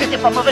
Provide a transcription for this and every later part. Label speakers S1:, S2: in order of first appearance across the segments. S1: c'était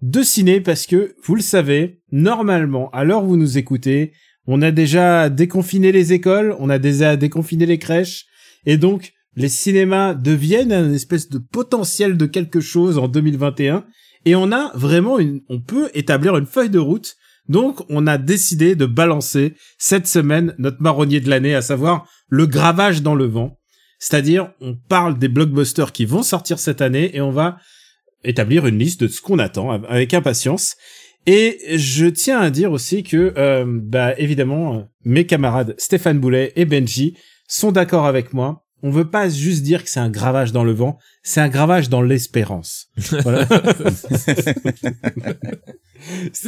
S2: de ciné parce que, vous le savez, normalement, à l'heure où vous nous écoutez, on a déjà déconfiné les écoles, on a déjà déconfiné les crèches, et donc les cinémas deviennent un espèce de potentiel de quelque chose en 2021, et on a vraiment une, on peut établir une feuille de route donc, on a décidé de balancer cette semaine notre marronnier de l'année, à savoir le gravage dans le vent. C'est-à-dire, on parle des blockbusters qui vont sortir cette année et on va établir une liste de ce qu'on attend av- avec impatience. Et je tiens à dire aussi que, euh, bah, évidemment, euh, mes camarades Stéphane Boulet et Benji sont d'accord avec moi. On veut pas juste dire que c'est un gravage dans le vent, c'est un gravage dans l'espérance. Voilà.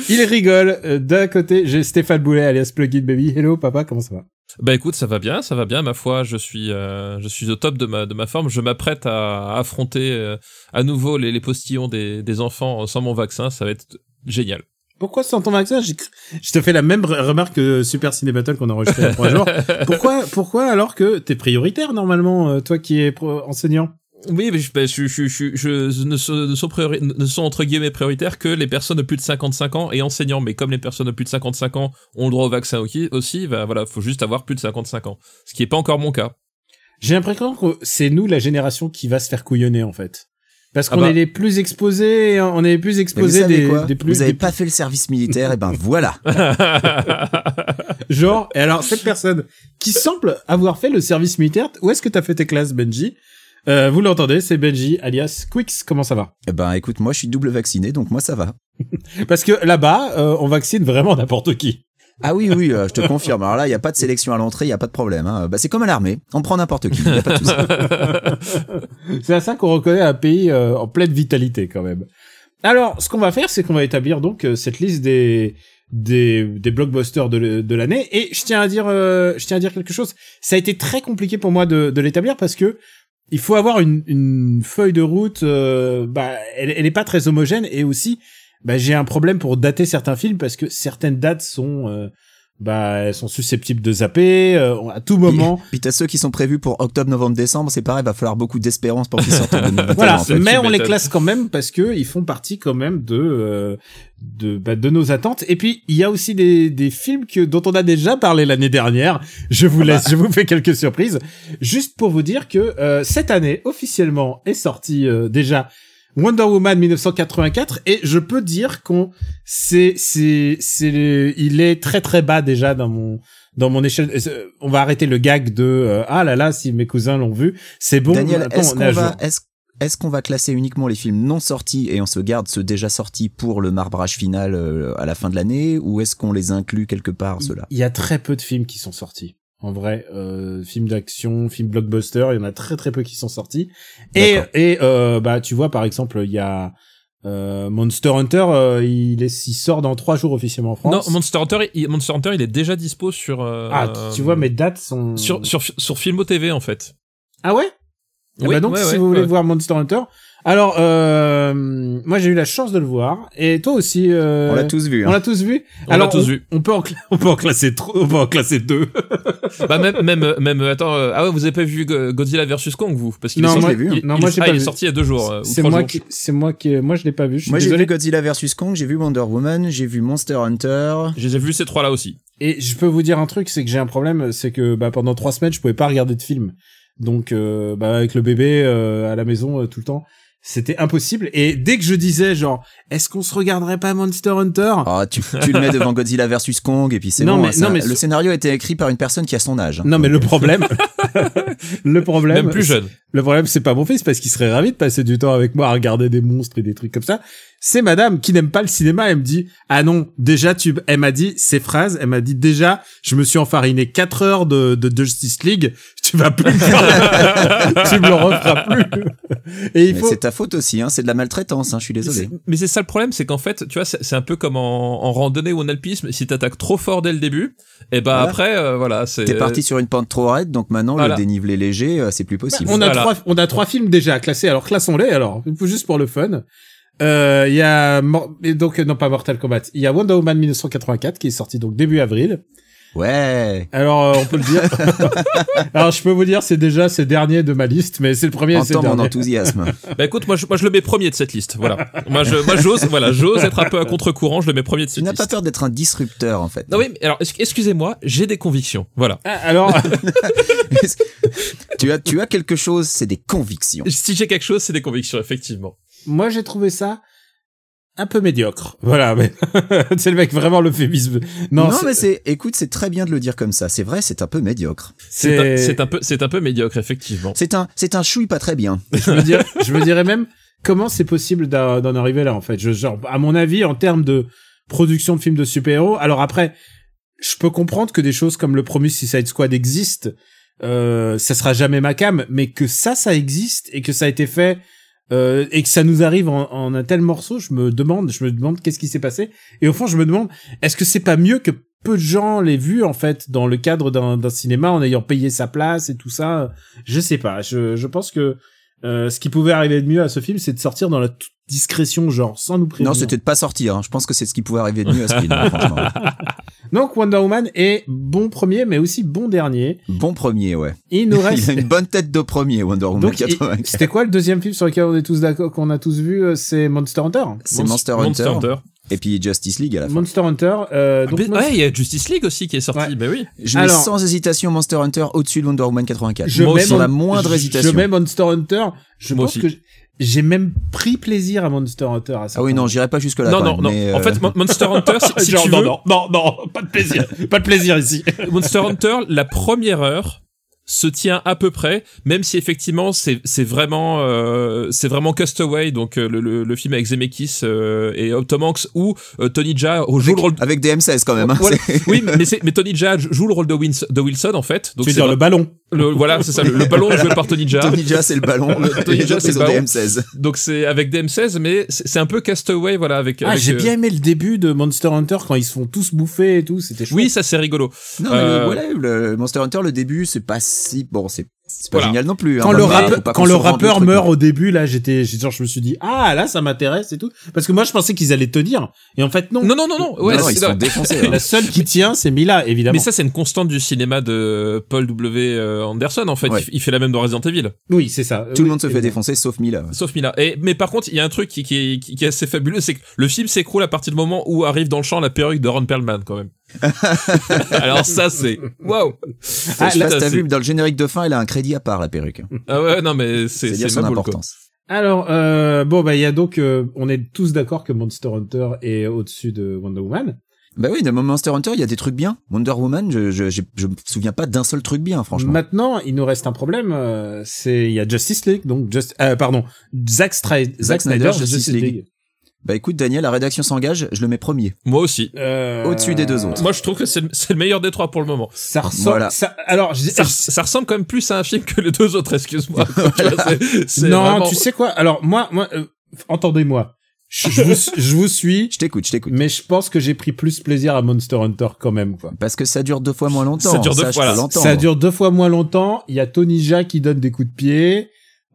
S2: Il rigole. Euh, D'un côté, j'ai Stéphane Boulet, alias Plugin Baby. Hello, papa, comment ça va
S3: Bah écoute, ça va bien, ça va bien, ma foi. Je suis, euh, je suis au top de ma, de ma forme. Je m'apprête à affronter euh, à nouveau les, les postillons des, des enfants sans mon vaccin. Ça va être génial.
S2: Pourquoi sans ton vaccin J'ai cru- Je te fais la même re- remarque que Super Ciné Battle qu'on a enregistré il y a trois jours. Pourquoi, pourquoi alors que t'es prioritaire normalement, euh, toi qui es pro- enseignant
S3: Oui, mais je, bah, je, je, je, je- ne, sont, ne, sont priori- ne sont entre guillemets prioritaires que les personnes de plus de 55 ans et enseignants. Mais comme les personnes de plus de 55 ans ont le droit au vaccin aussi, aussi bah, voilà, faut juste avoir plus de 55 ans. Ce qui n'est pas encore mon cas.
S2: J'ai l'impression que c'est nous la génération qui va se faire couillonner en fait. Parce
S3: Ah
S2: qu'on
S3: bah.
S2: est les plus exposés, hein, on est les plus
S4: Mais vous
S2: exposés
S4: savez
S2: des,
S4: quoi
S2: des plus.
S4: Vous avez
S2: des-
S4: pas fait le service militaire, et ben voilà.
S2: Genre, et alors cette personne qui semble avoir fait le service militaire, où est-ce que t'as fait tes classes, Benji Euh, Vous l'entendez, c'est Benji, alias Quicks, comment ça va
S4: Eh ben écoute, moi je suis double vacciné, donc moi ça va.
S2: Parce que là-bas, euh, on vaccine vraiment n'importe qui.
S4: Ah oui, oui, euh, je te confirme. Alors là, il y a pas de sélection à l'entrée, il y a pas de problème. hein. Bah, c'est comme à l'armée, on prend n'importe qui. y a pas de souci.
S2: C'est à ça qu'on reconnaît un pays euh, en pleine vitalité quand même. Alors, ce qu'on va faire, c'est qu'on va établir donc euh, cette liste des des, des blockbusters de, l- de l'année. Et je tiens à dire, euh, je tiens à dire quelque chose. Ça a été très compliqué pour moi de, de l'établir parce que il faut avoir une, une feuille de route. euh, bah, elle, elle est pas très homogène et aussi, bah, j'ai un problème pour dater certains films parce que certaines dates sont euh, bah, elles sont susceptibles de zapper euh, à tout moment.
S4: Puis t'as ceux qui sont prévus pour octobre, novembre, décembre, c'est pareil, va falloir beaucoup d'espérance pour qu'ils sortent en 2021,
S2: voilà,
S4: en fait.
S3: c'est-
S2: mais
S3: tu
S2: on les
S3: m'étonnes.
S2: classe quand même parce que ils font partie quand même de euh, de bah, de nos attentes. Et puis il y a aussi des des films que dont on a déjà parlé l'année dernière. Je vous laisse, je vous fais quelques surprises juste pour vous dire que euh, cette année officiellement est sorti euh, déjà Wonder Woman 1984 et je peux dire qu'on c'est c'est c'est le- il est très très bas déjà dans mon dans mon échelle. Euh, On va arrêter le gag de euh, ah là là si mes cousins l'ont vu c'est bon.
S4: Daniel,
S2: maintenant,
S4: est-ce
S2: on est à
S4: qu'on va,
S2: jour.
S4: est-ce, est-ce qu'on va classer uniquement les films non sortis et on se garde ceux déjà sortis pour le marbrage final euh, à la fin de l'année ou est-ce qu'on les inclut quelque part ceux-là
S2: Il y a très peu de films qui sont sortis. En vrai, euh, films d'action, films blockbuster, il y en a très très peu qui sont sortis. Et,
S4: D'accord.
S2: et euh, bah tu vois par exemple il y a euh, Monster Hunter, euh, il est il sort dans trois jours officiellement en
S3: Non,
S2: France.
S3: Monster Hunter, il, Monster Hunter, il est déjà dispo sur. euh,
S2: ah tu- tu vois mes dates sont
S3: Sur, sur, sur Filmo TV, en fait.
S2: ah ouais. Eh
S3: Oui,
S2: ben donc
S3: ouais,
S2: si
S3: ouais,
S2: vous voulez
S3: ouais.
S2: voir Monster Hunter, alors euh, moi j'ai eu la chance de le voir et toi aussi. euh,
S4: On l'a tous vu.
S2: on
S4: hein.
S2: l'a tous vu.
S3: On l'a
S2: Alors,
S3: tous
S2: on,
S3: vu.
S2: on peut en, cla- on peut en classer trois, on peut en classer deux.
S3: bah même même euh, même euh, attends euh, ah ouais vous avez pas vu Go- Godzilla versus Kong vous parce qu'il est
S2: Non,
S3: sorti
S2: moi-
S4: je l'ai vu, hein.
S3: il-
S2: non,
S3: il-
S2: moi, j'ai
S3: ah,
S2: pas
S3: il est
S2: vu.
S3: sorti il y a deux jours euh, ou
S2: C'est
S3: trois
S2: moi
S3: jours.
S2: qui, c'est moi qui, moi je l'ai pas vu. Je suis
S4: Moi j'ai
S2: désolé.
S4: vu Godzilla vs Kong, j'ai vu Wonder Woman, j'ai vu Monster Hunter.
S3: j'ai vu ces trois là aussi
S2: Et je peux vous dire un truc, c'est que j'ai un problème, c'est que bah, pendant trois semaines, je pouvais pas regarder de film. Donc, euh, bah, avec le bébé euh, à la maison euh, tout le temps, c'était impossible. Et dès que je disais, genre, est-ce qu'on se regarderait pas Monster Hunter
S4: Ah, tu, tu le mets devant Godzilla vs Kong et puis c'est
S2: Non,
S4: bon.
S2: mais-
S4: hein, ça-
S2: non, mais-
S4: le scénario a été écrit par une personne qui a son âge. hein.
S2: Non, mais le problème, le problème,
S3: même plus jeune
S2: Le problème, c'est pas mon fils parce qu'il serait ravi de passer du temps avec moi à regarder des monstres et des trucs comme ça. C'est madame qui n'aime pas le cinéma. Elle me dit, ah non, déjà, tu, elle m'a dit ces phrases. Elle m'a dit déjà, je me suis enfariné quatre heures de, de Justice League. Tu- tu vas plus le faire. tu me le referas plus. Et il
S4: Mais
S2: faut.
S4: c'est ta faute aussi, hein, c'est de la maltraitance, hein, je suis désolé.
S3: C'est- Mais c'est ça le problème, c'est qu'en fait, tu vois, c'est c'est un peu comme en, en randonnée ou en alpinisme. Si t'attaques trop fort dès le début, et ben
S4: Voilà.
S3: après, euh, voilà, c'est.
S4: T'es parti sur une pente trop raide, donc maintenant
S3: Voilà.
S4: le dénivelé léger, euh, c'est plus possible.
S2: Bah, On a,
S3: Voilà.
S2: trois, on a trois films déjà à classer, alors classons-les, alors, juste pour le fun. Euh, Il y a, Mor- et donc, non pas Mortal Kombat, il y a Wonder Woman 1984 qui est sorti donc début avril.
S4: Ouais.
S2: Alors, euh, on peut le dire. alors, je peux vous dire, c'est déjà, c'est dernier de ma liste, mais c'est le premier, et c'est le
S4: Entends mon
S2: dernier.
S4: enthousiasme.
S3: Bah écoute, moi je, moi je le mets premier de cette liste. Voilà. moi je, moi j'ose, voilà, j'ose être un peu à contre-courant. Je le mets premier de
S4: tu
S3: cette
S4: n'as pas
S3: liste.
S4: peur d'être un disrupteur en fait.
S3: Non oui, mais alors es- excusez-moi, j'ai des convictions. Voilà.
S2: Ah, alors,
S4: tu as tu as quelque chose, c'est des convictions.
S3: Si j'ai quelque chose, c'est des convictions, effectivement.
S2: moi, j'ai trouvé ça un peu médiocre. Voilà, mais c'est le mec vraiment l'euphémisme.
S4: Non,
S2: Non, c'est-
S4: mais c'est écoute, c'est très bien de le dire comme ça. C'est vrai, c'est un peu médiocre.
S3: C'est un,
S2: c'est,
S3: c'est un peu, c'est un peu médiocre, effectivement.
S4: C'est un c'est un chouï pas très bien.
S2: je me dirais, je me dirais même comment c'est possible d'a- d'en arriver là en fait. Je, genre, à mon avis, en termes de production de films de super-héros, alors après, je peux comprendre que des choses comme le premier Suicide Squad existent. Euh, ça sera jamais ma cam, mais que ça, ça existe et que ça a été fait euh, et que ça nous arrive en, en un tel morceau, je me demande, je me demande qu'est-ce qui s'est passé. Et au fond, je me demande, est-ce que c'est pas mieux que peu de gens l'aient vu en fait dans le cadre d'un d'un cinéma en ayant payé sa place et tout ça Je sais pas. Je, je pense que euh, ce qui pouvait arriver de mieux à ce film, c'est de sortir dans la toute discrétion, genre sans nous prévenir.
S4: Non, c'était de pas sortir. hein. Je pense que c'est ce qui pouvait arriver de mieux à ce film. hein, franchement.
S2: Donc Wonder Woman est bon premier, mais aussi bon dernier.
S4: Bon premier, ouais.
S2: Il nous reste.
S4: Il a une bonne tête de premier Wonder Woman
S2: Donc, il-
S4: 84.
S2: c'était quoi le deuxième film sur lequel on est tous d'accord, qu'on a tous vu euh, C'est Monster Hunter.
S4: C'est Monster,
S3: Monster
S4: Hunter, et puis Justice League à la fin.
S2: Monster Hunter. euh, donc
S3: Ah, Mais-
S2: Monster-
S3: ouais, il y a Justice League aussi qui est sorti.
S2: Ouais.
S3: Mais oui.
S4: Je mets
S2: Alors-
S4: sans hésitation Monster Hunter au-dessus de Wonder Woman 84.
S2: je
S3: Moi
S2: mets
S3: aussi.
S4: Sans la
S2: Mon-
S4: moindre
S2: je-
S4: hésitation.
S2: Je mets Monster Hunter. Je
S3: Moi
S2: pense
S3: aussi.
S2: que j- j'ai même pris plaisir à Monster Hunter à ça.
S4: Ah oui, non, j'irai pas jusque-là.
S3: non,
S4: quand
S3: non,
S4: même,
S3: non.
S4: mais,
S3: En
S4: euh,
S3: fait, Mon- Monster Hunter, si, si
S2: Euh, Genre,
S3: tu
S2: non,
S3: veux,
S2: non, non, non, pas de plaisir, pas de plaisir ici.
S3: Monster Hunter, la première heure se tient à peu près, même si effectivement c'est c'est vraiment euh, c'est vraiment Castaway, donc euh, le, le, le film avec Zemeckis euh, et euh, Tom Hanks où euh, Tony Jaa joue le rôle. de-
S4: avec des M16 quand même. hein.
S3: Voilà.
S4: C'est-
S3: Oui, mais, c'est- mais Tony Jaa joue le rôle de, Wins- de Wilson en fait. Donc
S2: tu veux
S3: c'est
S2: dire
S3: vra-
S2: le ballon
S3: le- voilà, c'est ça, le, le ballon joué par Tony Jaa.
S4: Tony Jaa, c'est le ballon.
S3: Le- Tony
S4: Les
S3: Jaa,
S4: autres,
S3: c'est le
S4: ils ont des
S3: ballon.
S4: M16.
S3: Donc c'est avec DM16, mais c'est c'est un peu Castaway, voilà, avec.
S2: Ah,
S3: avec,
S2: j'ai
S3: euh,
S2: bien aimé le début de Monster Hunter quand ils se font tous bouffer et tout, c'était chouette.
S3: Oui, ça c'est rigolo.
S4: Non, mais le-
S3: Euh,
S4: voilà, le Monster Hunter, le début, c'est pas si bon. C'est c'est pas
S3: Voilà.
S4: génial non plus. hein.
S2: quand
S4: Bah,
S2: le,
S4: mais
S2: rappe-
S4: faut pas
S2: quand
S4: qu'on
S2: le
S4: se vende
S2: rappeur
S4: truc,
S2: meurt au début, là, j'étais, j'ai- genre, je me suis dit, ah, là, ça m'intéresse et tout. Parce que moi, je pensais qu'ils allaient tenir. Et en fait, non.
S3: Non, non, non, non.
S4: non.
S3: Ouais,
S4: Non,
S3: c'est-
S4: ils se font
S3: non.
S4: défoncer. hein.
S2: La seule qui tient, c'est Mila, évidemment.
S3: Mais ça, c'est une constante du cinéma de Paul W. euh, Anderson, en fait.
S4: Ouais.
S3: Il, il fait la même dans Resident Evil,
S2: oui, c'est ça.
S4: Tout
S2: Oui,
S4: le monde se fait
S2: évidemment.
S4: défoncer sauf Mila.
S3: sauf Mila. Et, mais par contre, il y a un truc qui, qui, est- qui- qui est assez fabuleux, c'est que le film s'écroule à partir du moment où arrive dans le champ la perruque de Ron Perlman, quand même. Alors ça, c'est... Waouh
S4: Ah,
S3: Putain,
S4: je sais pas si t'as
S3: c'est-
S4: vu, mais dans le générique de fin, elle a un crédit à part, la perruque.
S3: Ah ouais, non, mais c'est...
S4: C'est dire
S3: c'est
S4: son
S3: ma boule, quoi.
S4: importance.
S2: Alors, euh, bon, bah, il y a donc, euh, on est tous d'accord que Monster Hunter est au-dessus de Wonder Woman.
S4: Bah oui, dans Monster Hunter, il y a des trucs bien. Wonder Woman, je, je, j'ai- je me souviens pas d'un seul truc bien, franchement.
S2: Maintenant, il nous reste un problème, euh, c'est, il y a Justice League, donc, just, euh, pardon, Zack, Stry- Zack Snyder, Justice, League.
S4: Bah écoute, Daniel, la rédaction s'engage, je le mets premier.
S3: Moi aussi.
S2: Euh,
S4: Au-dessus des deux autres.
S3: Moi, je trouve que c'est le- c'est le meilleur des trois pour le moment.
S2: Ça ressemble,
S4: Voilà.
S2: ça, alors, je-
S3: ça, ça ressemble quand même plus à un film que les deux autres, excuse-moi. Tu vois, c'est- c'est
S2: Non,
S3: vraiment-
S2: tu sais quoi Alors moi, moi, euh, entendez-moi. Je, je vous, je vous suis,
S4: Je t'écoute, je t'écoute.
S2: mais je pense que j'ai pris plus plaisir à Monster Hunter quand même, quoi.
S4: Parce que ça dure deux fois moins longtemps.
S3: Ça dure deux
S4: je
S3: fois,
S4: peux
S3: là.
S4: l'entendre.
S2: Ça dure deux fois moins longtemps. Il y a Tony Jaa qui donne des coups de pied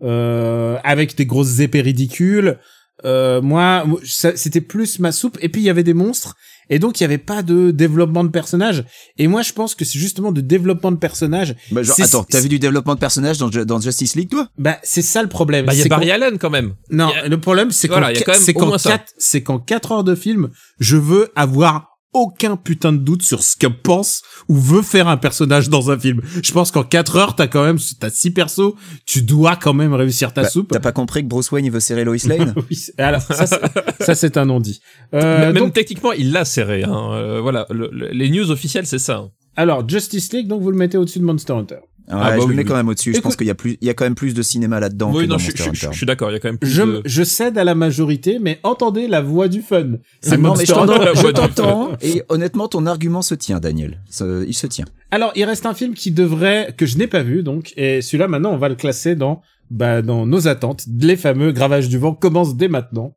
S2: euh, avec des grosses épées ridicules. Euh, moi, moi, ça- c'était plus ma soupe. Et puis il y avait des monstres. Et donc il y avait pas de développement de personnage. Et moi, je pense que c'est justement de développement de personnage.
S4: Bah, genre,
S2: C'est-
S4: attends, t'as vu du développement de personnage dans, dans Justice League, toi
S2: Bah, c'est ça le problème.
S3: Bah, il y a
S2: C'est qu'on-
S3: Barry Allen quand même.
S2: Non,
S3: Il y a-
S2: le problème, c'est qu'en
S3: Voilà, il y a
S2: qua-
S3: quand même
S2: c'est
S3: au
S2: qu'en
S3: moins ça.
S2: quatre- c'est qu'en 4 heures de film, je veux avoir aucun putain de doute sur ce que pense ou veut faire un personnage dans un film. Je pense qu'en 4 heures, t'as quand même, t'as six persos, tu dois quand même réussir ta
S4: Bah,
S2: soupe.
S4: T'as pas compris que Bruce Wayne, il veut serrer Lois Lane
S2: Oui, c'est- alors, ça, c'est- ça, c'est un non-dit. Euh,
S3: même
S2: donc,
S3: techniquement, il l'a serré. Hein. Euh, voilà, le- le- les news officielles, c'est ça. hein.
S2: alors, Justice League, donc vous le mettez au-dessus de Monster Hunter.
S3: Ah
S4: Ouais,
S3: bah
S4: je
S3: oui,
S4: le mets
S3: oui.
S4: quand même au-dessus. Je
S2: Écoute-
S4: pense qu'il y a plus, il y a quand même plus de cinéma là-dedans
S3: Oui,
S4: que
S3: non,
S4: dans
S3: je,
S4: Monster
S3: je- je-
S4: Hunter.
S3: je suis d'accord, il y a quand même plus
S2: Je,
S3: de...
S2: je cède à la majorité, mais entendez la voix du fun.
S3: C'est
S2: C'est mon...
S3: mon-
S4: Non, mais je
S3: Monster Hunter,
S4: t'entends-
S3: la
S4: je
S3: voix du
S4: t'entends. Et honnêtement, ton argument se tient, Daniel. Ça- Il se tient.
S2: Alors, il reste un film qui devrait, que je n'ai pas vu, donc, et celui-là, maintenant, on va le classer dans, bah, dans nos attentes. Les fameux gravages du vent commencent dès maintenant.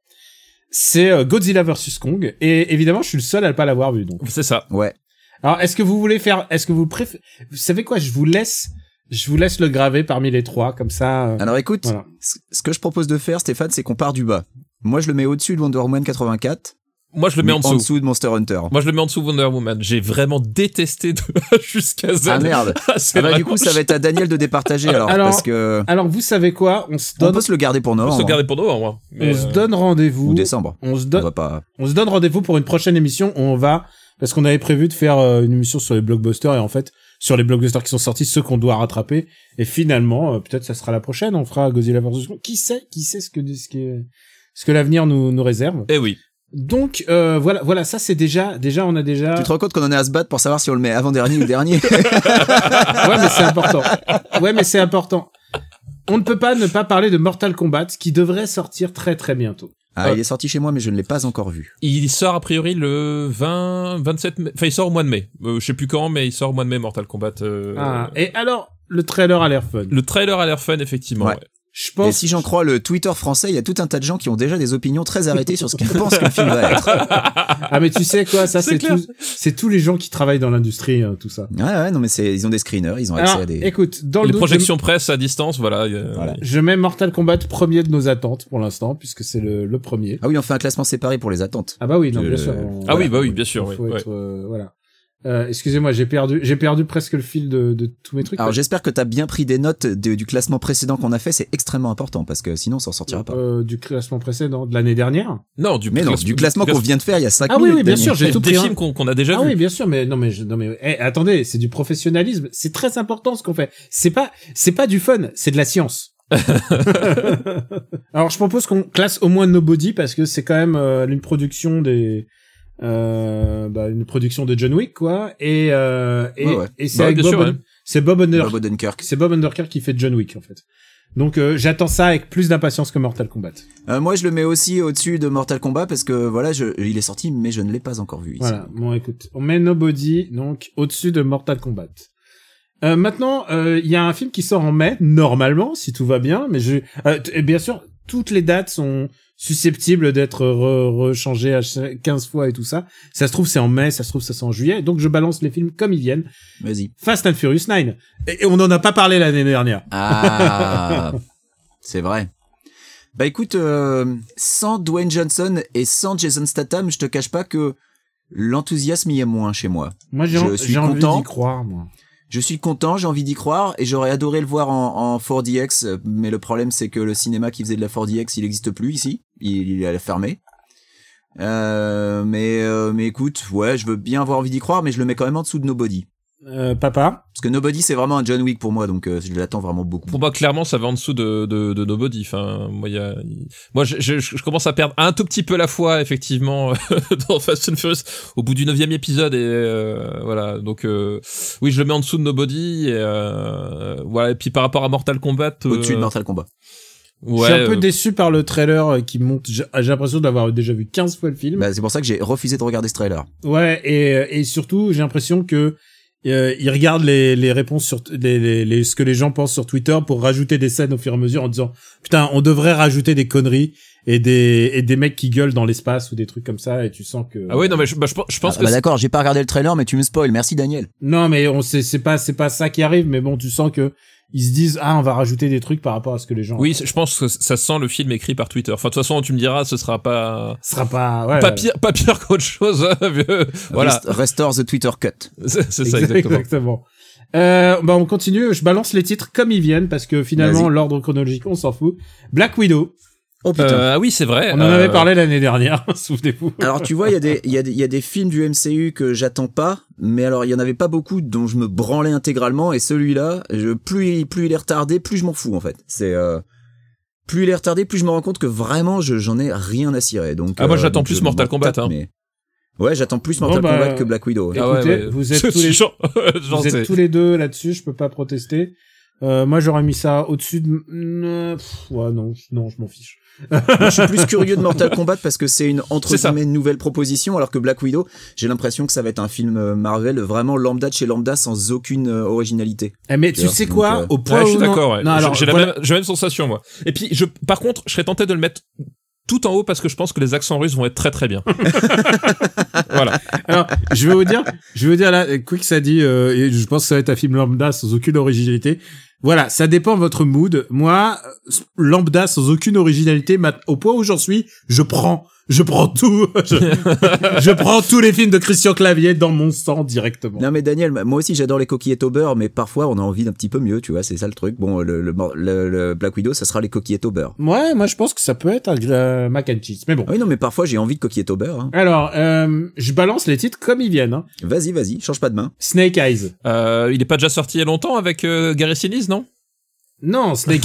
S2: C'est euh, Godzilla vs. Kong, et évidemment, je suis le seul à ne pas l'avoir vu, donc.
S3: C'est ça.
S4: Ouais.
S2: Alors, est-ce que vous voulez faire, est-ce que vous préférez, vous savez quoi, je vous laisse, je vous laisse le graver parmi les trois, comme ça. euh,
S4: Alors écoute,
S2: Voilà.
S4: ce ce que je propose de faire, Stéphane, c'est qu'on part du bas. Moi, je le mets au-dessus de Wonder Woman 84.
S3: Moi, je le mets
S4: mais
S3: en dessous.
S4: de Monster Hunter. Ah,
S3: Moi, je le mets en dessous Wonder Woman. J'ai vraiment détesté de A jusqu'à Z.
S4: Ah merde.
S3: c'est
S4: Ah bah, du
S3: vraiment
S4: coup, ça va être à Daniel de départager alors,
S2: Alors,
S4: parce que
S2: Alors, vous savez quoi, on se
S4: on
S2: donne,
S4: peut se le garder pour
S3: On peut se
S4: novembre hein,
S3: garder pour novembre, moi.
S2: on
S3: Mais,
S2: se
S3: euh,
S2: donne rendez-vous.
S4: ou décembre.
S2: On se
S4: On
S2: donne,
S4: va pas.
S2: On se donne rendez-vous pour une prochaine émission où on va, parce qu'on avait prévu de faire euh, une émission sur les blockbusters et en fait, sur les blockbusters qui sont sortis, ceux qu'on doit rattraper. Et finalement, euh, peut-être ça sera la prochaine, on fera Godzilla vs. Kong. Qui sait, qui sait ce que, ce que, ce que l'avenir nous, nous réserve.
S3: Eh oui.
S2: Donc, euh, voilà, voilà, ça c'est déjà, déjà, on a déjà.
S4: Tu te rends compte qu'on en est à se battre pour savoir si on le met avant dernier ou dernier
S2: Ouais, mais c'est important. Ouais, mais c'est important. On ne peut pas ne pas parler de Mortal Kombat qui devrait sortir très très bientôt.
S4: Ah, il est sorti chez moi, mais je ne l'ai pas encore vu.
S3: Il sort a priori le 20, 27 mai. Enfin, il sort au mois de mai. Euh, je sais plus quand, mais il sort au mois de mai Mortal Kombat. euh,
S2: Ah, et alors, le trailer a l'air fun.
S3: Le trailer a l'air fun, effectivement.
S4: Ouais.
S3: ouais.
S2: Je
S4: Et
S2: pense
S4: si j'en crois le Twitter français, il y a tout un tas de gens qui ont déjà des opinions très arrêtées sur ce qu'ils pensent que le film va être.
S2: Ah mais tu sais quoi, ça
S3: C'est
S2: c'est
S3: clair.
S2: tous, c'est tous les gens qui travaillent dans l'industrie, euh, tout ça.
S4: Ouais, ouais, non, mais c'est, ils ont des screeners, ils ont accès
S2: Alors,
S4: à des.
S2: écoute, dans le
S3: Les
S2: doute,
S3: projections presse à distance, voilà. euh,
S4: Voilà.
S2: je, je mets Mortal Kombat premier de nos attentes pour l'instant, puisque c'est le, le premier.
S4: Ah oui, on fait un classement séparé pour les attentes.
S2: Ah bah oui, non, bien
S4: Euh,
S2: sûr.
S4: ah
S2: on-
S3: Ah
S2: voilà,
S3: oui, bah oui, bien sûr.
S2: il
S3: oui,
S2: faut
S3: ouais.
S2: être, euh, voilà. Euh, excusez-moi, j'ai perdu, j'ai perdu presque le fil de, de tous mes trucs.
S4: Alors j'espère que t'as bien pris des notes de- du classement précédent qu'on a fait, c'est extrêmement important parce que sinon on s'en sortira pas.
S2: Euh, du classement précédent de l'année dernière.
S3: Non, du,
S4: Mais non,
S3: classe-
S4: du classement qu'on vient de faire il y a 5
S2: Ah oui,
S4: minutes.
S2: oui, bien
S4: Daniel.
S2: sûr, j'ai tout
S3: des
S2: pris, hein.
S3: films qu'on qu'on a déjà
S2: Ah
S3: vus.
S2: oui, bien sûr, mais non, mais je- non, mais eh, attendez, c'est du professionnalisme, c'est très important ce qu'on fait. C'est pas, c'est pas du fun, c'est de la science. Alors je propose qu'on classe au moins Nobody parce que c'est quand même euh, une production des, euh, bah, une production de John Wick quoi, et euh, et,
S4: Ouais, ouais.
S2: et c'est
S3: Bah,
S2: avec
S3: bien
S2: Bob,
S3: sûr,
S2: Hun-
S3: ouais. Bah,
S2: c'est Bob Hunter,
S4: Bob Odenkirk.
S2: c'est Bob Underker qui fait John Wick en fait. Donc euh, j'attends ça avec plus d'impatience que Mortal Kombat.
S4: Euh, moi, je le mets aussi au-dessus de Mortal Kombat parce que voilà, je, il est sorti, mais je ne l'ai pas encore vu. ici.
S2: Voilà, bon écoute, on met Nobody donc au-dessus de Mortal Kombat. Euh, maintenant, euh, il y a un film qui sort en mai, normalement, si tout va bien, mais je, euh, t- et bien sûr, toutes les dates sont susceptibles d'être re- rechangées à chaque- 15 fois et tout ça. Ça se trouve c'est en mai, ça se trouve ça c'est en juillet, donc je balance les films comme ils viennent.
S4: Vas-y.
S2: Fast and Furious 9, et, et on n'en a pas parlé l'année dernière.
S4: Ah, c'est vrai. Bah écoute, euh, sans Dwayne Johnson et sans Jason Statham, je te cache pas que l'enthousiasme y est moins chez moi.
S2: Moi j'ai
S4: Je
S2: en-
S4: suis
S2: j'ai envie
S4: content.
S2: d'y croire, moi.
S4: Je suis content, j'ai envie d'y croire et j'aurais adoré le voir en, en 4DX, euh, mais le problème c'est que le cinéma qui faisait de la 4DX, il n'existe plus ici, il, il est fermé. Euh, mais euh, mais écoute, ouais, je veux bien avoir envie d'y croire, mais je le mets quand même en dessous de Nobody.
S2: Euh, papa,
S4: Parce que Nobody c'est vraiment un John Wick pour moi, donc euh, je l'attends vraiment beaucoup.
S3: Pour moi, clairement, ça va en dessous de, de, de Nobody. Enfin, moi, il y a- moi je, je, je commence à perdre un tout petit peu la foi, effectivement, dans Fast and Furious au bout du neuvième épisode. Et euh, voilà, donc euh, oui, je le mets en dessous de Nobody. Et, euh, voilà, et puis par rapport à Mortal Kombat... euh,
S4: Au-dessus de Mortal Kombat.
S3: ouais,
S2: je suis un peu
S3: euh,
S2: déçu par le trailer euh, qui monte. J'ai j'ai l'impression d'avoir déjà vu 15 fois le
S3: euh,
S2: film.
S4: Bah, c'est pour ça que j'ai refusé de regarder ce trailer.
S2: Ouais, et, et surtout, j'ai l'impression que euh, ils regardent les, les réponses sur t- les, les, les- ce que les gens pensent sur Twitter pour rajouter des scènes au fur et à mesure en disant putain, on devrait rajouter des conneries et des et des mecs qui gueulent dans l'espace ou des trucs comme ça et tu sens que
S3: Ah oui, non, mais je, bah, je, pense- je pense
S4: Ah,
S3: que...
S4: bah d'accord, j'ai pas regardé le trailer, mais tu me spoil. Merci Daniel.
S2: non mais on sait c'est pas c'est pas ça qui arrive mais bon tu sens que ils se disent ah on va rajouter des trucs par rapport à ce que les gens
S3: Oui, je pense que ça sent le film écrit par Twitter. Enfin, de toute façon, tu me diras, ce sera pas...
S2: Ce sera pas ouais,
S3: Pas pire, pas pire qu'autre chose. euh, voilà,
S4: Rest- Restore the Twitter cut.
S3: c'est c'est ça
S2: Exact-
S3: exactement.
S2: exactement. Euh, bah on continue, je balance les titres comme ils viennent parce que finalement
S4: Vas-y.
S2: l'ordre chronologique on s'en fout. Black Widow,
S4: Oh putain.
S3: Euh, ah oui, c'est vrai.
S2: on en
S3: euh,
S2: avait parlé l'année dernière, souvenez-vous.
S4: Alors tu vois, il y, a des- il y, a des- il y a des films du MCU que j'attends pas, mais alors il y en avait pas beaucoup dont je me branlais intégralement, et celui-là, je, plus, il- plus il est retardé, plus je m'en fous en fait. C'est euh, plus il est retardé, plus je me rends compte que vraiment je j'en ai rien à cirer. Donc
S3: Ah, moi,
S4: euh,
S3: j'attends
S4: donc
S3: plus
S4: je
S3: Mortal
S4: m'en
S3: Kombat,
S4: tape,
S3: hein.
S4: mais- Ouais, j'attends plus Mortal
S2: Bon, bah,
S4: Kombat que Black Widow. ouais.
S3: ah
S2: écoutez, vous êtes tous les-
S3: gens.
S2: Vous êtes tous les deux là-dessus, je peux pas protester. Euh, moi, j'aurais mis ça au-dessus de. Mm, pff, ouais, non, je- non, je m'en fiche.
S4: Moi, je suis plus curieux de Mortal Kombat parce que c'est une entre
S3: C'est ça.
S4: guillemets nouvelle proposition, alors que Black Widow, j'ai l'impression que ça va être un film euh, Marvel vraiment lambda de chez lambda sans aucune euh, originalité.
S2: Eh, mais
S4: Ouais,
S2: tu sais
S4: donc,
S2: quoi
S4: euh,
S2: Au point
S3: Ouais, je suis
S2: où non-
S3: d'accord. Ouais.
S2: Non,
S3: J'ai-
S2: alors
S3: j'ai la
S2: voilà.
S3: même, j'ai la même sensation moi. Et puis, je, par contre, je serais tenté de le mettre tout en haut parce que je pense que les accents russes vont être très très bien. voilà.
S2: Alors, je vais vous dire, je vais vous dire là, euh, Quix a dit, euh, et je pense que ça va être un film lambda sans aucune originalité. Voilà, ça dépend de votre mood. Moi, euh, lambda sans aucune originalité, ma- au point où j'en suis, je prends, je prends tout, je, je prends tous les films de Christian Clavier dans mon sang directement.
S4: Non mais Daniel, moi aussi j'adore les coquillettes au beurre, mais parfois on a envie d'un petit peu mieux, tu vois, c'est ça le truc. Bon, le, le, le- le Black Widow, ça sera les coquillettes au beurre.
S2: Ouais, moi je pense que ça peut être un euh, mac and cheese, mais bon.
S4: Ah oui, non, mais parfois j'ai envie de coquillettes au beurre. hein.
S2: Alors, euh, je balance les titres comme ils viennent. hein.
S4: Vas-y, vas-y, change pas de main.
S2: Snake Eyes.
S3: Euh, il est pas déjà sorti il y a longtemps avec euh, Gary Sinise, non
S2: Non, Snake.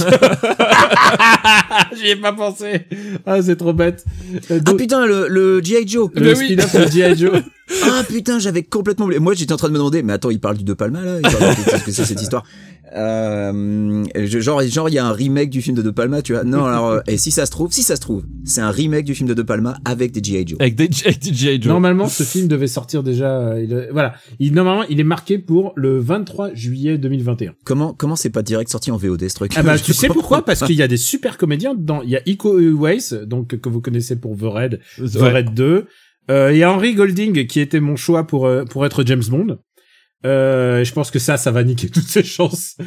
S2: J'y ai pas pensé. Ah, c'est trop bête. Euh,
S4: Ah
S2: donc-
S4: putain, le, le G.I. Joe
S2: le spin-off de G.I. Joe.
S4: Ah putain, j'avais complètement oublié. Moi, j'étais en train de me demander, mais attends, il parle du De Palma là Il parle de- Qu'est-ce que c'est cette histoire Euh, je- Genre, genre, il y a un remake du film de De Palma, tu vois Non, alors, euh, et si ça se trouve, si ça se trouve, c'est un remake du film de De Palma avec des G.I. Joe.
S3: Avec DJ, avec DJ Joe.
S2: Normalement, ce film devait sortir déjà. euh, il, est- voilà. Il, normalement, il est marqué pour le 23 juillet 2021.
S4: Comment, comment c'est pas direct sorti en VOD ce truc
S2: Ah bah,
S4: Je
S2: tu sais
S4: comprends
S2: pourquoi
S4: pas.
S2: Parce qu'il y a des super comédiens dedans. Il y a Iko Uwais, donc que vous connaissez pour The Raid, The
S3: Ouais.
S2: Raid 2. Euh, il y a Henry Golding qui était mon choix pour euh, pour être James Bond. Euh, je pense que ça, ça va niquer toutes ses chances.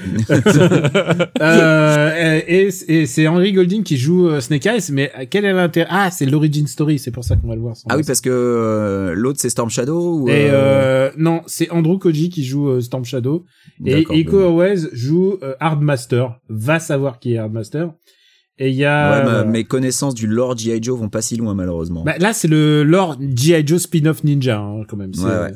S2: Euh, et et c'est Henry Golding qui joue euh, Snake Eyes, mais quel est l'intérêt Ah, c'est l'origin story, c'est pour ça qu'on va le voir.
S4: Ah oui, parce que euh, l'autre c'est Storm Shadow ou,
S2: Et
S4: euh,
S2: euh, non, c'est Andrew Koji qui joue euh, Storm Shadow et
S4: d'accord,
S2: Iko
S4: bon.
S2: Owens joue euh, Hardmaster. Va savoir qui est Hardmaster. Et il y
S4: Ouais,
S2: a
S4: ma-
S2: euh,
S4: mes connaissances du lore G.I. Joe vont pas si loin malheureusement.
S2: bah, là c'est le lore GI Joe spin-off Ninja hein, quand même. c'est,
S4: Ouais, ouais.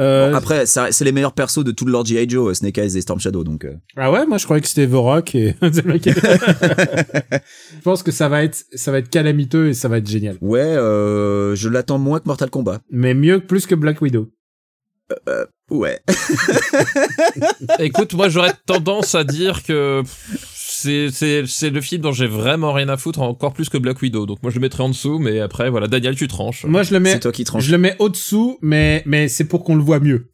S2: euh,
S4: Bon, après, ça- c'est les meilleurs persos de tout le lore G.I. Joe, euh, Snake Eyes et Storm Shadow, donc. euh,
S2: Ah ouais, moi je croyais que c'était Vorok et c'est le mec. je pense que ça va être ça va être calamiteux et ça va être génial.
S4: Ouais, euh, je l'attends moins que Mortal Kombat.
S2: Mais mieux plus que Black Widow.
S4: Ouais.
S3: Écoute, moi j'aurais tendance à dire que pff, c'est c'est c'est le film dont j'ai vraiment rien à foutre, encore plus que Black Widow. Donc moi je le mettrais en dessous, mais après voilà, Daniel tu tranches.
S2: Moi je le
S4: C'est
S2: mets
S4: toi qui tranches.
S2: je le mets au-dessous mais mais c'est pour qu'on le voit mieux.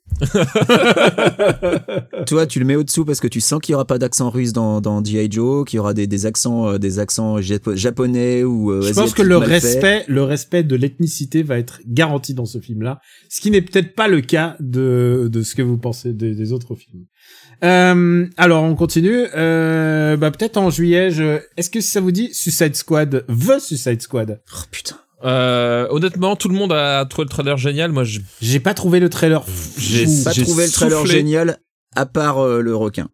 S4: Toi, tu le mets au-dessous parce que tu sens qu'il y aura pas d'accent russe dans, dans G.I. Joe, qu'il y aura des, des accents, euh, des accents japo- japonais ou euh,
S2: Je pense
S4: asiatiques
S2: que le
S4: mal faits.
S2: respect, le respect de l'ethnicité va être garanti dans ce film-là, ce qui n'est peut-être pas le cas de, de ce que vous pensez des, des autres films. Euh, alors on continue. Euh, bah peut-être en juillet. Je... Est-ce que ça vous dit Suicide Squad, The Suicide Squad
S4: Oh, putain.
S3: Euh, honnêtement, tout le monde a trouvé le trailer génial. Moi je
S2: J'ai pas trouvé le trailer.
S3: j'ai
S2: Ouh.
S4: Pas
S3: j'ai
S4: trouvé le trailer
S3: soufflé.
S4: génial à part euh, le requin.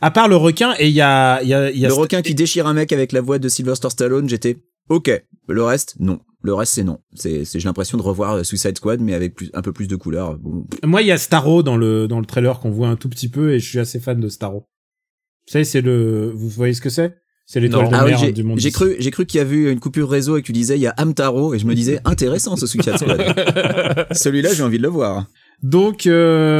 S2: À part le requin et il y a, il y a, il y a
S4: Le
S2: St-
S4: requin qui déchire un mec avec la voix de Sylvester Stallone, j'étais OK. Le reste, non. Le reste, c'est non. C'est, c'est- j'ai l'impression de revoir euh, Suicide Squad, mais avec plus, un peu plus de couleurs. Bon, pff,
S2: Moi, il y a Starro dans le dans le trailer qu'on voit un tout petit peu et je suis assez fan de Starro. Vous savez, c'est le, vous voyez ce que c'est C'est l'étoile
S3: Non.
S2: de
S4: Ah oui,
S2: mer
S4: j'ai,
S2: du monde.
S4: j'ai
S2: d'ici.
S4: cru, j'ai cru qu'il y avait eu une coupure réseau et que tu disais il y a Amtaro et je me disais intéressant ce Suicide Squad. Celui-là, j'ai envie de le voir.
S2: Donc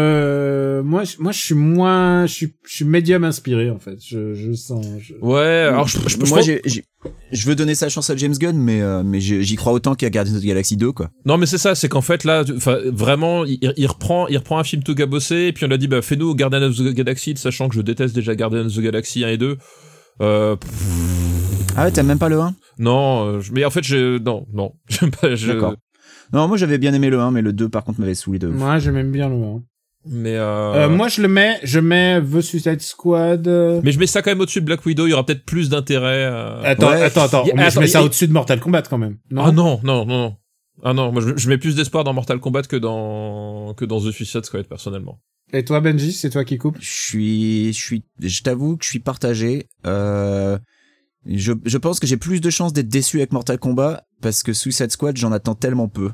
S2: euh, moi je- moi je suis moins je suis je suis médium inspiré en fait. Je je sens je-
S3: Ouais, alors je, je, je
S4: Moi,
S3: pense-
S4: j'ai- j'ai- je veux donner sa chance à James Gunn, mais euh, mais j'ai- j'y crois autant qu'à Guardians of the Galaxy 2 quoi.
S3: non mais c'est ça, c'est qu'en fait là, tu- enfin vraiment, il, il- il reprend, il reprend un film tout gabossé, et puis on a dit bah fais-nous Guardians of the Galaxy, sachant que je déteste déjà Guardians of the Galaxy 1 et 2. Euh, pff,
S4: Ah ouais, t'aimes même pas le 1
S3: non, euh, je- mais en fait je non non, je, je-
S4: D'accord. Non, moi j'avais bien aimé le 1, mais le 2 par contre m'avait saoulé de. ouf.
S2: Moi je m'aime bien le hein.
S3: Mais euh,
S2: Euh, moi je le mets je mets The Suicide Squad. euh,
S3: Mais je mets ça quand même au-dessus de Black Widow, il y aura peut-être plus d'intérêt. euh.
S2: Attends
S4: ouais.
S2: attends attends,
S3: Y-
S2: mais je
S3: attends,
S2: mets
S3: y-
S2: ça
S3: y-
S2: au-dessus de Mortal Kombat quand même. Non.
S3: Ah non, non, non, non. Ah non, moi je, je mets plus d'espoir dans Mortal Kombat que dans que dans The Suicide Squad personnellement.
S2: Et toi Benji, c'est toi qui coupe
S4: Je suis, je suis, je t'avoue que je suis partagé. Euh, je, je pense que j'ai plus de chances d'être déçu avec Mortal Kombat parce que Suicide Squad, j'en attends tellement peu.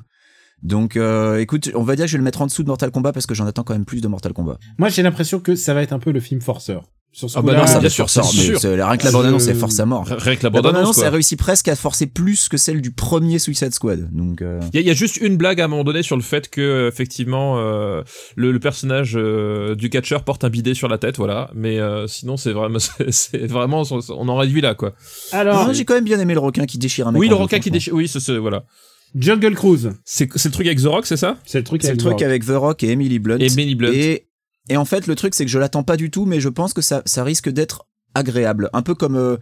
S4: Donc, euh, écoute, on va dire que je vais le mettre en dessous de Mortal Kombat parce que j'en attends quand même plus de Mortal Kombat.
S2: Moi j'ai l'impression que ça va être un peu le film forceur. Sur ce
S3: Ah bah
S2: coup-là,
S3: non,
S4: ça,
S3: bien
S4: bien
S3: sûr,
S4: sûr,
S3: c'est sûr.
S4: Rien que la bande-annonce est force à mort.
S3: Rien que la
S4: La
S3: bande-annonce,
S4: bande-annonce
S3: quoi.
S4: a réussi presque à forcer plus que celle du premier Suicide Squad. Donc, euh,
S3: Il y, a- il y a juste une blague à un moment donné sur le fait que euh, effectivement euh, le, le personnage euh, du catcheur porte un bidet sur la tête, voilà. Mais euh, sinon c'est vraiment, c'est c'est vraiment, on en réduit là quoi.
S2: Alors,
S4: non, j'ai quand même bien aimé le requin qui déchire un mec.
S3: Ah, oui,
S4: en
S3: le
S4: deux,
S3: requin qui
S4: franchement.
S3: déchire. Oui, c'est c'est- voilà.
S2: Jungle Cruise,
S3: C'est c'est le truc avec The Rock, c'est ça
S2: c'est le truc.
S4: C'est le
S2: avec
S4: truc
S2: Rock.
S4: avec The Rock et Emily Blunt.
S3: Et Benny Blunt.
S4: Et, et en fait, le truc, c'est que je l'attends pas du tout, mais je pense que ça, ça risque d'être agréable. Un peu comme. euh,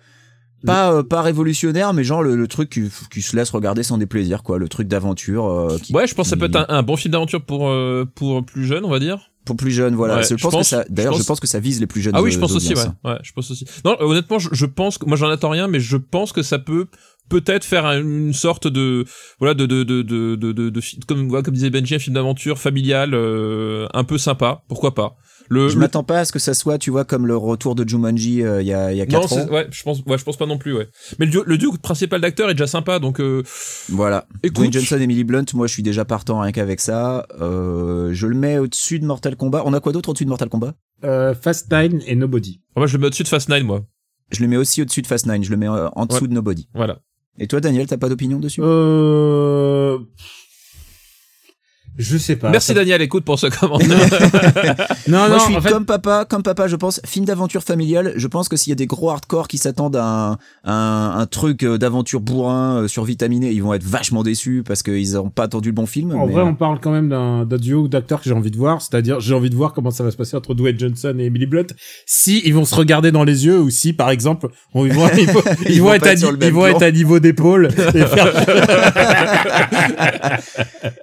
S4: pas, euh, pas révolutionnaire, mais genre le, le truc qui, qui se laisse regarder sans déplaisir, quoi. Le truc d'aventure. euh, qui-
S3: Ouais, je pense que ça peut
S4: qui-
S3: être un, un bon film d'aventure pour euh, pour plus jeunes, on va dire.
S4: Pour plus jeunes, voilà.
S3: Ouais,
S4: je,
S3: je
S4: pense que
S3: pense-
S4: ça. D'ailleurs,
S3: je
S4: je,
S3: pense-
S4: pense que ça vise les plus jeunes.
S3: Ah oui,
S4: euh,
S3: je pense aussi, ouais.
S4: audiences.
S3: ouais. Je pense aussi. Non, euh, honnêtement, je, je pense que moi j'en attends rien, mais je pense que ça peut peut-être faire un- une sorte de voilà de de de de de, de- de fi- comme voilà, comme disait Benji, un film d'aventure familial euh, un peu sympa, pourquoi pas. Le,
S4: Je
S3: Euh, le-
S4: m'attends pas à ce que ça soit, tu vois, comme le retour de Jumanji euh, il y a, il y a
S3: non,
S4: 4
S3: c'est-
S4: ans.
S3: ouais, je pense ouais, je pense pas non plus, ouais. Mais le duo, le duo principal d'acteurs est déjà sympa donc euh,
S4: Voilà.
S3: Écoute.
S4: Dwayne Johnson, Emily Blunt, moi je suis déjà partant rien qu'avec ça. Euh, je le mets au-dessus de Mortal Kombat. On a quoi d'autre au-dessus de Mortal Kombat
S2: Euh, Fast Nine et Nobody.
S3: moi je le mets au-dessus de Fast Nine moi.
S4: Je le mets aussi au-dessus de Fast 9. Je le mets euh, en dessous
S3: Ouais.
S4: de Nobody.
S3: Voilà.
S4: Et toi, Daniel, t'as pas d'opinion dessus
S2: Euh... Je sais pas.
S3: Merci
S2: Bah, Ça-
S3: Daniel, écoute pour ce commentaire.
S2: Non,
S4: Moi,
S2: non,
S4: je suis
S2: en fait,
S4: comme papa, comme papa, je pense, film d'aventure familiale, je pense que s'il y a des gros hardcore qui s'attendent à un, un, un truc euh, d'aventure bourrin, euh, survitaminé, ils vont être vachement déçus parce qu'ils n'ont pas attendu le bon film.
S2: en
S4: mais,
S2: vrai,
S4: euh,
S2: on parle quand même d'un d'un duo d'acteurs que j'ai envie de voir. C'est-à-dire, j'ai envie de voir comment ça va se passer entre Dwayne Johnson et Emily Blunt. Si ils vont se regarder dans les yeux ou si, par exemple, on, ils vont, ils vont, ils
S4: Ils
S2: vont
S4: vont
S2: être,
S4: pas
S2: à,
S4: être sur
S2: ni-
S4: le même
S2: ils vont
S4: plan.
S2: être à niveau d'épaule et faire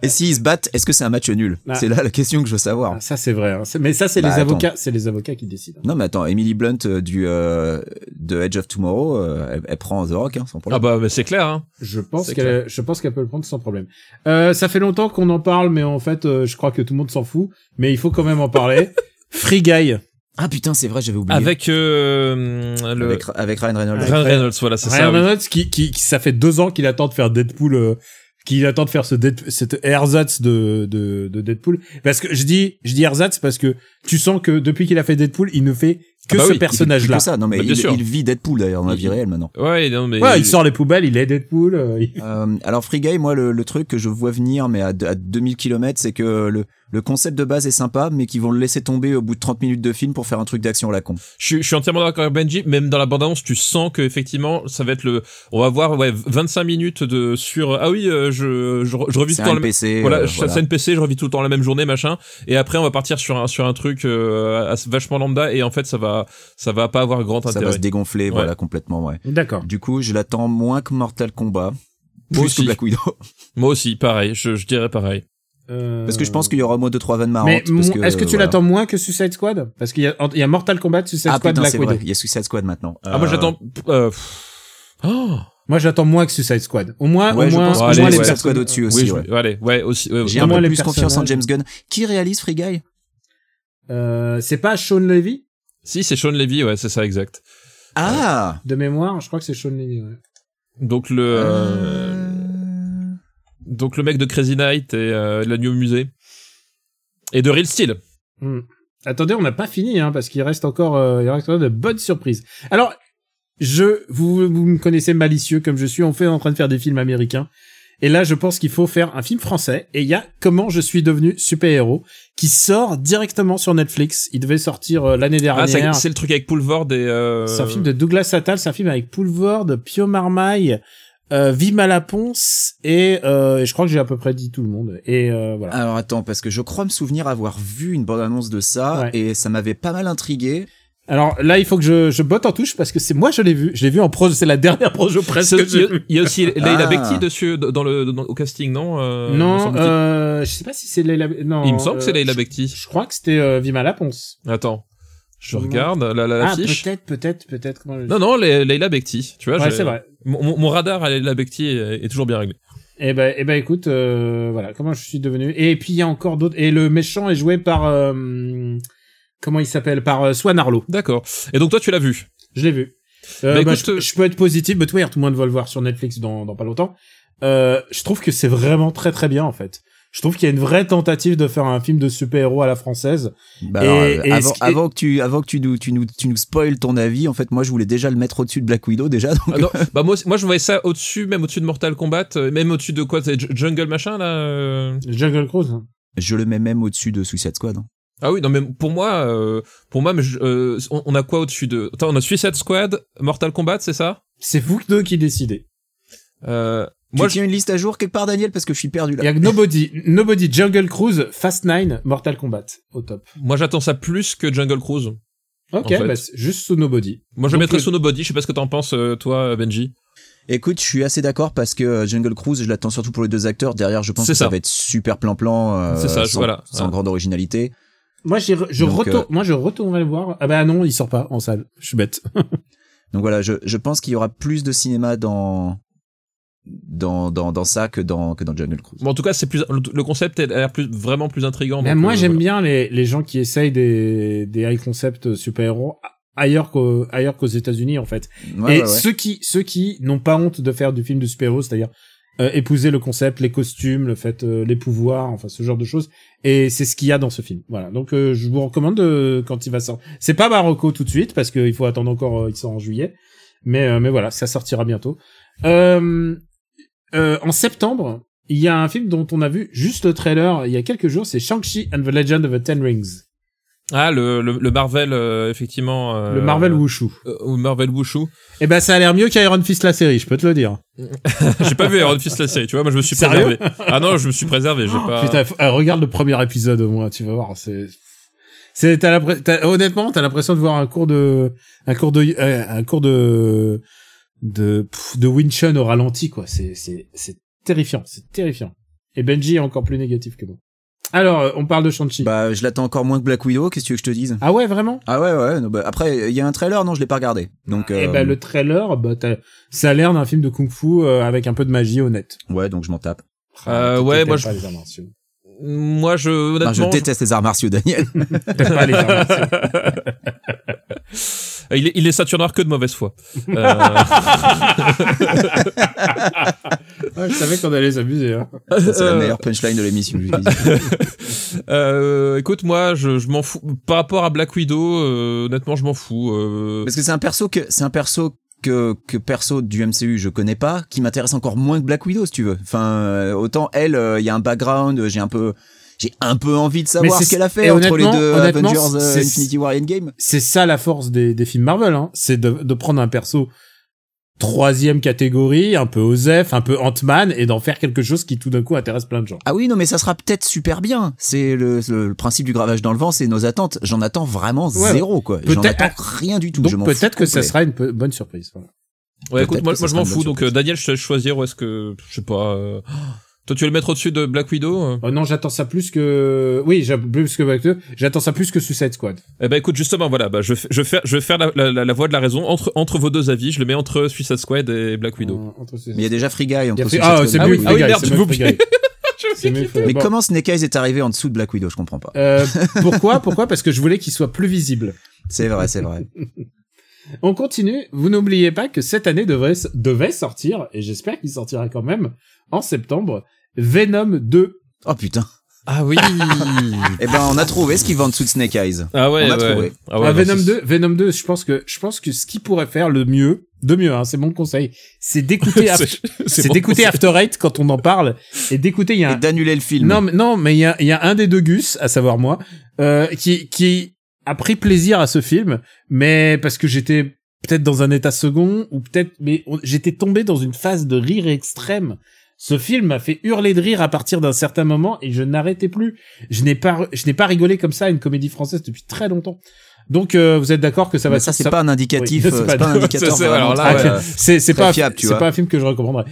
S4: Et s'ils se battent, est-ce que c'est un match nul
S2: Ah.
S4: C'est là la question que je veux savoir.
S2: Ah, ça c'est vrai. hein. C'est- Mais ça c'est
S4: Bah,
S2: les
S4: attends.
S2: avocats, c'est les avocats qui décident. hein.
S4: Non mais attends, Emily Blunt euh, du euh, de Edge of Tomorrow, euh, elle, elle prend The Rock hein, sans
S3: ah
S4: problème.
S3: bah mais c'est clair hein.
S2: Je pense
S3: C'est
S2: qu'elle, je pense qu'elle peut le prendre sans problème. Euh, ça fait longtemps qu'on en parle, mais en fait, euh, je crois que tout le monde s'en fout. Mais il faut quand même en parler. Free Guy,
S4: Ah putain, c'est vrai, j'avais oublié.
S3: Avec euh, le
S4: avec, avec Ryan Reynolds.
S3: Ryan Reynolds voilà, c'est
S2: Ryan
S3: ça. oui.
S2: Reynolds qui, qui, qui- ça fait deux ans qu'il attend de faire Deadpool, euh, qu'il attend de faire ce Deadpool, cette ersatz de, de de Deadpool. Parce que je dis, je dis ersatz parce que tu sens que depuis qu'il a fait Deadpool, il ne fait que
S3: Ah bah
S2: ce
S3: oui, il fait plus
S4: Personnage
S2: personnage-là.
S4: ça. Non mais
S3: Bah, bien
S4: il,
S3: sûr.
S4: il vit Deadpool d'ailleurs dans la vie
S3: Il-
S4: réelle maintenant.
S3: Ouais, non mais
S2: Ouais, il sort les poubelles, il est Deadpool. euh, il-
S4: Euh, alors Free Guy, moi le, le truc que je vois venir mais à, de- à 2000 km, c'est que le, le concept de base est sympa mais qu'ils vont le laisser tomber au bout de 30 minutes de film pour faire un truc d'action à la con.
S3: Je, suis- je suis entièrement d'accord avec Benji. Même dans la bande-annonce, tu sens que effectivement, ça va être le. On va voir, ouais, 25 minutes de sur. Ah oui, euh, je je, je revis tout le temps
S4: C'est un
S3: la même.
S4: PC.
S3: Voilà,
S4: euh,
S3: je- c'est une PC, je revis tout le temps la même journée, machin. Et après, on va partir sur un sur un truc euh, assez- vachement lambda. Et en fait, ça va ça va pas avoir grand
S4: ça
S3: intérêt.
S4: va se dégonfler,
S3: Ouais.
S4: voilà complètement ouais.
S2: D'accord.
S4: Du coup, je l'attends moins que Mortal Kombat.
S3: Moi
S4: Plus que
S3: aussi.
S4: Black Widow.
S3: Moi aussi, pareil. Je, je dirais pareil.
S4: Euh, Parce que je pense
S2: que
S4: qu'il y aura au moins deux trois vannes marrantes.
S2: Euh. Mais
S4: parce
S2: mon- est-ce que tu
S4: voilà.
S2: l'attends moins que Suicide Squad Parce qu'il y a, il y a Mortal Kombat, Suicide
S4: Ah
S2: Squad,
S4: putain,
S2: Black
S4: c'est
S2: Widow.
S4: vrai. Il y a Suicide Squad maintenant.
S3: Ah moi,
S4: Euh,
S3: j'attends. euh, pff. Oh
S2: Moi, j'attends moins que Suicide Squad. Au moins,
S4: Euh, Ouais,
S2: au
S4: je
S2: moins,
S4: pense
S2: au
S3: que
S2: moins
S3: ouais,
S2: les
S3: ouais.
S2: personnes-
S4: Squad au-dessus aussi.
S3: oui, je-
S4: ouais.
S3: allez, ouais, aussi. ouais,
S4: J'ai
S3: autant
S4: un
S2: Au moins
S4: peu
S2: les
S4: plus confiance en James
S2: personnages.
S4: Gunn. Qui réalise Free Guy
S2: Euh, c'est pas Sean Levy
S3: Si c'est Sean Levy, ouais, c'est ça exact.
S4: Ah
S2: de mémoire. Je crois que c'est Sean Levy. ouais.
S3: Donc le euh,
S4: Euh,
S3: donc le mec de Crazy Night et euh, de la New Musée et de Real Steel.
S2: Hmm. Attendez, on n'a pas fini hein, parce qu'il reste encore, euh, il reste encore de bonnes surprises. Alors, je, vous, vous me connaissez malicieux comme je suis. On fait en train de faire des films américains. Et là, je pense qu'il faut faire un film français. Et il y a Comment je suis devenu super-héros qui sort directement sur Netflix. Il devait sortir euh, l'année
S3: Ah, c'est
S2: dernière.
S3: c'est le truc avec Poulvord et. Euh...
S2: C'est un film de Douglas Attal, c'est un film avec Poulvord, Pio Marmaille, euh, Vima Laponce et, euh, et je crois que j'ai à peu près dit tout le monde. Et euh, voilà.
S4: Alors attends, parce que je crois me souvenir avoir vu une bande-annonce de ça
S2: Ouais.
S4: et ça m'avait pas mal intrigué.
S2: Alors là, il faut que je, je botte en touche parce que c'est moi je l'ai vu. Je l'ai vu en proche, c'est la dernière proche presse que
S3: C'est- Il y
S2: j'ai
S3: a-
S2: vue.
S3: il y a aussi Leila
S4: Ah.
S3: Bekti dessus dans le dans- au casting, non euh, me
S2: non,
S3: semble-t-il.
S2: euh, je sais pas si c'est Leila. Non,
S3: il me semble que c'est
S2: euh,
S3: Leila
S2: je-
S3: Bekti.
S2: Je crois que c'était euh, Vima Laponce.
S3: Attends, je
S2: Non.
S3: regarde la, la, la
S2: Ah,
S3: fiche.
S2: peut-être, peut-être, peut-être. comment je-
S3: Non, non, Le- Leila Bekti. Tu vois,
S2: ouais,
S3: j'ai-
S2: c'est vrai.
S3: Mon, mon- mon radar à Leila Bekti est, est toujours bien réglé.
S2: Eh ben, eh ben, écoute, euh, voilà, comment je suis devenu. Et puis il y a encore d'autres. Et le méchant est joué par euh, comment il s'appelle Par euh, Swan Arlo.
S3: D'accord. Et donc toi, tu l'as vu
S2: Je l'ai vu. Euh,
S3: Bah,
S2: bah,
S3: écoute,
S2: je, je peux être positif, mais tout le monde va le voir sur Netflix dans, dans pas longtemps. Euh, je trouve que c'est vraiment très très bien en fait. Je trouve qu'il y a une vraie tentative de faire un film de super-héros à la française.
S4: Bah
S2: Et-
S4: alors, euh,
S2: et
S4: avant,
S2: ce qui-
S4: avant que tu, avant que tu nous, tu nous, tu nous spoil ton avis, en fait, moi, je voulais déjà le mettre au-dessus de Black Widow déjà. donc-
S3: Ah non, bah moi, moi je voyais ça au-dessus, même au-dessus de Mortal Kombat, euh, même au-dessus de quoi c'est Ju- Jungle machin là euh
S2: Jungle Cruise. hein.
S4: Je le mets même au-dessus de Suicide Squad. hein.
S3: Ah oui, non mais pour moi, euh, pour moi, mais je- euh, on, on a quoi au-dessus de Attends, on a Suicide Squad, Mortal Kombat, c'est ça
S2: C'est vous deux qui décidez.
S3: euh,
S4: tu
S3: Moi, je-
S4: tiens une liste à jour quelque part, Daniel, parce que je suis perdu
S2: Il
S4: là.
S2: y a que Nobody, Nobody, Jungle Cruise, Fast 9, Mortal Kombat au top.
S3: moi j'attends ça plus que Jungle Cruise.
S2: Ok,
S3: En fait.
S2: bah, c'est juste sous Nobody.
S3: Moi je
S2: Donc,
S4: euh,
S3: mettrais
S2: le-
S3: sous nos body, je sais pas ce que t'en penses euh, toi Benji.
S4: Écoute, je suis assez d'accord parce que euh, Jungle Cruise, je l'attends surtout pour les deux acteurs. Derrière, je pense
S3: C'est
S4: que ça.
S3: ça.
S4: va être super plan-plan, euh,
S3: C'est ça, je-
S4: sans,
S3: voilà.
S4: sans
S3: Ouais.
S4: grande originalité.
S2: Moi, j'y re- je,
S4: Donc,
S2: retour-
S4: euh,
S2: moi, je retournerai le voir. Ah bah non, il sort pas en salle. Je suis bête.
S4: Donc voilà, je, je pense qu'il y aura plus de cinéma dans dans, dans, dans ça que dans, que dans Jungle Cruise.
S3: Bon, en tout cas, c'est plus le le concept a l'air plus vraiment plus intrigant.
S2: Ben,
S3: donc,
S2: moi,
S3: euh,
S2: j'aime bien les, les gens qui essayent des, des high concept super-héros a- ailleurs qu'aux, ailleurs qu'aux États-Unis, en fait.
S4: Ouais,
S2: Et
S4: ouais, ouais.
S2: ceux qui, ceux qui n'ont pas honte de faire du film de super-héros, c'est-à-dire euh, épouser le concept, les costumes, le fait, euh, les pouvoirs, enfin, ce genre de choses. Et c'est ce qu'il y a dans ce film. Voilà. Donc, euh, je vous recommande euh, quand il va sortir. C'est pas Marocco tout de suite, parce qu'il faut attendre encore, euh, il sort en juillet. Mais, euh, mais voilà, ça sortira bientôt. Euh, euh, en septembre, il y a un film dont on a vu juste le trailer il y a quelques jours, c'est Shang-Chi and the Legend of the Ten Rings,
S3: Ah le le, le Marvel euh, effectivement. euh,
S2: le Marvel Wushu.
S3: euh, ou Marvel Wushu.
S2: Eh ben, ça a l'air mieux qu'Iron Fist la série, je peux te le dire.
S3: j'ai pas vu Iron Fist la série, tu vois. Moi je me suis
S2: Sérieux
S3: préservé. Ah non, je me suis préservé. J'ai pas.
S2: Putain, faut- euh, regarde le premier épisode au moins, tu vas voir. C'est, c'est, t'as l'impré- t'as- honnêtement, t'as l'impression de voir un cours de, un cours de, euh, un cours de, de, pff, de Wing Chun au ralenti, quoi. C'est, c'est, c'est terrifiant, c'est terrifiant. Et Benji est encore plus négatif que moi. Alors, euh, on parle de Shang-Chi.
S4: Bah, je l'attends encore moins que Black Widow. Qu'est-ce que tu veux que je te dise
S2: ah ouais, vraiment?
S4: Ah ouais, ouais. non, bah, après, il y a un trailer, non, je l'ai pas regardé. Donc,
S2: Et
S4: euh,
S2: bah, le trailer, bah, t'as- ça a l'air d'un film de kung-fu euh, avec un peu de magie honnête.
S4: ouais, donc je m'en tape.
S3: Euh, ouais, moi, je-
S2: Pas les arts martiaux.
S3: Moi je
S4: Enfin, je
S3: honnêtement.
S4: déteste les arts martiaux, Daniel.
S2: T'aimes pas les arts martiaux.
S3: Ah, il est il est ceinture noire que de mauvaise foi. Euh,
S2: Ouais, je savais qu'on allait s'amuser. Hein.
S4: C'est la
S3: euh,
S4: meilleure punchline de l'émission. je vous dis.
S3: euh, écoute, moi je je m'en fous. Par rapport à Black Widow, euh, honnêtement je m'en fous. euh,
S4: Parce que c'est un perso que c'est un perso que que perso du MCU je connais pas, qui m'intéresse encore moins que Black Widow si tu veux. Enfin euh, autant elle, euh, il y a un background, euh, j'ai un peu j'ai un peu envie de savoir
S2: c'est-
S4: ce qu'elle a fait
S2: et
S4: entre les
S2: honnêtement-
S4: deux
S2: honnêtement,
S4: Avengers euh,
S2: c'est-
S4: Infinity War et Endgame.
S2: C'est ça la force des, des films Marvel, hein. c'est de, de prendre un perso troisième catégorie, un peu Osef, un peu Ant-Man, et d'en faire quelque chose qui tout d'un coup intéresse plein de gens.
S4: Ah oui non mais ça sera peut-être super bien. C'est le, le principe du gravage dans le vent, c'est nos attentes. J'en attends vraiment
S2: Ouais.
S4: zéro quoi. J'en
S2: Peut-être-
S4: attends rien du tout.
S2: Donc
S4: je m'en
S2: peut-être
S4: fous
S2: que ça
S4: complet.
S2: sera une pe- bonne surprise. voilà.
S3: Ouais, écoute,
S4: Peut-être
S3: moi,
S4: que ça
S3: moi je
S4: sera
S3: m'en
S4: une
S3: fous.
S4: bonne
S3: Donc euh, Daniel, je te laisse choisir ou est-ce que je sais pas. euh, Toi, tu veux le mettre au-dessus de Black Widow euh
S2: Oh non, j'attends ça plus que... Oui, j'a- plus que... j'attends ça plus que Suicide Squad.
S3: Eh ben écoute, justement, voilà, bah, je, fais- je, vais faire, je vais faire la, la, la- la voix de la raison entre, entre vos deux avis. Je le mets entre Suicide Squad et Black
S4: Mm.
S3: Widow.
S2: Euh, entre Suicide
S4: Mais il y a déjà Free Guy entre
S2: Il y a Free-
S4: Suicide
S2: Ah,
S4: Squad
S2: c'est
S4: et
S3: Ah
S2: mieux
S3: oui,
S2: que
S4: Black
S3: ah oui,
S2: Free Guy,
S4: Widow.
S3: merde,
S2: c'est
S3: je
S2: mieux
S3: vous
S2: que Free Guy. C'est mieux que Free Guy.
S4: Mais
S2: Bon.
S4: comment Snake Eyes est arrivé en dessous de Black Widow, je comprends pas.
S2: Euh, pourquoi Pourquoi Parce que je voulais qu'il soit plus visible.
S4: C'est vrai, c'est vrai.
S2: On continue. Vous n'oubliez pas que cette année devrait, devait sortir, et j'espère qu'il sortira quand même, en septembre, Venom 2.
S4: Oh putain.
S3: Ah oui
S4: Eh ben, on a trouvé ce qu'ils vendent sous de Snake Eyes.
S3: Ah ouais,
S4: On a
S3: ouais.
S4: trouvé.
S3: Ah ouais,
S2: Ah,
S3: non,
S2: Venom
S3: c'est-
S2: 2, Venom 2, je pense que, je pense que ce qui pourrait faire le mieux, de mieux, hein, c'est mon conseil, c'est d'écouter, Af-
S3: c'est-
S2: c'est
S3: bon.
S2: d'écouter After Eight quand on en parle, et d'écouter, il y a
S4: Et
S2: un,
S4: d'annuler le film.
S2: Ah. non, mais, non, mais il y a, il y a un des deux Gus, à savoir moi, euh, qui, qui a pris plaisir à ce film, mais parce que j'étais peut-être dans un état second, ou peut-être, mais on- j'étais tombé dans une phase de rire extrême. Ce film m'a fait hurler de rire à partir d'un certain moment et je n'arrêtais plus. Je n'ai pas, je n'ai pas rigolé comme ça à une comédie française depuis très longtemps. Donc, euh, vous êtes d'accord que ça
S4: Mais
S2: va
S4: ça, c'est pas un indicatif,
S2: Oui,
S4: euh,
S2: c'est pas-
S4: c'est pas, un indicateur.
S3: Ça, c'est-
S4: vraiment
S3: alors là,
S2: Ah,
S4: très,
S3: ouais.
S4: euh,
S2: c'est c'est
S4: très
S2: pas,
S4: fiable, tu
S2: c'est
S4: vois.
S2: pas un film que je recommanderais.
S4: Moi,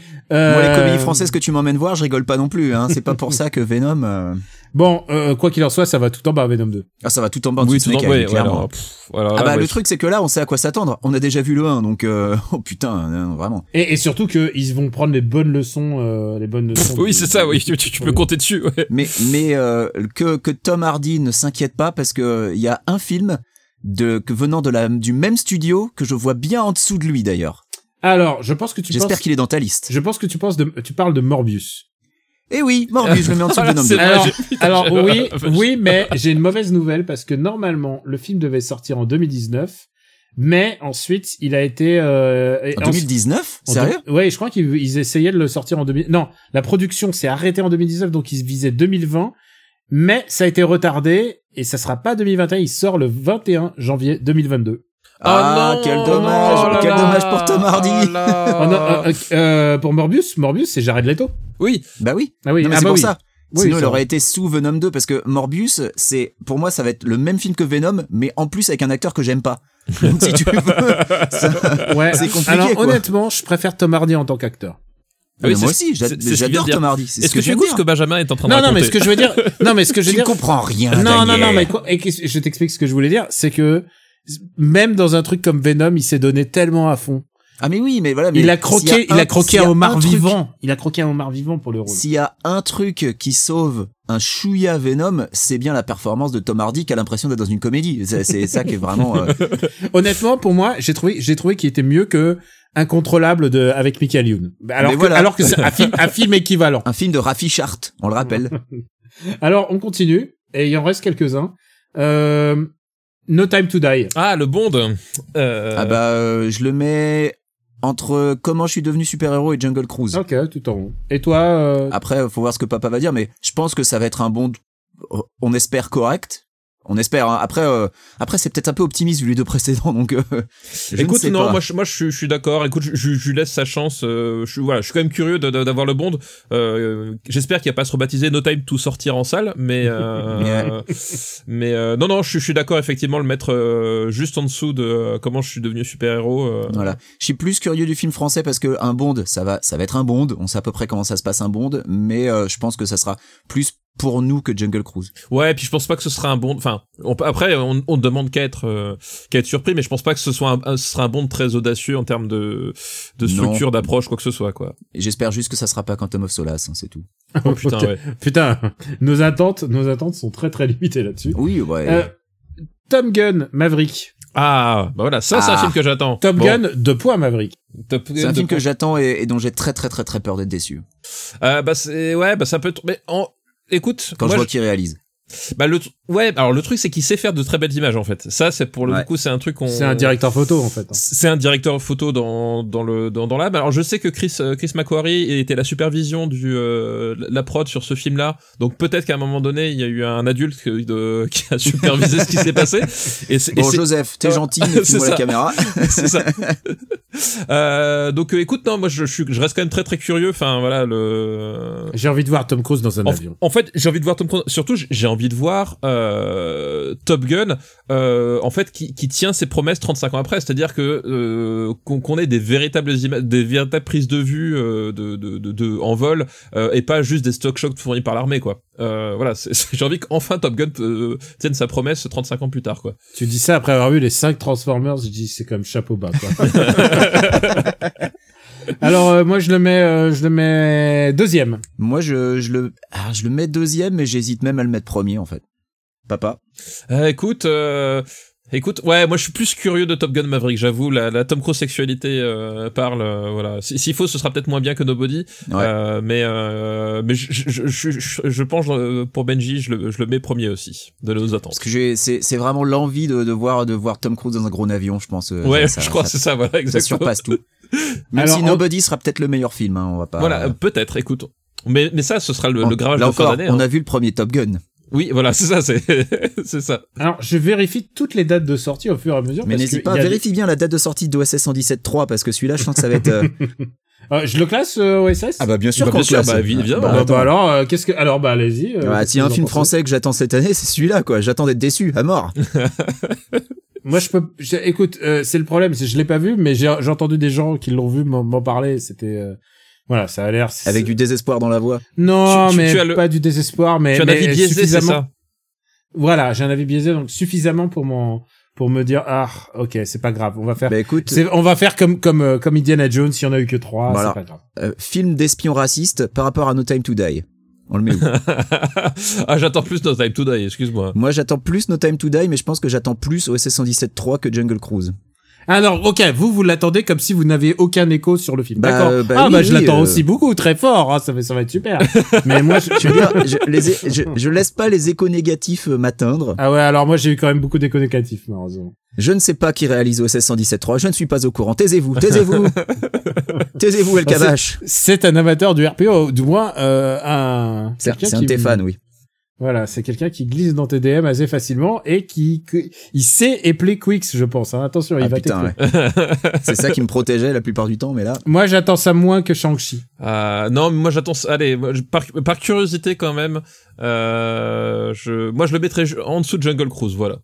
S4: les
S2: Euh,
S4: comédies françaises que tu m'emmènes voir, je rigole pas non plus. Hein. C'est pas pour ça que Venom. euh,
S2: Bon, euh, quoi qu'il en soit, ça va tout en bas Venom 2.
S4: Ah, ça va tout en bas. en
S3: Oui, tout
S4: dessous de
S3: en
S4: Snake
S3: ouais,
S4: Eyes,
S3: ouais,
S4: clairement.
S3: alors, pff, voilà,
S4: Ah bah
S3: ouais,
S4: le
S3: c'est-
S4: truc c'est que là on sait à quoi s'attendre. On a déjà vu le 1 donc euh, oh putain non, vraiment.
S2: Et, et surtout qu'ils vont prendre les bonnes leçons, euh, les bonnes leçons.
S3: Pff, Oui,
S2: du-
S3: c'est ça, oui, tu, tu- tu peux
S2: Oui.
S3: compter dessus, ouais.
S4: Mais mais euh, que que Tom Hardy ne s'inquiète pas parce que il y a un film de que venant de la du même studio que je vois bien en dessous de lui d'ailleurs.
S2: Alors, je pense que tu
S4: J'espère
S2: penses,
S4: qu'il est dans ta liste.
S2: je pense que tu penses de, tu parles de Morbius.
S4: Eh oui, Morbius, je le mets en dessous de
S3: Voilà,
S4: Venom
S3: Ah, c'est
S4: 2.
S3: vrai.
S2: Alors,
S3: j'ai- putain,
S2: alors
S3: j'ai-
S2: oui,
S3: j'ai-
S2: oui, mais j'ai une mauvaise nouvelle parce que normalement le film devait sortir en 2019, mais ensuite il a été euh, et
S4: En
S2: en-
S4: 2019
S2: en
S4: Sérieux
S2: deux- Ouais, je crois qu'ils ils essayaient de le sortir en 2000. Non, la production s'est arrêtée en 2019, donc ils visaient 2020, mais ça a été retardé et ça sera pas 2021. Il sort le 21 janvier 2022.
S4: Ah,
S3: non,
S4: quel
S3: oh
S4: dommage,
S3: là
S4: quel
S3: là,
S4: dommage pour Tom Hardy.
S3: oh là.
S2: Oh non, euh, euh, pour Morbius, Morbius, c'est Jared Leto.
S3: Oui,
S4: Bah oui.
S2: Ah oui,
S4: Non, mais
S2: ah
S4: c'est
S2: bah
S4: pour
S2: oui.
S4: ça.
S2: Oui,
S4: Sinon,
S2: ça
S4: il
S2: va.
S4: aurait été sous Venom 2 parce que Morbius, c'est pour moi, ça va être le même film que Venom, mais en plus avec un acteur que j'aime pas. Donc, si tu veux, ça- Ah,
S2: Ouais.
S4: C'est compliqué,
S2: Alors
S4: quoi.
S2: honnêtement, je préfère Tom Hardy en tant qu'acteur.
S4: Mais
S3: oui, c'est-
S4: moi aussi, j'a-
S3: c'est- c'est ce que je viens
S4: j'adore
S3: de dire.
S4: Tom Hardy. C'est
S3: Est-ce
S4: ce
S3: que
S4: que,
S3: tu
S4: je
S3: écoutes
S4: veux
S3: ce que Benjamin est en train de
S2: Non, non,
S3: raconter
S2: mais ce que je veux dire, non, mais ce que je veux
S4: Tu ne
S2: dire,
S4: comprends rien.
S2: Non, non,
S4: Daniel.
S2: non, mais quoi- et qu'est-ce- je t'explique ce que je voulais dire, c'est que même dans un truc comme Venom, il s'est donné tellement à fond.
S4: Ah, mais oui, mais voilà. mais
S2: Il a
S4: s'il y
S2: croqué,
S4: un-
S2: il a croqué
S4: s'il y
S2: un homard
S4: un truc-
S2: vivant. Il a croqué un homard vivant pour le rôle.
S4: S'il y a un truc qui sauve un chouïa Venom, c'est bien la performance de Tom Hardy qui a l'impression d'être dans une comédie. C'est c'est ça qui est vraiment. euh,
S2: Honnêtement, pour moi, j'ai trouvé, j'ai trouvé qu'il était mieux que Incontrôlable de, avec Michael Youn. Alors
S4: Mais
S2: que,
S4: voilà.
S2: alors que c'est un film, un film équivalent.
S4: un film de Raffi Chart, on le rappelle.
S2: Alors, on continue, et il en reste quelques-uns. Euh, no Time to Die.
S3: Ah, le Bond. Euh,
S4: Ah bah, euh, je le mets entre Comment je suis devenu super-héros et Jungle
S3: Ah
S4: Cruise.
S2: Ok, tout en haut. Et toi, euh,
S4: Après, faut voir ce que papa va dire, mais je pense que ça va être un bond. On espère correct. On espère. hein. Après, euh, après, c'est peut-être un peu optimiste vu les deux précédents, donc. euh, je ne
S3: Écoute,
S4: sais
S3: non,
S4: pas.
S3: moi je, moi, je, suis- je suis d'accord. Écoute, je, je- je lui laisse sa chance. euh, je, suis- voilà, je suis quand même curieux de- de- d'avoir le Bond. Euh, J'espère qu'il va pas se rebaptiser No Time to sortir en salle, mais euh, mais euh, non, non, je, suis- je suis d'accord effectivement le mettre euh, juste en dessous de euh, comment je suis devenu euh, super héros.
S4: Voilà. Je suis plus curieux du film français parce que un Bond, ça va, ça va être un Bond. On sait à peu près comment ça se passe un Bond, mais euh, je pense que ça sera plus pour nous que Jungle Cruise.
S3: Ouais, et puis je pense pas que ce sera un Bond. Enfin, on peut- après, on, on demande qu'à être euh, qu'à être surpris, mais je pense pas que ce soit un, un- ce sera un Bond très audacieux en termes de de
S4: Non.
S3: structure, d'approche, quoi que ce soit, quoi.
S4: Et J'espère juste que ça sera pas Quantum of Solace, hein, c'est tout.
S3: Oh putain, ouais.
S4: Ah.
S2: putain, nos attentes, nos attentes sont très très limitées là-dessus.
S4: Oui, ouais.
S2: Euh, Tom Gunn, Maverick.
S3: Ah, bah voilà, ça c'est un
S4: Ah.
S3: film que j'attends.
S2: Top
S3: Bon,
S2: Gun, deux points Maverick.
S3: Top Gun
S4: c'est un
S3: de
S4: film que
S3: Pro-
S4: j'attends et, et dont j'ai très très très très peur d'être déçu
S3: Euh, bah c'est ouais bah ça peut être- mais en écoute
S4: quand
S3: moi,
S4: je vois qu'il réalise.
S3: je- bah le tr- ouais alors le truc c'est qu'il sait faire de très belles images en fait ça c'est pour le
S4: Ouais.
S3: coup c'est un truc qu'on
S2: C'est un directeur photo en fait. hein.
S3: c'est un directeur photo dans dans le dans dans l'âme alors je sais que Chris euh, Chris McQuarrie était à la supervision du euh, la prod sur ce film là donc peut-être qu'à un moment donné il y a eu un adulte que- de- qui a supervisé ce qui s'est passé et c'est et
S4: Bon,
S3: c'est-
S4: Joseph, t'es
S3: Ah,
S4: gentil, mais
S3: c'est
S4: filme-moi la
S3: ça.
S4: caméra.
S3: c'est ça. Euh, donc euh, écoute non moi je, je suis- je reste quand même très très curieux enfin voilà le
S2: J'ai envie de voir Tom Cruise dans un
S3: En,
S2: avion.
S3: en fait, j'ai envie de voir Tom Cruise. Surtout, j- j'ai envie de voir euh, Top Gun, euh, en fait, qui, qui tient ses promesses 35 ans après. C'est-à-dire que euh, qu'on qu'on ait des véritables images, des véritables prises de vue euh, de, de, de, de- en vol euh, et pas juste des stock shots fournis par l'armée, quoi. Euh, voilà, c'est- c'est- j'ai envie qu'enfin Top Gun euh, tienne sa promesse 35 ans plus tard, quoi.
S2: Tu dis ça après avoir vu les 5 Transformers, je dis c'est comme chapeau bas quoi. Alors euh, moi je le mets euh, je le mets deuxième.
S4: Moi, je, je le, ah, je le mets deuxième, mais j'hésite même à le mettre premier, en fait. Papa.
S3: Euh, écoute. euh, Écoute, ouais, moi je suis plus curieux de Top Gun Maverick, j'avoue, la, la Tom Cruise sexualité euh, parle, euh, voilà. Si- S'il faut, ce sera peut-être moins bien que Nobody,
S4: Ouais.
S3: Euh, mais euh, mais je, je, je, je, je pense euh, pour Benji, je le, je le mets premier aussi, de nos
S4: Parce
S3: attentes.
S4: que j'ai, c'est, c'est vraiment l'envie de, de voir, de voir Tom Cruise dans un gros avion, je pense. euh,
S3: Ouais,
S4: ça-
S3: je crois que
S4: ça-
S3: c'est ça, voilà,
S4: ça
S3: exactement.
S4: surpasse tout. Même
S2: Alors,
S4: si
S2: en-
S4: Nobody sera peut-être le meilleur film, hein, on va pas.
S3: Voilà, euh, peut-être, écoute. Mais, mais ça, ce sera le,
S4: Bon,
S3: le gravage
S4: là
S3: de fin
S4: encore,
S3: d'année.
S4: on
S3: hein.
S4: a vu le premier Top Gun.
S3: Oui, voilà, c'est ça, c'est c'est ça.
S2: Alors je vérifie toutes les dates de sortie au fur et à mesure.
S4: Mais
S2: parce
S4: n'hésite
S2: que il
S4: pas,
S2: y a des-
S4: vérifie bien la date de sortie d'OSS 117.3 parce que celui-là, je pense que ça va être. euh,
S2: Euh, je le classe euh, OSS.
S4: bah, bien
S3: Bah, bien sûr, bah, vi-
S4: bien.
S3: évidemment.
S2: Bah, bah, alors euh, qu'est-ce que alors bah allez-y. euh, qu'est-ce
S4: Ah, si y a
S2: que
S4: un
S2: vous en
S4: film
S2: pensez
S4: français que j'attends cette année, c'est celui-là, quoi. J'attends d'être déçu, à mort.
S2: Moi je peux je- écoute euh, c'est le problème c'est que je l'ai pas vu mais j'ai j'ai entendu des gens qui l'ont vu m'en m'en parler c'était euh, voilà ça a l'air c'est-
S4: Avec du désespoir dans la voix.
S2: Non,
S3: Tu- tu-
S2: mais
S3: tu as le-
S2: pas du désespoir, mais,
S3: tu as un
S2: Eh, mais
S3: avis biaisé, c'est
S2: suffisamment-
S3: ça
S2: Voilà, j'ai un avis biaisé, donc suffisamment pour mon, pour me dire ah ok c'est pas grave, on va faire,
S4: Bah écoute,
S2: Ah, c'est- on va faire comme comme euh, comme Indiana Jones, il y en a eu que trois,
S4: Voilà.
S2: c'est pas grave.
S4: euh, film d'espion raciste par rapport à No Time to Die. On le met où
S3: Ah, j'attends plus No Time to Die, excuse-moi.
S4: Moi, j'attends plus No Time to Die, mais je pense que j'attends plus OSS 117.3 que Jungle Cruise.
S2: Alors, ok, vous, vous l'attendez comme si vous n'aviez aucun écho sur le film.
S4: Bah,
S2: D'accord.
S4: euh, bah
S2: ah,
S4: oui,
S2: bah, je
S4: oui,
S2: l'attends
S4: euh.
S2: aussi beaucoup, très fort. hein, ça, va- ça va être super. Mais moi, je,
S4: Je veux dire, je, les ai- je, je laisse pas les échos négatifs euh, m'atteindre.
S2: Ah ouais, alors moi, j'ai eu quand même beaucoup d'échos négatifs, malheureusement.
S4: Je ne sais pas qui réalise au 1617.3. Je ne suis pas au courant. Taisez-vous, taisez-vous. taisez-vous, El
S2: Bah,
S4: Kabash.
S2: C'est un amateur du RPO, du moins, euh, un...
S4: C'est
S2: quelqu'un
S4: c'est un
S2: qui-
S4: de tes fans, oui.
S2: Voilà, c'est quelqu'un qui glisse dans tes DM assez facilement et qui, qui- il sait épeler Quicks, je pense. hein. Attention, il
S4: Ah
S2: va
S4: putain,
S2: t'écouter.
S4: ouais. C'est ça qui me protégeait la plupart du temps, mais là.
S2: Moi, j'attends ça moins que Shang-Chi.
S3: Euh, non, mais moi j'attends. ça- Allez, moi, je- par, par curiosité quand même, euh, je, moi je le mettrais ju- en dessous de Jungle Cruise, voilà.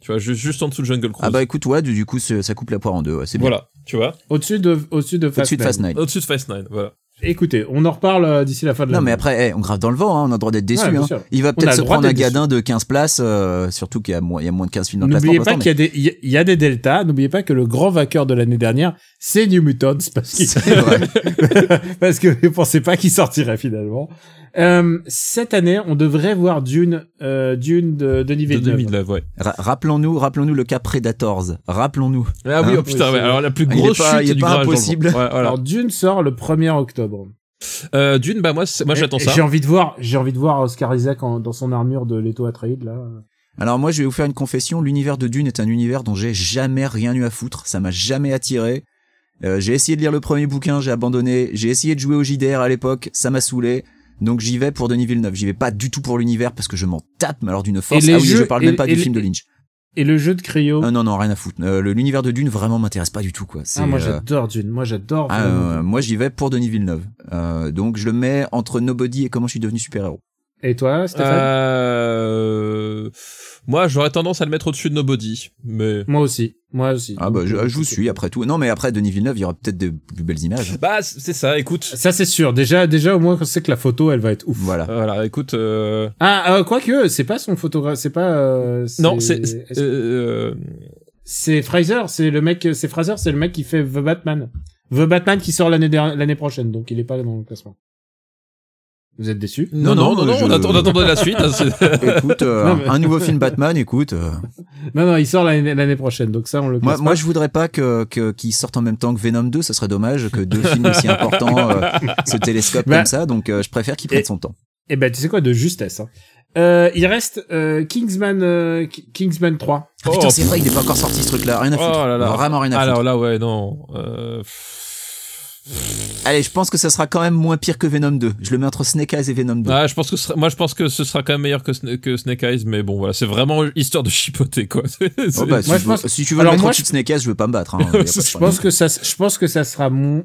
S3: Tu vois, juste, juste en dessous de Jungle Cruise.
S4: Ah bah écoute, ouais, du, du coup, ce- ça coupe la poire en deux. ouais, c'est bien.
S3: voilà, tu vois.
S2: Au-dessus de, au-dessus de Fast
S4: Au-dessus de
S2: Nine.
S4: Fast Nine.
S3: Au-dessus de Fast Nine, voilà.
S2: Écoutez, on en reparle euh, d'ici la fin de la
S4: Non, mais après, eh, on grave dans le vent, hein, on a le droit d'être déçu.
S2: Ouais, bien
S4: hein.
S2: sûr.
S4: Il va
S2: a
S4: peut-être
S2: le
S4: se
S2: droit
S4: prendre un
S2: d'être
S4: gadin de 15 places, euh, surtout qu'il y, a moins- il y a moins de 15 films dans le classement.
S2: N'oubliez
S4: pour
S2: pas
S4: l'instant,
S2: qu'il y a des, il y a- il y a des deltas. N'oubliez pas que le grand vainqueur de l'année dernière, c'est New Mutants parce
S4: mais-
S2: qu'il,
S4: C'est vrai.
S2: parce que je pensais pas qu'il sortirait finalement. Euh, cette année, on devrait voir Dune, euh, Dune de Denis
S3: De
S2: Villeneuve.
S3: 2009, ouais.
S4: Ra- Rappelons-nous, rappelons-nous le cas Predators. Rappelons-nous.
S3: Ah oui,
S4: Hein
S3: oh putain,
S2: Oui,
S3: ouais.
S2: c'est-
S3: Alors la plus
S4: Il est
S3: grosse
S4: pas- il est
S3: chute du
S4: pas
S3: garage.
S4: impossible.
S3: alors,
S2: Alors Dune sort le 1er octobre.
S3: euh, Dune, bah moi, c'est- moi j'attends
S2: Et- et J'ai
S3: ça.
S2: envie de voir, j'ai envie de voir Oscar Isaac en- dans son armure de Leto Atreides là.
S4: Alors moi, je vais vous faire une confession. L'univers de Dune est un univers dont j'ai jamais rien eu à foutre. Ça m'a jamais attiré. Euh, j'ai essayé de lire le premier bouquin, j'ai abandonné. J'ai essayé de jouer au JDR à l'époque, ça m'a saoulé. Donc j'y vais pour Denis Villeneuve. J'y vais pas du tout pour l'univers parce que je m'en tape, mais alors d'une force.
S2: les
S4: Ah oui, je
S2: jeux-
S4: parle
S2: et-
S4: même pas
S2: et
S4: du
S2: les-
S4: film de Lynch.
S2: Et le jeu de Cryo.
S4: Ah non, non, rien à foutre. Euh, le- l'univers de Dune vraiment m'intéresse pas du tout, quoi. C'est,
S2: Ah, moi
S4: euh,
S2: j'adore Dune, moi j'adore.
S4: ah,
S2: vraiment
S4: euh,
S2: Dune.
S4: moi, j'y vais pour Denis Villeneuve. Euh, donc, je le mets entre Nobody et comment je suis devenu super-héros.
S2: Et toi, Stéphane
S3: Euh, moi, j'aurais tendance à le mettre au-dessus de Nobody, mais
S2: Moi aussi, moi aussi.
S4: Ah, bah, je, je vous suis après tout. Non, mais après Denis Villeneuve, il y aura peut-être de plus belles images.
S3: bah c'est c'est ça. Écoute,
S2: Ça c'est sûr. Déjà, déjà au moins on sait que la photo, elle va être ouf.
S4: Voilà.
S3: voilà, écoute. Euh...
S2: Ah, euh, quoique, c'est pas son photographe, c'est pas. euh,
S3: Non, c'est
S2: est-ce-
S3: euh, euh,
S2: c'est Fraser, c'est le mec, c'est Fraser, c'est le mec qui fait The Batman. The Batman qui sort l'année derni- l'année prochaine, donc il est pas dans le classement. Vous êtes déçu
S4: Mm.
S3: non, non, non, non,
S4: je-
S3: on, attend- on attendait la suite. hein, c'est-
S4: écoute, euh,
S2: Non, mais-
S4: un nouveau film Batman, écoute. euh,
S2: Non, non, il sort l'année l'année prochaine, donc ça on le.
S4: moi,
S2: classe
S4: moi,
S2: pas.
S4: je voudrais pas que, que, qu'ils sortent en même temps que Venom 2. Ça serait dommage que deux films aussi importants euh, se télescopent
S2: Bah.
S4: comme ça. Donc, euh, je préfère qu'ils prennent
S2: Et-
S4: son temps.
S2: Eh ben, tu sais quoi, de justesse. hein. Euh, il reste euh, Kingsman, euh, Ki- Kingsman 3.
S4: Ah,
S3: Oh,
S4: putain, c'est hein. vrai, il est pas encore sorti ce truc-là. Rien à foutre.
S3: Oh là là.
S4: Vraiment rien à foutre.
S3: Alors là, ouais, non. Euh... pff.
S4: Allez, je pense que ça sera quand même moins pire que Venom 2. Je le mets entre Snake Eyes et Venom 2.
S3: Ah, je pense que ce sera- moi, je pense que ce sera quand même meilleur que, Sna- que Snake Eyes, mais bon, voilà, c'est vraiment histoire de chipoter, quoi. C'est-
S4: Oh bah, si,
S2: Moi,
S4: je
S2: je
S4: veux-
S2: pense-
S4: si tu veux
S2: Alors,
S4: le mettre
S2: moi,
S4: au-dessus de Snake Eyes, je veux pas me battre. hein. Y a pas de
S3: Je
S2: Je
S4: problème.
S2: pense que ça, je pense que ça sera mon,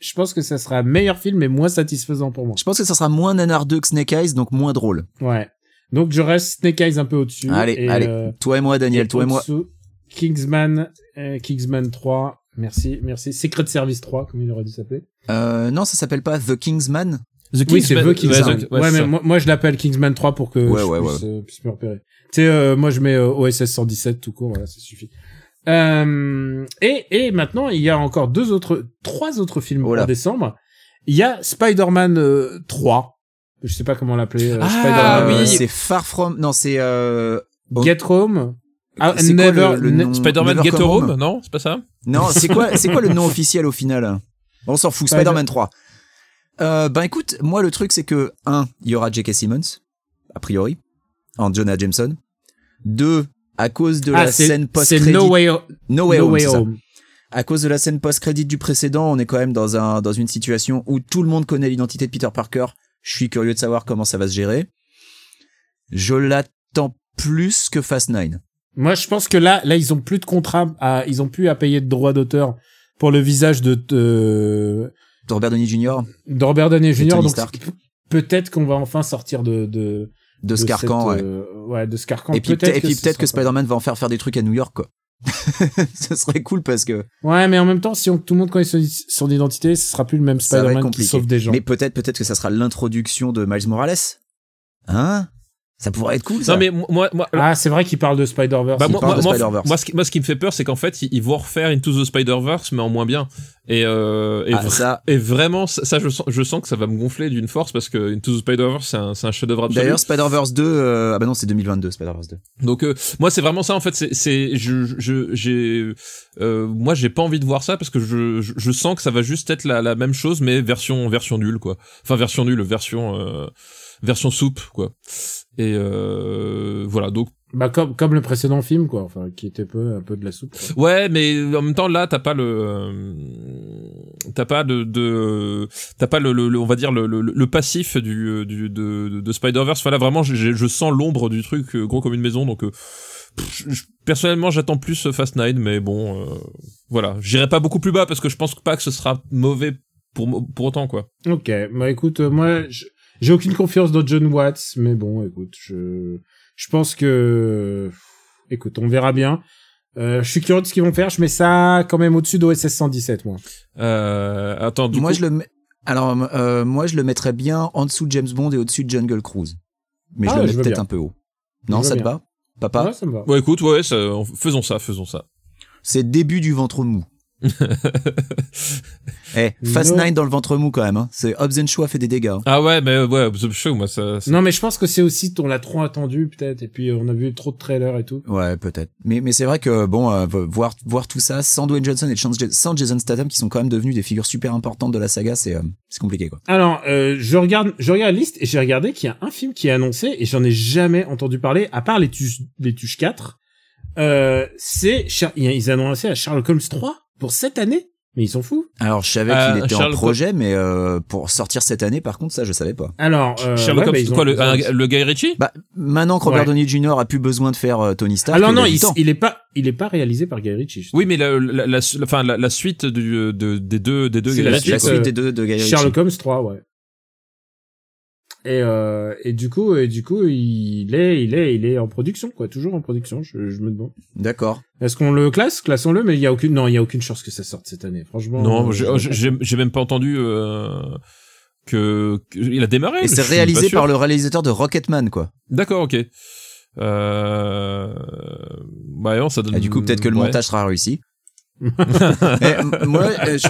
S2: je pense que ça sera meilleur film et moins satisfaisant pour moi.
S4: Je pense que ça sera moins nanardeux que Snake Eyes, donc moins drôle.
S2: Ouais. Donc je reste Snake Eyes un peu au-dessus.
S4: Allez,
S2: et,
S4: allez.
S2: euh,
S4: Toi et moi,
S2: et
S4: Daniel, toi et moi.
S2: au-dessous, Kingsman, euh, Kingsman 3. Merci, merci. Secret Service 3, comme il aurait dû s'appeler.
S4: Euh, non, ça s'appelle pas The Kingsman.
S3: The
S2: Oui, c'est The Kingsman.
S3: Ouais, The-
S2: Ouais,
S3: ouais, c'est
S2: mais
S3: ça.
S2: moi, moi, je l'appelle Kingsman 3 pour que
S4: Ouais,
S2: je
S4: ouais,
S2: puisse, euh, puisse me repérer. Tu sais, euh, moi, je mets euh, OSS 117 tout court, voilà, ça suffit. Euh, et, et maintenant, il y a encore deux autres, trois autres films
S4: Oh là.
S2: en décembre. Il y a Spider-Man euh, 3. Je sais pas comment l'appeler. euh,
S3: Ah,
S2: Spider-Man,
S4: Euh,
S3: oui.
S4: C'est Far From. Non, c'est. Euh...
S2: euh, Get Home. Ah,
S4: c'est quoi
S2: Never-
S4: le, le
S2: ne-
S4: nom
S3: Spider-Man
S4: Never
S3: Get
S4: Come
S3: Home, non C'est pas ça
S4: Non, c'est quoi, c'est quoi le nom officiel au final On s'en fout.
S2: Spider-
S4: Spider-Man 3. Euh, ben écoute, moi le truc c'est que un, il y aura J.K. Simmons, a priori, en Jonah Jameson. Deux, à cause de
S2: Ah,
S4: la
S2: c'est
S4: scène
S2: c'est
S4: post-crédit.
S2: No Way, Ho-
S4: No Way
S2: No
S4: Home,
S2: Way
S4: c'est ça.
S2: Home.
S4: à cause de la scène post-crédit du précédent, on est quand même dans, un, dans une situation où tout le monde connaît l'identité de Peter Parker. Je suis curieux de savoir comment ça va se gérer. Je l'attends plus que Fast 9.
S2: Moi, je pense que là, là, ils ont plus de contrat à, ils ont plus à payer de droits d'auteur pour le visage de, de,
S4: De Robert Downey Jr.,
S2: de Robert Downey Jr.
S4: Tony
S2: Donc
S4: Stark.
S2: p- peut-être qu'on va enfin sortir de de,
S4: de
S2: de
S4: Scarcan.
S2: cette,
S4: ouais.
S2: euh, ouais, de Scarcan.
S4: Et puis peut-être et puis
S2: ce
S4: peut-être que,
S2: sera pas-
S4: Spider-Man va en faire faire des trucs à New York, quoi. Ce serait cool parce que.
S2: Ouais, mais en même temps, si on, tout le monde connaît son, son identité, ce sera plus le même
S4: Ça va être
S2: Spider-Man qui
S4: compliqué.
S2: sauve des gens.
S4: Mais peut-être peut-être que ça sera l'introduction de Miles Morales. Hein Ça pourrait être cool. Ça.
S3: Non mais moi, moi,
S2: Ah, c'est vrai qu'il parle de Spider-Verse.
S3: Bah,
S4: S'ils
S3: moi,
S4: parlent
S3: moi,
S4: de
S3: moi,
S4: Spider-Verse.
S3: moi, ce qui, moi, ce qui me fait peur, c'est qu'en fait, ils, ils vont refaire Into the Spider-Verse, mais en moins bien. Et, euh, et,
S4: Ah,
S3: vra-
S4: ça.
S3: et vraiment, ça, ça, je, sens, je sens que ça va me gonfler d'une force parce que Into the Spider-Verse, c'est un, c'est un chef-d'œuvre absolu.
S4: D'ailleurs, Spider-Verse 2, euh, ah bah non, c'est 2022, Spider-Verse 2.
S3: Donc, euh, moi, c'est vraiment ça, en fait. C'est, c'est, je, je, j'ai, euh, moi, j'ai pas envie de voir ça parce que je, je, je sens que ça va juste être la, la même chose, mais version, version nulle, quoi. Enfin, version nulle, version, euh, version soupe, quoi. Et euh, voilà. Donc,
S2: Bah, comme, comme le précédent film, quoi. Enfin, qui était peu, un peu de la soupe. quoi.
S3: Ouais, mais en même temps là, t'as pas le, euh, t'as pas de, de t'as pas le, le- le- on va dire le, le, le passif du, euh, du de, de Spider-Verse. Enfin là, vraiment, j'ai- je sens l'ombre du truc euh, gros comme une maison. Donc, euh, pff, je- je- personnellement, j'attends plus euh, Fast Nine, mais bon, euh, voilà, j'irai pas beaucoup plus bas parce que je pense pas que ce sera mauvais pour mo- pour autant quoi.
S2: Ok. Bah, écoute, euh, moi, je- j'ai aucune confiance dans John Watts, mais bon, écoute, je, je pense que, écoute, on verra bien. Euh, je suis curieux de ce qu'ils vont faire. Je mets ça quand même au-dessus d'OSS 117, moi.
S3: Euh, attends, du
S4: moi,
S3: coup,
S4: je le mets- Alors, euh, moi, je le mettrais bien en dessous de James Bond et au-dessus de Jungle Cruise. Mais
S2: Ah,
S4: je le
S2: je
S4: mets
S2: veux
S4: peut-être
S2: bien.
S4: un peu haut.
S2: Je
S4: Non,
S2: veux
S4: ça te
S2: bien.
S4: va Papa
S2: Ouais, ça me va.
S3: ouais, écoute, ouais, ça- on- faisons ça, faisons ça.
S4: C'est le début du ventre mou. Eh, Fast
S2: Non.
S4: 9 dans le ventre mou quand même. Hein. C'est Hobbs and Shaw a fait des dégâts. hein.
S3: Ah ouais, mais ouais, The Show, moi ça. ça-
S2: Non, mais je pense que c'est aussi, on l'a trop attendu, peut-être, et puis euh, on a vu trop de trailers et tout.
S4: Ouais, peut-être. Mais, mais c'est vrai que, bon, euh, voir, voir tout ça sans Dwayne Johnson et sans Ja- sans Jason Statham, qui sont quand même devenus des figures super importantes de la saga, c'est euh, c'est compliqué, quoi.
S2: Alors, euh, je regarde, je regarde la liste et j'ai regardé qu'il y a un film qui est annoncé et j'en ai jamais entendu parler à part les Tuches, les Tuches 4. Euh, c'est, Char- ils ils ont annoncé à Sherlock Holmes 3 pour cette année, mais ils sont fous.
S4: Alors, je savais
S3: Euh,
S4: qu'il était
S3: Charles
S4: en projet, mais euh, pour sortir cette année, par contre, ça, je savais pas.
S2: Alors, euh,
S3: Sherlock
S2: ouais,
S3: Holmes,
S2: bah, ils ont-
S3: quoi,
S2: ils
S3: le,
S2: ont-
S3: un- le Guy Ritchie
S4: Bah, maintenant que Robert
S2: Ouais.
S4: Downey Jr. a plus besoin de faire euh, Tony Stark.
S2: Ah non
S4: il a
S2: non,
S4: du
S2: il,
S4: temps.
S2: il est pas, il est pas réalisé par Guy Ritchie. justement.
S3: Oui, mais la, la, la, su- enfin, la, la suite du, euh, de, des deux, des deux
S2: C'est
S3: gars-
S4: la,
S2: la suite,
S4: suite
S2: euh,
S4: des deux de Guy Ritchie.
S2: Sherlock Holmes 3, ouais. Et, euh, et du coup, et du coup, il est, il est, il est en production, quoi, toujours en production. Je, je me demande.
S4: D'accord.
S2: Est-ce qu'on le classe Classons-le, mais il y a aucune, non, il y a aucune chance que ça sorte cette année. Franchement.
S3: Non,
S2: euh,
S3: j'ai-
S2: je-
S3: j'ai j'ai- j'ai même pas entendu euh, que, que- il a démarré.
S4: Et c'est réalisé par le réalisateur de Rocketman, quoi.
S3: D'accord, ok. Euh... Bah non, ça donne.
S4: Et du coup, peut-être que le
S3: Ouais.
S4: montage sera réussi. Eh, m- moi, euh, je,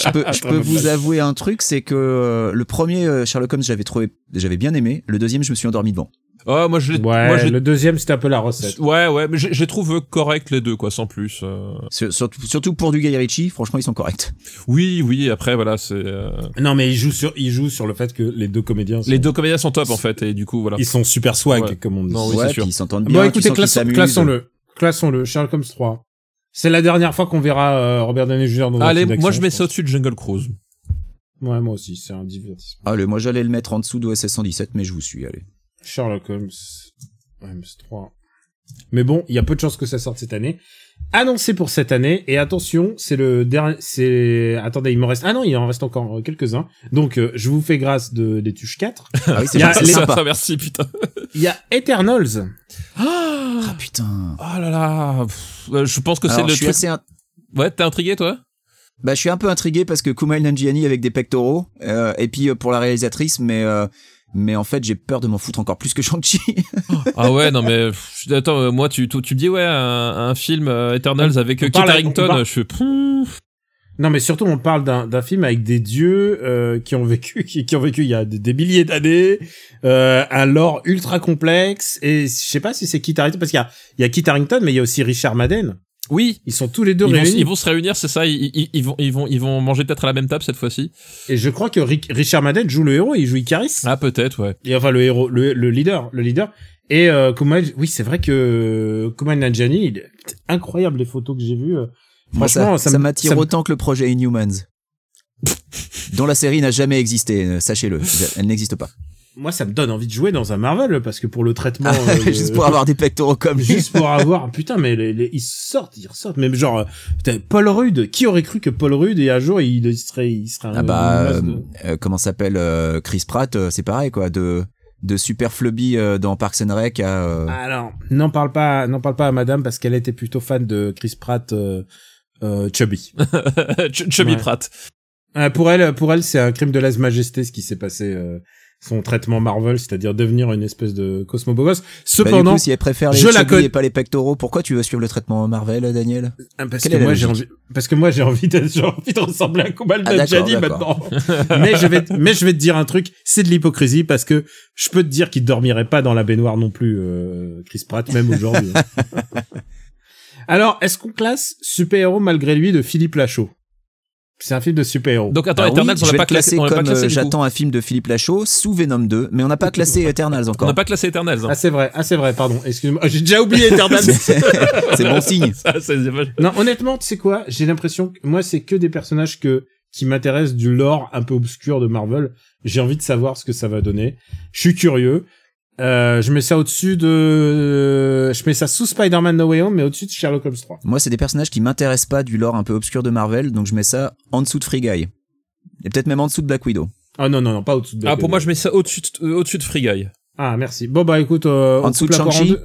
S4: je peux, je peux vous avouer un truc, c'est que euh, le premier euh, Sherlock Holmes, j'avais trouvé, j'avais bien aimé. Le deuxième, je me suis endormi devant.
S3: Ah, moi je l'ai.
S2: Ouais,
S3: moi, je l'ai-
S2: le deuxième, c'était un peu la recette.
S3: Ouais, ouais, mais je je les trouve corrects les deux, quoi, sans plus. euh.
S4: Sur- Surtout, surtout pour du Guy Ritchie, franchement, ils sont corrects.
S3: Oui, oui. Après, voilà, c'est. euh,
S2: Non, mais il joue sur, il joue sur le fait que les deux comédiens, sont-
S3: Les deux comédiens sont top en fait, et du coup, voilà.
S2: ils sont super swag,
S3: Ouais.
S2: comme on dit.
S3: Non, oui,
S4: ouais,
S3: c'est sûr.
S4: puis ils s'entendent bien.
S2: bon,
S4: tu
S2: écoutez,
S4: sens qu'ils
S2: classons-
S4: s'amusent.
S2: classons-le. Classons-le. Sherlock Holmes 3. C'est la dernière fois qu'on verra euh, Robert Downey Jr. dans un
S3: Allez,
S2: film
S3: moi
S2: d'action,
S3: je mets
S2: pense.
S3: ça au-dessus de Jungle Cruise.
S2: Ouais, moi aussi, c'est un divertissement.
S4: Allez, moi, j'allais le mettre en dessous d'OSS 117, mais je vous suis, allez.
S2: Sherlock Holmes. Holmes 3. Mais bon, il y a peu de chances que ça sorte cette année. Annoncé pour cette année. Et attention, c'est le dernier, c'est, attendez, il me reste, ah non, il en reste encore euh, quelques-uns. Donc, euh, je vous fais grâce de, des tuches 4.
S4: Ah oui, c'est
S2: Il y a
S4: gentil,
S2: les-
S4: sympa.
S3: Ça, merci, putain.
S2: Il y a Eternals.
S3: Ah
S4: Ah, putain.
S3: Oh là là, pff, euh, je pense que c'est
S4: Alors,
S3: le
S4: je suis
S3: truc.
S4: assez in-
S3: Ouais, t'es intrigué toi
S4: Bah, je suis un peu intrigué parce que Kumail Nanjiani avec des pectoraux, euh, et puis euh, pour la réalisatrice, mais euh, mais en fait j'ai peur de m'en foutre encore plus que Shang-Chi.
S3: Ah ouais, non mais pff, attends, euh, moi tu, tu, tu me dis ouais un, un film euh, Eternals avec euh, Kit
S2: parle à- on
S3: Harington,
S2: parle-
S3: je fais pff,
S2: Non, mais surtout, on parle d'un d'un film avec des dieux euh, qui ont vécu, qui, qui ont vécu il y a des, des milliers d'années, euh, un lore ultra complexe. Et je sais pas si c'est Kit Harington, parce qu'il y a, il y a Kit Harington, mais il y a aussi Richard Madden.
S3: oui.
S2: Ils sont tous les deux
S3: Ils vont,
S2: réunis.
S3: ils vont se réunir, c'est ça. Ils, ils, ils vont, ils vont, ils vont manger peut-être à la même table cette fois-ci.
S2: Et je crois que Rick- Richard Madden joue le héros, il joue Icaris.
S3: Ah peut-être, ouais.
S2: Et enfin le héros, le, le leader, le leader. Et euh, Kumail, oui, c'est vrai que euh, Kumail Nanjiani, il est putain, incroyable les photos que j'ai vues. euh.
S4: Moi,
S2: Franchement,
S4: ça,
S2: ça
S4: ça
S2: me- ça
S4: m'attire
S2: me-
S4: autant que le projet Inhumans, dont la série n'a jamais existé. euh, Sachez-le, elle n'existe pas.
S2: Moi, ça me donne envie de jouer dans un Marvel parce que pour le traitement, euh,
S4: Ah, Juste pour
S2: euh,
S4: avoir des pectoraux comme lui.
S2: juste pour avoir putain mais les, les- ils sortent ils ressortent même genre euh, putain, Paul Rudd qui aurait cru que Paul Rudd et un jour il, il serait il serait un-
S4: Ah bah,
S2: une masse de-
S4: euh, euh, comment s'appelle euh, Chris Pratt, euh, c'est pareil quoi, de de super flubby euh, dans Parks and Rec à euh,
S3: Ah.
S2: alors n'en parle pas n'en parle pas à madame parce qu'elle était plutôt fan de Chris Pratt euh, euh, chubby
S3: Ch- Chubby
S2: Ouais.
S3: Pratt.
S2: Euh, pour elle, pour elle, c'est un crime de lèse-majesté ce qui s'est passé, euh, son traitement Marvel, c'est-à-dire devenir une espèce de Cosmobogos.
S4: Bah, du
S2: Cependant,
S4: coup, si elle préfère les
S2: je la
S4: chubby
S2: cote.
S4: et pas les pectoraux, pourquoi tu veux suivre le traitement Marvel, Daniel
S2: Ah, parce,
S4: Quelle
S2: que
S4: est la
S2: moi, j'ai
S4: logique
S2: envie, parce que moi j'ai envie de j'ai envie de ressembler à Kumal
S4: Ah,
S2: Nanjiani maintenant.
S4: d'accord,
S2: mais je vais mais je vais te dire un truc, c'est de l'hypocrisie parce que je peux te dire qu'il dormirait pas dans la baignoire non plus euh, Chris Pratt même aujourd'hui. hein. Alors, est-ce qu'on classe Super-héros malgré lui de Philippe Lachaud C'est un film de super-héros.
S3: Donc attends,
S4: Alors Bah Ah oui,
S3: Eternals, on
S4: je
S3: l'a
S4: vais
S3: pas
S4: le classer
S3: classé. On l'a pas
S4: comme
S3: classé.
S4: euh,
S3: du coup.
S4: j'attends un film de Philippe Lachaud sous Venom 2, mais on n'a pas classé Eternals
S3: On
S4: encore.
S3: n'a pas classé Eternals. hein.
S2: Ah c'est vrai, ah c'est vrai, pardon, excuse-moi. J'ai déjà oublié Eternals.
S4: C'est bon signe.
S3: Ça, Ah, c'est- c'est pas-
S2: Non, honnêtement, tu sais quoi J'ai l'impression que moi, c'est que des personnages que qui m'intéressent du lore un peu obscur de Marvel. J'ai envie de savoir ce que ça va donner. Je suis curieux. Euh, je mets ça au-dessus de... Je mets ça sous Spider-Man No Way Home, mais au-dessus de Sherlock Holmes 3.
S4: Moi, c'est des personnages qui m'intéressent pas du lore un peu obscur de Marvel, donc je mets ça en dessous de Free Guy. Et peut-être même en dessous de Black Widow.
S2: Ah non, non, non, pas au-dessus de...
S3: Ah, pour moi, je mets ça au-dessus de, euh, au-dessus de Free Guy.
S2: Ah, merci. Bon, bah écoute... euh,
S4: En
S2: on
S4: dessous
S2: coupe
S4: de
S2: la poire en
S4: Shang-Chi
S2: deux.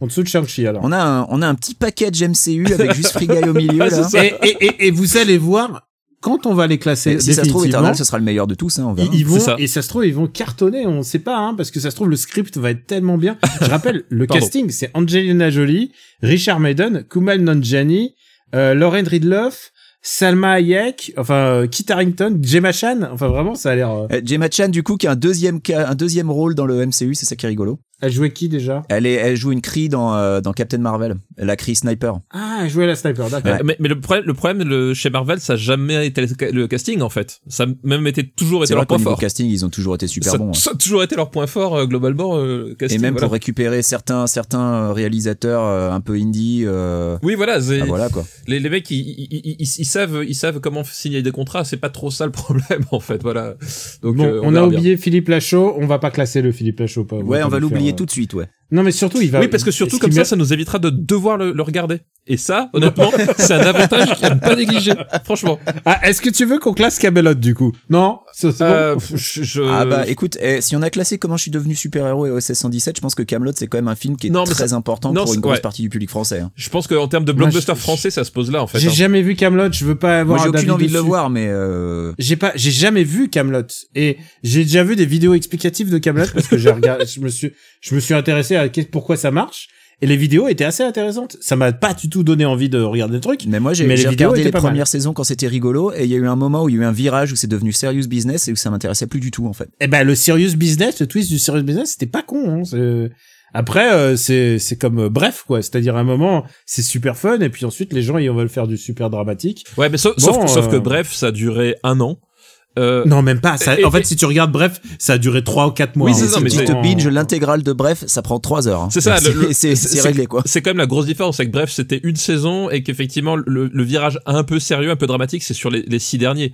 S2: En dessous de Shang-Chi, alors.
S4: On a un, on a un petit package MCU avec juste Free Guy au milieu,
S3: Ah, c'est
S4: là.
S3: ça.
S2: Et, et, et, et vous allez voir, quand on va les classer
S4: Et Si ça se trouve,
S2: définitivement,
S4: Eternals, ce sera le meilleur de tous, hein, on verra.
S2: Ils, ils vont
S3: Bah C'est ça.
S2: et ça se trouve ils vont cartonner, on sait pas hein, parce que ça se trouve le script va être tellement bien. Je rappelle le
S3: Pardon.
S2: casting, c'est Angelina Jolie, Richard Madden, Kumail Nanjiani, euh, Lauren Ridloff, Salma Hayek, enfin euh, Kit Harington, Gemma Chan, enfin vraiment ça a l'air. euh,
S4: Euh, Gemma Chan, du coup, qui a un deuxième, ca- un deuxième rôle dans le MCU, c'est ça qui est rigolo.
S2: elle jouait qui déjà
S4: Elle, est, elle joue une Cree dans, euh, dans Captain Marvel, la Cree Sniper.
S2: Ah, elle jouait la sniper, d'accord.
S4: Ouais.
S3: Mais, mais le problème, le problème le, chez Marvel, ça a jamais été le, le casting en fait. Ça a même été toujours été
S4: C'est
S3: leur
S4: vrai qu'au
S3: point
S4: niveau
S3: fort.
S4: casting, ils ont toujours été
S3: ça,
S4: super bons. hein.
S3: ça a toujours été leur point fort euh, globalement. euh,
S4: Et
S3: casting,
S4: même
S3: voilà.
S4: pour récupérer certains, certains euh, réalisateurs euh, un peu indie, euh,
S3: Oui, voilà, c'est-
S4: ah, voilà quoi.
S3: les, les mecs, ils, ils, ils- ils- ils savent, ils savent comment signer des contrats. C'est pas trop ça le problème en fait, voilà. Donc
S2: Bon,
S3: euh,
S2: on, a
S3: verra bien.
S2: oublié Philippe Lachaud, on va pas classer le Philippe Lachaud. Pas,
S4: Ouais, on
S2: pas
S4: va
S2: lui
S4: l'oublier
S2: faire, euh,
S4: tout de suite, ouais.
S2: Non, mais surtout il va.
S3: Oui, parce que surtout
S2: Est-ce
S3: comme
S2: qu'il
S3: ça,
S2: mérite-
S3: ça nous évitera de devoir le, le regarder. Et ça, honnêtement, c'est un avantage qu'il ne pas négliger. Franchement.
S2: Ah, est-ce que tu veux qu'on classe Cabelot du coup Non, c'est c'est bon.
S3: Euh, je, je-
S4: Ah bah écoute, eh, si on a classé comment je suis devenu super-héros et OSS 117, je pense que Camelot c'est quand même un film qui est
S3: Non, mais
S4: très important
S3: non,
S4: pour
S3: c'est-
S4: une grosse
S3: ouais.
S4: partie du public français. hein.
S3: je pense qu'en termes de
S2: Moi,
S3: blockbuster
S2: je-
S3: français, ça se pose là en fait.
S2: J'ai
S3: hein.
S2: jamais vu Camelot, je veux pas avoir
S4: Moi j'ai
S2: un
S4: aucune
S2: David
S4: envie de le
S2: dessus.
S4: voir, mais euh,
S2: J'ai pas, j'ai jamais vu Camelot et j'ai déjà vu des vidéos explicatives de Camelot parce que j'ai regardé, je me suis, je me suis intéressé à qu'est- pourquoi ça marche et les vidéos étaient assez intéressantes. Ça m'a pas du tout donné envie de regarder le truc.
S4: mais moi j'ai
S2: Mais les
S4: j'ai
S2: vidéos
S4: regardé
S2: étaient
S4: les
S2: pas mal.
S4: premières saisons quand c'était rigolo et il y a eu un moment où il y a eu un virage où c'est devenu serious business et où ça m'intéressait plus du tout en fait.
S2: Eh ben le serious business, le twist du serious business, c'était pas con. Hein, c'est- Après, euh, c'est c'est comme euh, bref quoi, c'est-à-dire à un moment c'est super fun et puis ensuite les gens ils veulent faire du super dramatique.
S3: Ouais, mais sauf,
S2: Bon,
S3: sauf, que- sauf que
S2: euh,
S3: bref, ça a duré un an. Euh,
S2: Non même pas. Ça,
S3: et-
S2: en fait
S3: et-
S2: si tu regardes bref, ça a duré trois ou quatre mois.
S3: Oui,
S2: hein,
S3: c'est ça, mais
S4: Si
S3: c'est-
S4: tu te
S2: en-
S4: binge l'intégrale de Bref, ça prend 3 heures. hein.
S3: C'est ça, le- le-
S4: c'est
S3: c'est-
S4: c'est réglé quoi.
S3: C'est quand même la grosse différence, c'est que bref, c'était une saison et qu'effectivement, le, le virage un peu sérieux, un peu dramatique, c'est sur les, les six derniers.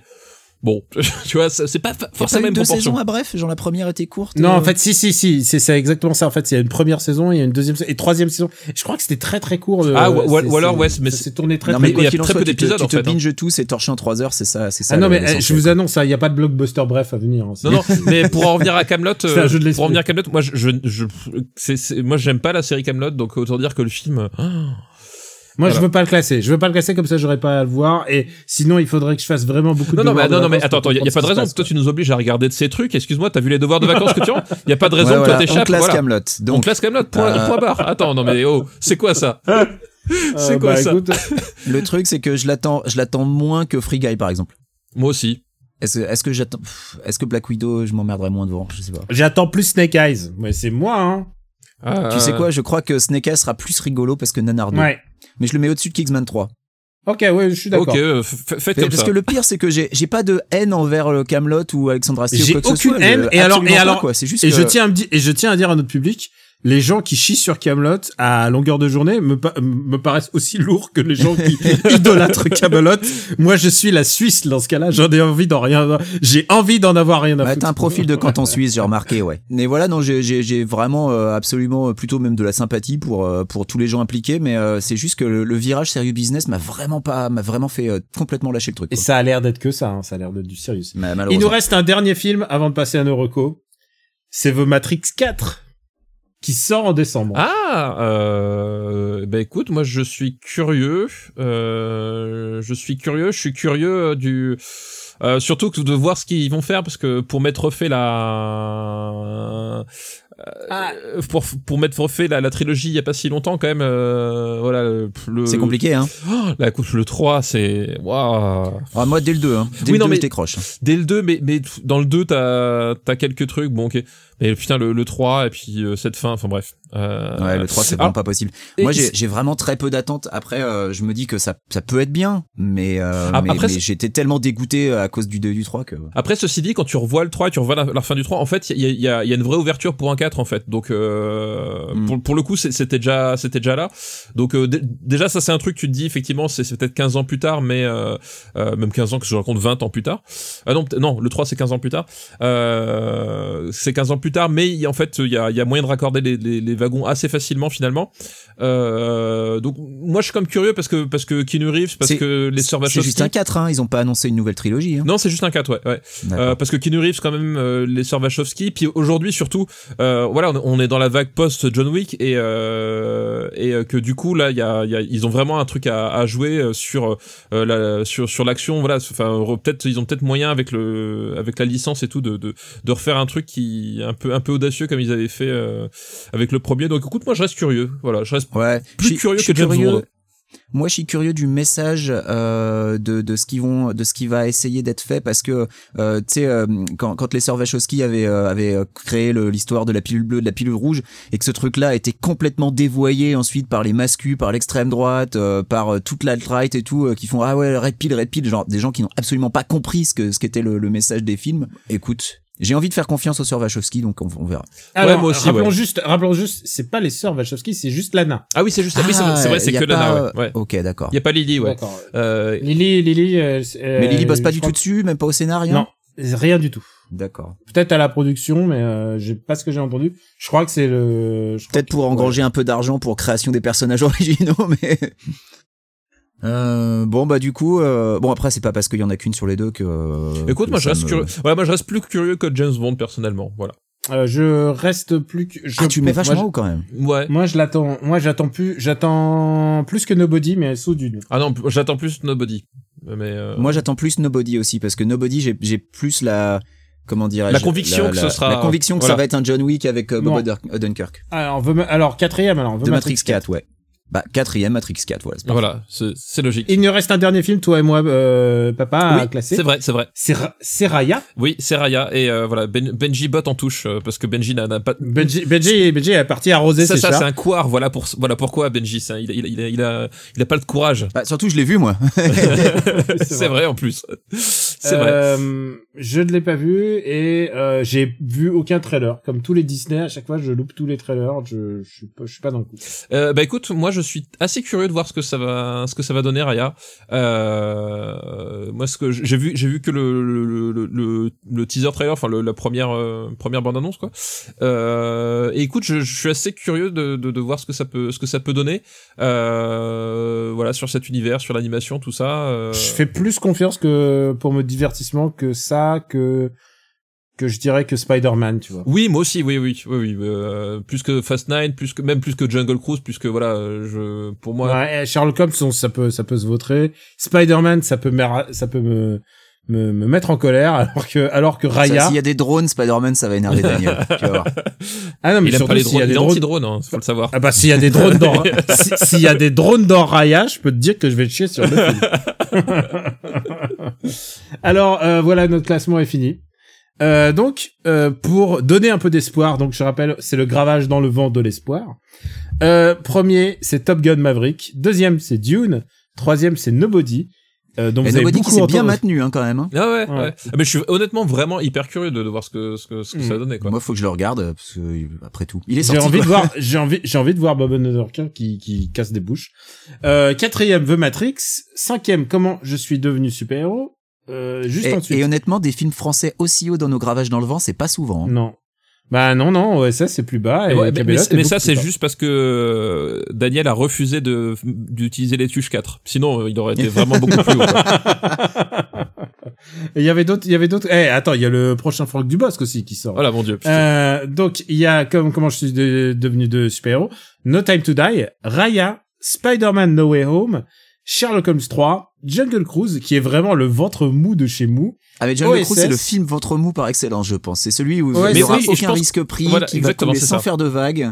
S3: Bon, tu vois, ça- c'est pas fa-
S4: Il y a pas eu
S3: forcément la même
S4: deux
S3: proportion.
S4: saisons à Bref, genre la première était courte.
S2: Non,
S4: euh,
S2: en fait, si, si, si, c'est c'est exactement ça. En fait, il y a une première saison, il y a une deuxième saison, et troisième saison. Je crois que c'était très très court. euh,
S3: Ah, ou- ou-
S2: c'est-
S3: ou alors,
S2: c'est-
S3: ouais, mais
S2: ça
S3: c'est-
S2: s'est tourné très
S4: non,
S2: très
S4: mais
S3: il y
S4: quoi
S3: a
S4: qu'il en
S3: très
S4: soit,
S3: peu
S4: tu te,
S3: d'épisodes,
S4: tu
S3: en
S4: te
S3: fait, hein.
S4: binge tout, c'est torché en 3 heures, c'est ça, c'est ça.
S2: Ah non,
S4: le-
S2: mais euh,
S3: eh,
S4: l'essentiel.
S2: je vous annonce, hein, il n'y a pas de blockbuster bref à venir. hein. C'est-
S3: Non, non, mais pour en revenir à Camelot, euh,
S2: C'est un jeu de l'esprit.
S3: pour en revenir à Camelot, moi, je, je, je- c'est- c'est- moi, j'aime pas la série Camelot, donc autant dire que le film. hein.
S2: Hein, Moi, je
S3: voilà.
S2: veux pas le classer. Je veux pas le classer comme ça, j'aurais pas à le voir. Et sinon, il faudrait que je fasse vraiment beaucoup de.
S3: Non, non,
S2: devoirs
S3: mais, ah,
S2: de
S3: non, non, mais
S2: vacances
S3: attends,
S2: pour
S3: attends, y a, y a pas
S2: comprendre ce
S3: de
S2: qui se
S3: raison.
S2: passe,
S3: Toi, tu nous obliges à regarder de ces trucs. Excuse-moi, t'as vu les devoirs de vacances que tu as Y a pas de raison
S4: Ouais,
S3: que
S4: voilà,
S3: toi
S4: on
S3: t'échappes.
S4: classe
S3: Voilà.
S4: Kaamelott.
S3: On
S4: Donc,
S3: classe Camelot. Point,
S4: Euh.
S3: point barre. Attends, non mais oh, c'est quoi ça
S2: quoi.
S3: C'est
S2: Euh,
S3: quoi
S2: bah,
S3: ça
S2: écoute,
S4: le truc, c'est que je l'attends, je l'attends moins que Free Guy, par exemple.
S3: Moi aussi.
S4: Est-ce que, est-ce que j'attends, pff, est-ce que Black Widow, je m'emmerderais moins devant, je sais pas.
S2: J'attends plus Snake Eyes. Mais c'est moi, hein.
S3: Ah,
S4: Tu sais
S2: Euh.
S4: quoi, je crois que Snake Eyes sera plus rigolo parce que Nanardo.
S2: Ouais.
S4: Mais je le mets au-dessus de Kingsman 3.
S2: Ok, ouais, je suis d'accord.
S3: Ok, euh, f- f- faites
S4: Parce
S3: comme ça.
S4: que le pire, c'est que j'ai, j'ai pas de haine envers le Camelot ou Alexandra Steele.
S2: J'ai
S4: ou quoi que ce
S2: aucune
S4: soit,
S2: haine,
S4: je-
S2: et alors- et
S4: absolument pas,
S2: alors-
S4: quoi. C'est juste
S2: Et
S4: que-
S2: je tiens à me dire, et je tiens à dire à notre public, les gens qui chient sur Camelot à longueur de journée me, pa- me paraissent aussi lourds que les gens qui idolâtrent Camelot. Moi, je suis la Suisse dans ce cas-là. J'en ai envie d'en rien. avoir- J'ai envie d'en avoir rien à
S4: Bah,
S2: foutre.
S4: t'as un profil de canton suisse, j'ai remarqué, ouais. Mais voilà, non, j'ai- j'ai j'ai vraiment euh, absolument euh, plutôt même de la sympathie pour euh, pour tous les gens impliqués, mais euh, c'est juste que le, le virage sérieux business m'a vraiment pas m'a vraiment fait euh, complètement lâcher le truc.
S2: Et
S4: quoi.
S2: ça a l'air d'être que ça. hein. Ça a l'air d'être du sérieux.
S4: Mais
S2: Il nous
S4: malheureusement.
S2: reste un dernier film avant de passer à nos recos. C'est The Matrix 4. qui sort en décembre.
S3: Ah, euh, bah écoute, moi je suis curieux, euh, je suis curieux, je suis curieux euh, du, euh, surtout que de voir ce qu'ils vont faire parce que pour mettre refait la, euh, pour pour mettre refait la, la trilogie il y a pas si longtemps quand même, euh, voilà le.
S4: C'est compliqué, hein.
S3: Oh, la couche le 3, c'est waouh.
S4: Ah, moi, dès le 2, hein. Dès
S3: Oui,
S4: le
S3: non,
S4: 2,
S3: mais-
S4: je décroche.
S3: Dès le 2, mais, mais dans le 2, t'as as quelques trucs, bon ok, mais putain le, le 3 et puis euh, cette fin, enfin bref. Euh,
S4: Ouais, le 3, c'est
S3: alors,
S4: vraiment pas possible.
S3: et
S4: Moi,
S3: c'est-
S4: j'ai j'ai vraiment très peu d'attentes. Après, euh, je me dis que ça, ça peut être bien, mais, euh,
S3: Ah,
S4: mais,
S3: après,
S4: mais
S3: c'est-
S4: j'étais tellement dégoûté euh, à cause du 2 et du 3 que...
S3: Après, ceci dit, quand tu revois le 3 et tu revois la, la fin du 3, en fait, il y a, il y a- il y a une vraie ouverture pour un 4, en fait. Donc, euh,
S4: Mm.
S3: pour, pour le coup, c'est- c'était déjà, c'était déjà là. Donc, euh, dé- déjà, ça, c'est un truc, tu te dis, effectivement, c'est c'est peut-être 15 ans plus tard, mais euh, euh, même 15 ans, que je raconte 20 ans plus tard. Ah non, peut- non, le 3, c'est 15 ans plus tard. Euh, c'est 15 ans plus tard, mais il y a- en fait, il y a, il y a moyen de raccorder les, les, les wagons assez facilement, finalement. Euh, donc, moi, je suis comme curieux parce que, parce que Keanu Reeves, parce
S4: C'est-
S3: que les sœurs
S4: C'est
S3: Wachowski-
S4: juste un 4, hein. Ils ont pas annoncé une nouvelle trilogie, hein.
S3: Non, c'est juste un 4, ouais. ouais.
S4: D'accord.
S3: Euh, parce que Keanu Reeves quand même euh, les sœurs Wachowski puis aujourd'hui surtout euh, voilà on- on est dans la vague post John Wick et euh, et euh, que du coup là il y a, il y a- ils ont vraiment un truc à, à jouer euh, sur euh, la sur sur l'action voilà enfin re- peut-être ils ont peut-être moyen avec le avec la licence et tout de, de de refaire un truc qui un peu un peu audacieux comme ils avaient fait euh, avec le premier donc écoute moi je reste curieux voilà je reste
S4: Ouais.
S3: plus
S4: Je suis-
S3: curieux
S4: je suis
S3: que James
S4: curieux-
S3: Bond.
S4: Moi, je suis curieux du message euh, de, de ce qui vont, de ce qui va essayer d'être fait, parce que euh, tu sais, euh, quand, quand les sœurs Wachowski avaient, euh, avaient euh, créé le- l'histoire de la pilule bleue, de la pilule rouge, et que ce truc-là a été complètement dévoyé ensuite par les mascus, par l'extrême droite, euh, par euh, toute l'alt-right et tout, euh, qui font ah ouais red pill, red pill, genre des gens qui n'ont absolument pas compris ce que ce qu'était le, le message des films. Écoute. J'ai envie de faire confiance aux sœurs Wachowski, donc on, on verra.
S2: Alors,
S3: moi aussi,
S2: rappelons
S3: ouais.
S2: juste, rappelons juste, c'est pas les sœurs Wachowski, c'est juste Lana.
S3: ah oui c'est juste oui, c'est vrai- c'est vrai c'est
S4: y a
S3: que
S4: pas,
S3: Lana ouais, ouais.
S4: Ok, d'accord.
S3: il y a pas Lily ouais
S2: D'accord.
S3: euh,
S2: Lily, Lily. euh, euh,
S4: Mais Lily bosse pas
S2: je
S4: du
S2: crois
S4: tout dessus, hein même pas au scénario.
S2: Non, rien du tout.
S4: D'accord.
S2: Peut-être à la production, mais euh, j'ai pas ce que j'ai entendu. Je crois que c'est le. je crois
S4: Peut-être
S2: que-
S4: pour
S2: ouais.
S4: engranger un peu d'argent pour création des personnages originaux, mais. Euh, bon bah du coup euh, bon après c'est pas parce qu'il y en a qu'une sur les deux que euh,
S3: Écoute,
S4: que
S3: moi je
S4: ça
S3: reste
S4: me-
S3: curieux. Ouais, moi je reste plus curieux que James Bond personnellement. Voilà.
S2: Euh, je reste plus. Que, je,
S4: Ah, tu mets
S2: moi,
S4: vachement haut quand même.
S3: Ouais.
S2: je- Moi, je l'attends. Moi, j'attends plus. J'attends plus que Nobody, mais sous du nom.
S3: Ah non, p- j'attends plus Nobody. Mais euh,
S4: Moi j'attends plus Nobody aussi parce que Nobody j'ai j'ai plus la comment dirais-je
S3: La conviction que ce sera-
S4: la conviction que
S3: voilà.
S4: ça va être un John Wick avec euh, Bob
S2: Non.
S4: Oden- Odenkirk
S2: Alors, on veut ma- alors quatrième. Alors, on veut
S4: de Matrix 4, ouais bah quatrième Matrix 4 voilà c'est pas-
S3: voilà, c'est c'est logique.
S2: Il nous reste un dernier film, toi et moi, euh, papa, à
S3: oui,
S2: classer.
S3: c'est vrai, c'est vrai.
S2: C'est Ra- c'est Raya.
S3: Oui, c'est Raya et euh, voilà Ben- Benji bot en touche euh, parce que Benji n'a n'a pas.
S2: Benji, Benji, Benji est parti arroser
S3: Ça,
S2: ses
S3: ça,
S2: chats.
S3: c'est un couard. Voilà pour voilà pourquoi Benji, ça, il, il, il, a, il a il a pas le courage.
S4: Bah, surtout je l'ai vu moi
S3: c'est vrai. en plus. C'est vrai.
S2: Euh, je ne l'ai pas vu et euh, j'ai vu aucun trailer. Comme tous les Disney, à chaque fois, je loupe tous les trailers. Je, je suis pas, je suis pas dans le coup.
S3: Euh, bah écoute, moi je suis assez curieux de voir ce que ça va, ce que ça va donner Raya. Euh, moi ce que j- j'ai vu, j'ai vu que le le, le, le, le teaser trailer, enfin le- la première euh, première bande annonce quoi. Euh, et écoute, je, je suis assez curieux de, de, de voir ce que ça peut ce que ça peut donner. Euh, voilà sur cet univers, sur l'animation, tout ça. euh.
S2: Je fais plus confiance que pour mon divertissement que ça, que que je dirais que Spider-Man, tu vois.
S3: Oui, moi aussi, oui, oui, oui, oui. euh, plus que Fast Nine, plus que même plus que Jungle Cruise, plus que voilà, euh, je pour moi.
S2: Ouais, et Sherlock Holmes, on- ça peut, ça peut se vautrer. Spider-Man, ça peut, m'éra- ça peut me, me, me mettre en colère, alors que, alors que
S4: Ça,
S2: Raya.
S4: s'il y a des drones Spider-Man ça va énerver Daniel tu vas voir
S2: ah non, mais
S3: il aime
S2: surtout
S3: pas les
S2: s'il y
S3: drones,
S2: a
S3: il
S2: des
S3: est
S2: drones.
S3: anti-drone, hein, faut le savoir.
S2: Ah bah s'il y a des drones dans si- s'il y a des drones dans Raya, je peux te dire que je vais te chier sur le film. Alors euh, voilà notre classement est fini. Euh, donc euh, pour donner un peu d'espoir, donc je rappelle c'est le gravage dans le vent de l'espoir. Euh, premier c'est Top Gun Maverick, deuxième c'est Dune, troisième c'est Nobody. Euh, donc
S4: et
S2: vous avez
S4: Nobody qui
S2: beaucoup
S4: s'est bien
S2: entendu-
S4: maintenu hein, quand même hein.
S3: Ah ouais, ouais.
S2: Ouais.
S3: Ah, mais je suis honnêtement vraiment hyper curieux de, de voir ce que ce que, ce que
S2: Mm.
S3: ça donnait quoi.
S4: Moi, faut que je le regarde parce que euh, après tout, il est
S2: J'ai
S4: sorti.
S2: envie de
S4: quoi.
S2: voir, j'ai envie, j'ai envie de voir Bob Odenkirk hein, qui, qui casse des bouches. Euh, quatrième, The Matrix. Cinquième, comment je suis devenu super-héros. Euh, juste
S4: Et,
S2: ensuite.
S4: et honnêtement, des films français aussi hauts dans nos gravages dans le vent, c'est pas souvent. hein.
S2: Non. Bah non, non, OSS c'est plus bas. Et
S3: Ouais,
S2: Camelot
S3: mais, mais-
S2: est
S3: mais
S2: beaucoup
S3: ça
S2: plus
S3: c'est
S2: bas.
S3: juste parce que euh, Daniel a refusé de d'utiliser les tuches 4. Sinon euh, il aurait été vraiment beaucoup plus haut. quoi.
S2: Et Il y avait d'autres, il y avait d'autres. Eh, attends, il y a le prochain Franck Dubosc aussi qui sort.
S3: Voilà, mon dieu. putain.
S2: Euh, donc il y a comme comment je suis de- devenu de super-héros, No Time to Die, Raya, Spider-Man No Way Home, Sherlock Holmes 3, Jungle Cruise qui est vraiment le ventre mou de chez mou.
S4: Ah mais Jungle
S2: OSS.
S4: Cruise, c'est le film ventre mou par excellence, je pense. C'est celui où
S2: Ouais, mais
S4: il n'y aura
S3: oui, je
S4: aucun
S3: pense-
S4: risque pris,
S3: voilà,
S4: qui va
S3: exactement,
S4: couler
S3: c'est
S4: sans
S3: ça.
S4: faire de vagues,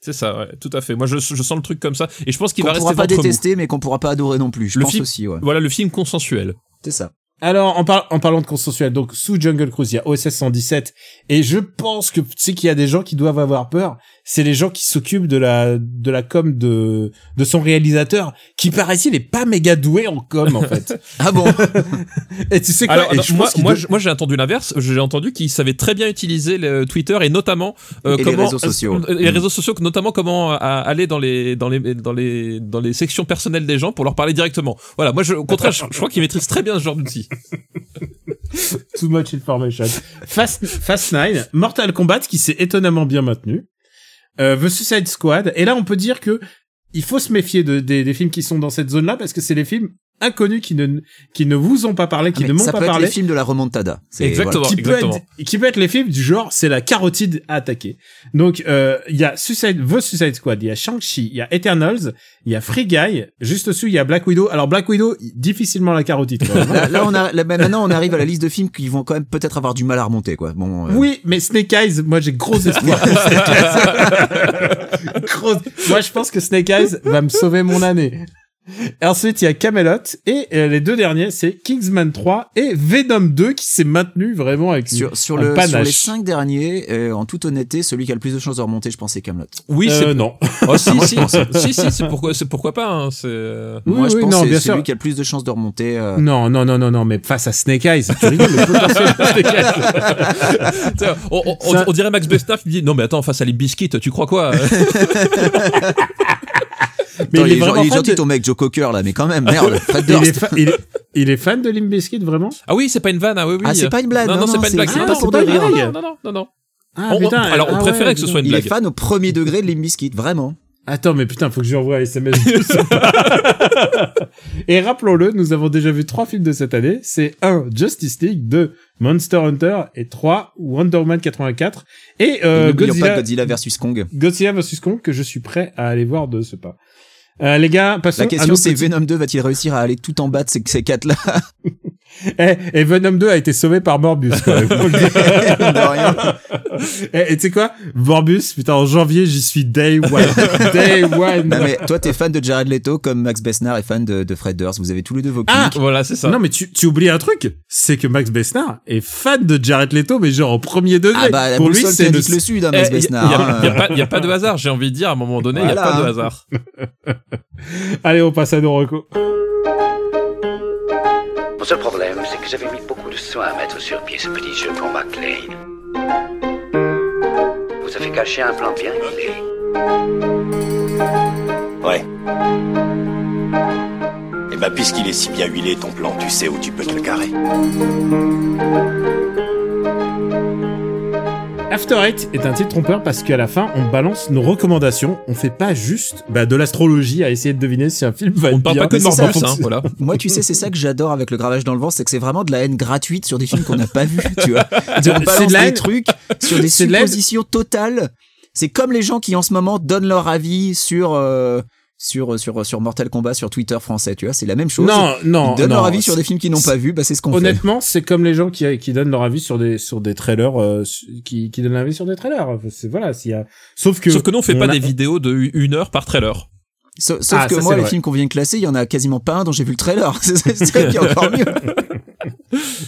S3: C'est ça, ouais, tout à fait. Moi, je, je sens le truc comme ça. Et je pense qu'il
S4: qu'on
S3: va rester
S4: pourra pas
S3: ventre mou.
S4: détester, mais qu'on pourra pas adorer non plus. Je
S3: Le
S4: pense
S3: film-
S4: aussi, ouais.
S3: Voilà le film consensuel.
S4: C'est ça.
S2: Alors en, par- en parlant de consensuel, donc sous Jungle Cruise il y a OSS 117 et je pense que tu sais qu'il y a des gens qui doivent avoir peur, c'est les gens qui s'occupent de la de la com de de son réalisateur qui paraît-il est pas méga doué en com en fait.
S4: Ah bon
S2: Et tu sais quoi
S3: Alors,
S2: Et
S3: non,
S2: je
S3: moi,
S2: pense qu'il
S3: moi,
S2: doit-
S3: je- moi, j'ai entendu l'inverse. J'ai entendu qu'il savait très bien utiliser le Twitter et notamment euh,
S4: Et les
S3: comment
S4: réseaux sociaux.
S3: euh, les
S4: Mm.
S3: réseaux sociaux, notamment comment euh, à- aller dans les dans les dans les dans les sections personnelles des gens pour leur parler directement. Voilà, moi, je, au contraire, je, je crois qu'il maîtrise très bien ce genre d'outils.
S2: Too much information. Fast, Fast 9, Mortal Kombat qui s'est étonnamment bien maintenu, euh, The Suicide Squad, et là on peut dire que il faut se méfier de, des, des films qui sont dans cette zone-là parce que c'est les films inconnus qui ne, qui ne vous ont pas parlé, qui
S4: Mais
S2: ne m'ont
S4: Ça
S2: pas
S4: peut être
S2: parlé.
S4: les films de la remontada. C'est-
S3: Exactement.
S2: Qui peut,
S3: exactement.
S2: être, qui peut être les films du genre c'est la carotide à attaquer. Donc euh, il y a Suicide, The Suicide Squad, il y a Shang-Chi, il y a Eternals, il y a Free Guy, juste dessus il y a Black Widow. Alors Black Widow difficilement la carotide. quand même.
S4: Là, là, on a, là, maintenant, on arrive à la liste de films qui vont quand même peut-être avoir du mal à remonter, quoi. Bon, euh,
S2: Oui, mais Snake Eyes, moi j'ai gros espoir. pour Snake Eyes. Gros- Moi je pense que Snake Eyes va me sauver mon année. Et ensuite il y a Camelot et euh, les deux derniers c'est Kingsman 3 et Venom 2 qui s'est maintenu vraiment avec
S4: Sur, sur,
S2: un
S4: le, sur
S2: panache.
S4: les cinq derniers, euh, en toute honnêteté, celui qui a le plus de chances de remonter, je pense, c'est Camelot.
S3: Oui, c'est
S2: Euh, non.
S3: oh, si, si, si, si, c'est pourquoi c'est pourquoi pas. Hein, c'est euh,
S2: Oui,
S4: Moi, je
S2: oui,
S4: pense
S2: non,
S4: que
S2: bien
S4: c'est
S2: sûr.
S4: celui qui a le plus de chances de remonter. euh,
S2: Non, non, non, non, non, mais face à Snake Eyes, tu rigoles, le potentiel de Snake Eyes.
S3: Tiens, on, on- on-
S2: Ça-
S3: on dirait Max Besnard qui dit non mais attends face à les biscuits tu crois quoi euh?
S2: Mais
S4: Attends,
S2: il est
S4: gen-
S2: vraiment
S4: il est
S2: fan
S4: gentil
S2: de...
S4: ton mec, Joe Cocker, là, mais quand même, merde, Fred
S2: Il est,
S4: Durst.
S2: fa- il, est... il est fan de Limp Bizkit, vraiment
S3: Ah oui c'est pas une vanne ah oui oui.
S4: Ah, c'est pas une blague.
S3: Non, non, c'est pas une blague.
S4: c'est
S3: Ah,
S4: pas
S3: non,
S4: pour de
S2: c'est pas une
S4: rire.
S2: blague.
S3: non non non non non.
S2: ah,
S3: On- on- alors, on préférait que ce soit une
S4: Il est
S3: blague.
S4: fan au premier degré de Limp Bizkit, vraiment.
S2: Attends, mais putain, faut que je lui envoie un SMS. Et rappelons-le, nous avons déjà vu trois films de cette année. C'est 1. Justice League, 2. Monster Hunter et 3. Wonder Woman 84. Et euh,
S4: Et N'oublions pas
S2: Godzilla,
S4: Godzilla versus Kong.
S2: Godzilla vs. Kong que je suis prêt à aller voir de ce pas. Euh, les gars, passons
S4: La
S2: à
S4: question,
S2: nos
S4: c'est
S2: petits-
S4: Venom 2 va-t-il réussir à aller tout en bas de ces, ces quatre-là
S2: Eh, et Venom 2 a été sauvé par Morbus. Quoi, Faut le dire.
S4: De rien.
S2: Eh, et et tu sais quoi Morbus, putain, en janvier, j'y suis day one. Day one.
S4: Non, mais toi, t'es fan de Jared Leto comme Max Besnard est fan de, de Fred Durst. Vous avez tous les deux vos clics.
S2: Ah,
S3: Voilà c'est ça.
S2: Non, mais tu, tu oublies un truc, c'est que Max Besnard est fan de Jared Leto, mais genre au premier degré.
S4: Ah bah, la
S2: Pour lui,
S4: boussole
S2: c'est le... Eh,
S4: t'indique le... sud, hein,
S3: Il
S4: Max
S3: n'y a,
S4: Besnard. hein.
S3: Euh, y a pas- y a pas de hasard, j'ai envie de dire, à un moment donné, il n'y
S4: Voilà,
S3: a pas de
S4: hein.
S3: hasard.
S2: Allez, on passe à nos recos.
S1: Mon seul problème, c'est que j'avais mis beaucoup de soin à mettre sur pied ce petit jeu pour McLean. Vous avez caché un plan bien huilé.
S5: Ouais. Et bah puisqu'il est si bien huilé ton plan, tu sais où tu peux te le carrer.
S2: After Eight est un titre trompeur parce qu'à la fin, on balance nos recommandations. On fait pas juste bah, de l'astrologie à essayer de deviner si un film va
S3: On
S2: être
S3: ne parle
S2: bien.
S3: pas que de
S2: Mais c'est
S3: Morbus,
S2: ça,
S3: hein, voilà.
S4: Moi, tu sais, c'est ça que j'adore avec le gravage dans le ventre, c'est que c'est vraiment de la haine gratuite sur des films qu'on n'a pas vus, tu vois. On
S2: C'est
S4: balance
S2: de la
S4: des
S2: haine.
S4: trucs sur des
S2: C'est de la haine.
S4: suppositions totales. C'est comme les gens qui, en ce moment, donnent leur avis sur, euh, sur, sur, sur Mortal Kombat sur Twitter français, tu vois. C'est la même chose.
S2: Non, non,
S4: Ils donnent
S2: non.
S4: leur avis sur des films qu'ils n'ont pas vus, bah c'est ce qu'on fait.
S2: Honnêtement, c'est comme les gens qui, qui donnent leur avis sur des sur des trailers, euh, su- qui, qui donnent leur avis sur des trailers. Enfin, C'est voilà, s'il y a. Sauf que.
S3: Sauf que nous, on fait pas
S2: a-
S3: des vidéos de une heure par trailer.
S4: Sa- Sauf
S2: Ah,
S4: que
S2: ça,
S4: moi,
S2: c'est
S4: les
S2: vrai.
S4: films qu'on vient de classer, il y en a quasiment pas un dont j'ai vu le trailer. c'est ça qui est encore mieux.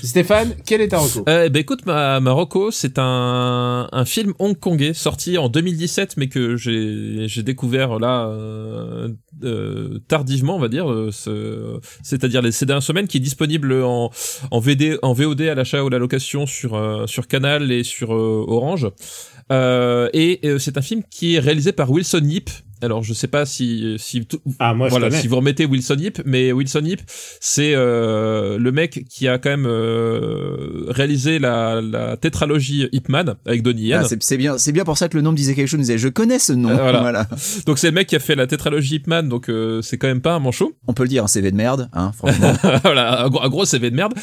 S2: Stéphane, quel est ta reco
S3: Euh, ben écoute, ma, Marocco, c'est un, un film hongkongais sorti en 2017, mais que j'ai j'ai découvert là euh, euh, tardivement, on va dire, euh, ce- c'est-à-dire les ces dernières semaines, qui est disponible en en, VD, en VOD à l'achat ou à la location sur euh, sur Canal et sur euh, Orange. Euh, et euh, c'est un film qui est réalisé par Wilson Yip, Alors je sais pas si si tout-
S2: Ah, moi,
S3: voilà
S2: je connais.
S3: si vous remettez Wilson Yip, mais Wilson Yip c'est euh, le mec qui a quand même euh, réalisé la, la tétralogie Hipman avec Donnie Yen.
S4: Ah, c'est c'est bien, c'est bien pour ça que le nom me disait quelque chose. Je me disais, je connais ce nom.
S3: Euh, voilà.
S4: voilà.
S3: donc c'est le mec qui a fait la tétralogie Hipman, donc euh, c'est quand même pas un manchot.
S4: On peut le dire, un CV de merde, hein, franchement.
S3: voilà, un gros, un gros CV de merde.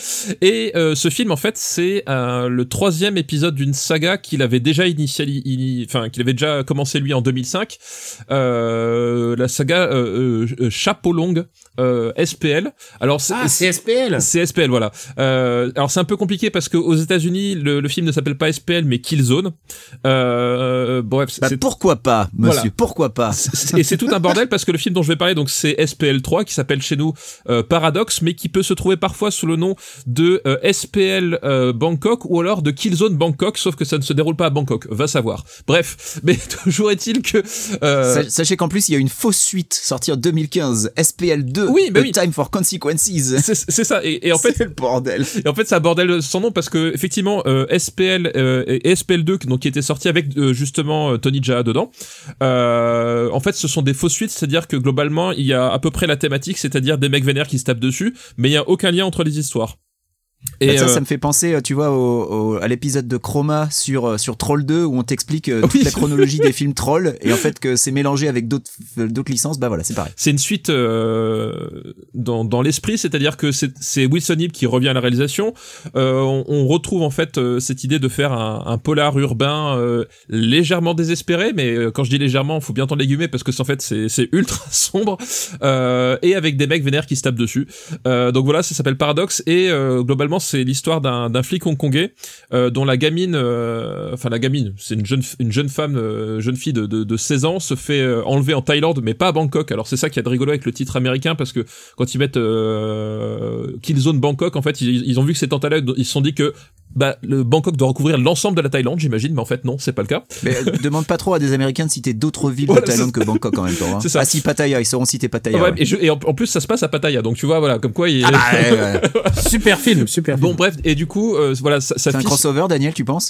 S3: Et euh, ce film, en fait, c'est euh, le troisième épisode d'une saga qu'il avait déjà initiali, ini- enfin qu'il avait déjà commencé lui en 2005. Euh, la saga euh, euh, Chapeau Long euh, SPL. Alors c'est
S2: Ah, c'est SPL
S3: c'est SPL, voilà. Euh, alors c'est un peu compliqué parce que aux États-Unis, le, le film ne s'appelle pas SPL mais Killzone. Euh, euh, bref,
S4: Bah,
S3: c'est
S4: pourquoi pas, monsieur,
S3: Voilà.
S4: pourquoi pas
S3: c'est- et c'est tout un bordel parce que le film dont je vais parler donc c'est SPL 3 qui s'appelle chez nous euh, Paradox mais qui peut se trouver parfois sous le nom de euh, SPL euh, Bangkok ou alors de Killzone Bangkok sauf que ça ne se déroule pas à Bangkok va savoir bref mais toujours est-il que euh,
S4: Sa- Sachez qu'en plus, il y a une fausse suite sortie en 2015, SPL2,
S3: Oui, bah
S4: The
S3: oui.
S4: Time for Consequences.
S3: c'est c'est ça et, et en fait
S4: C'est le bordel.
S3: et en fait ça bordel sans nom parce que effectivement euh, SPL euh, et SPL 2 donc qui était sorti avec euh, justement euh, Tony Jaa dedans euh, en fait ce sont des fausses suites c'est à dire que globalement il y a à peu près la thématique c'est à dire des mecs vénères qui se tapent dessus mais il y a aucun lien entre les histoires
S4: Bah, ça,
S3: euh,
S4: ça me fait penser, euh, tu vois, au, au- à l'épisode de Chroma sur, euh, sur Troll 2 où on t'explique euh, toute
S3: Oui.
S4: la chronologie des films Troll et en fait que c'est mélangé avec d'autres d'autres licences. Bah voilà, c'est pareil.
S3: c'est une suite euh, dans, dans l'esprit, c'est-à-dire que c'est c'est Wilson Yip qui revient à la réalisation. Euh, on, on retrouve en fait euh, cette idée de faire un, un polar urbain euh, légèrement désespéré, mais euh, quand je dis légèrement, faut bien entendre les guillemets parce que c'est- en fait c'est c'est ultra sombre euh, et avec des mecs vénères qui se tapent dessus. Euh, donc voilà, ça s'appelle Paradoxe et euh, globalement c'est l'histoire d'un d'un flic hongkongais euh, dont la gamine, euh, enfin la gamine, c'est une jeune une jeune femme, euh, jeune fille de, de, de 16 ans se fait euh, enlever en Thaïlande, mais pas à Bangkok. Alors c'est ça qui a de rigolo avec le titre américain parce que quand ils mettent euh, Killzone Bangkok, en fait ils, ils ont vu que c'était en Thaïlande, ils se sont dit que bah, le Bangkok doit recouvrir l'ensemble de la Thaïlande, j'imagine, mais en fait non, c'est pas le cas.
S4: Mais euh, demande pas trop à des Américains de citer d'autres villes
S3: Voilà,
S4: de Thaïlande que Bangkok en même temps. hein.
S3: C'est ça.
S4: Ah si, Pattaya, ils sauront citer Pattaya.
S3: Ah Ouais,
S4: ouais.
S3: Et, je- et en, en plus ça se passe à Pattaya, donc tu vois voilà comme quoi. Il...
S4: euh, Ah, bah, ouais, ouais.
S2: Super film, super
S3: Bon
S2: film.
S3: bref et du coup euh, voilà ça, ça
S4: C'est un crossover, Daniel, tu penses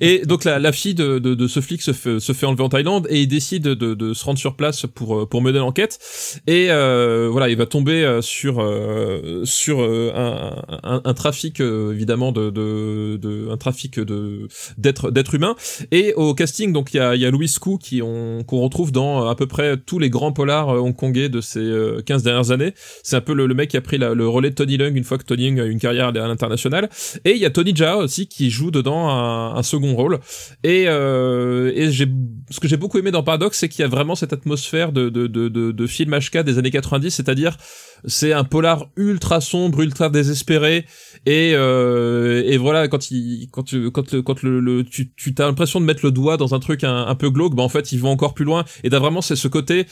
S3: Et donc la, la fille de, de, de ce flic se fait, se fait enlever en Thaïlande et il décide de, de se rendre sur place pour euh, pour mener l'enquête et euh, voilà il va tomber euh, sur euh, sur euh, un, un, un trafic euh, évidemment de, de, de un trafic de d'être d'être humain et au casting donc il y a, il y a Louis Koo qui on qu'on retrouve dans euh, à peu près tous les grands polars euh, hongkongais de ces euh, 15 dernières années c'est un peu le, le mec qui a pris la- le relais de Tony Leung une fois que Tony Leung a eu une carrière à l'international et il y a Tony Jaa aussi qui joue dedans un, un second rôle. Et, euh, et j'ai, ce que j'ai beaucoup aimé dans Paradox, c'est qu'il y a vraiment cette atmosphère de, de, de, de, de film HK des années 90, c'est-à-dire c'est un polar ultra sombre, ultra désespéré. Et, euh, et voilà, quand, il, quand, tu, quand, le, quand le, le- tu, tu as l'impression de mettre le doigt dans un truc un, un peu glauque, bah en fait ils vont encore plus loin. Et t'as vraiment c'est ce côté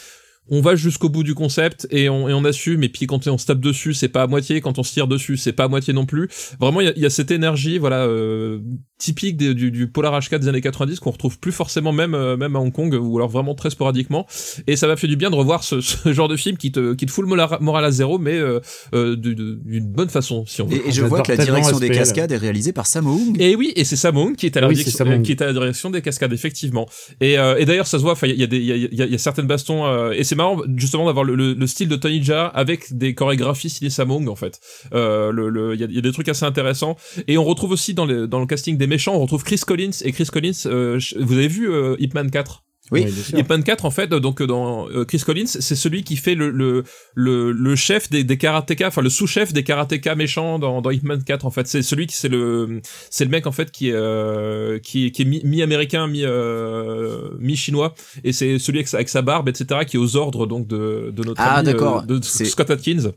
S3: on va jusqu'au bout du concept et on, et on assume et puis quand on se tape dessus c'est pas à moitié quand on se tire dessus c'est pas à moitié non plus vraiment il y a, il y a cette énergie voilà euh, typique des- du, du polar HK des années 90 qu'on retrouve plus forcément même euh, même à Hong Kong ou alors vraiment très sporadiquement et ça m'a fait du bien de revoir ce, ce genre de film qui te qui te fout le mola- moral à zéro mais euh, euh, du- du- d'une bonne façon si on veut
S4: Et, et je
S2: J'adore
S4: vois que la
S2: tellement
S4: direction des
S2: SPL.
S4: cascades est réalisée par Sam Hung.
S3: et oui, et c'est Sam Hung qui est à la,
S2: Oui,
S3: direction,
S2: c'est Sam Hung.
S3: qui est à la direction des cascades, effectivement. Et, euh, et d'ailleurs, ça se voit, enfin, il y a, des- il y a, il y a- il y a certaines bastons, euh, et c'est marrant justement d'avoir le, le- le style de Tony Jaa avec des chorégraphies signées Sam Hung, en fait. Euh, le- le- Il y, a, il y a des trucs assez intéressants. Et on retrouve aussi dans le, dans le casting des méchants, on retrouve Chris Collins, et Chris Collins, euh, je- vous avez vu euh, Ip Man 4
S4: Oui.
S2: bien sûr.
S3: et Pan 4 en fait euh, donc euh, dans euh, Chris Collins c'est celui qui fait le le le, le chef des, des karatékas enfin le sous-chef des karatékas méchants dans dans Hitman 4 en fait c'est celui qui c'est le c'est le mec en fait qui est euh, qui, qui est mi, américain mi mi chinois et c'est celui avec, sa- avec sa barbe etc qui est aux ordres donc de de notre
S4: Ah,
S3: ami, euh,
S4: d'accord.
S3: de
S4: C'est-
S3: Scott Atkins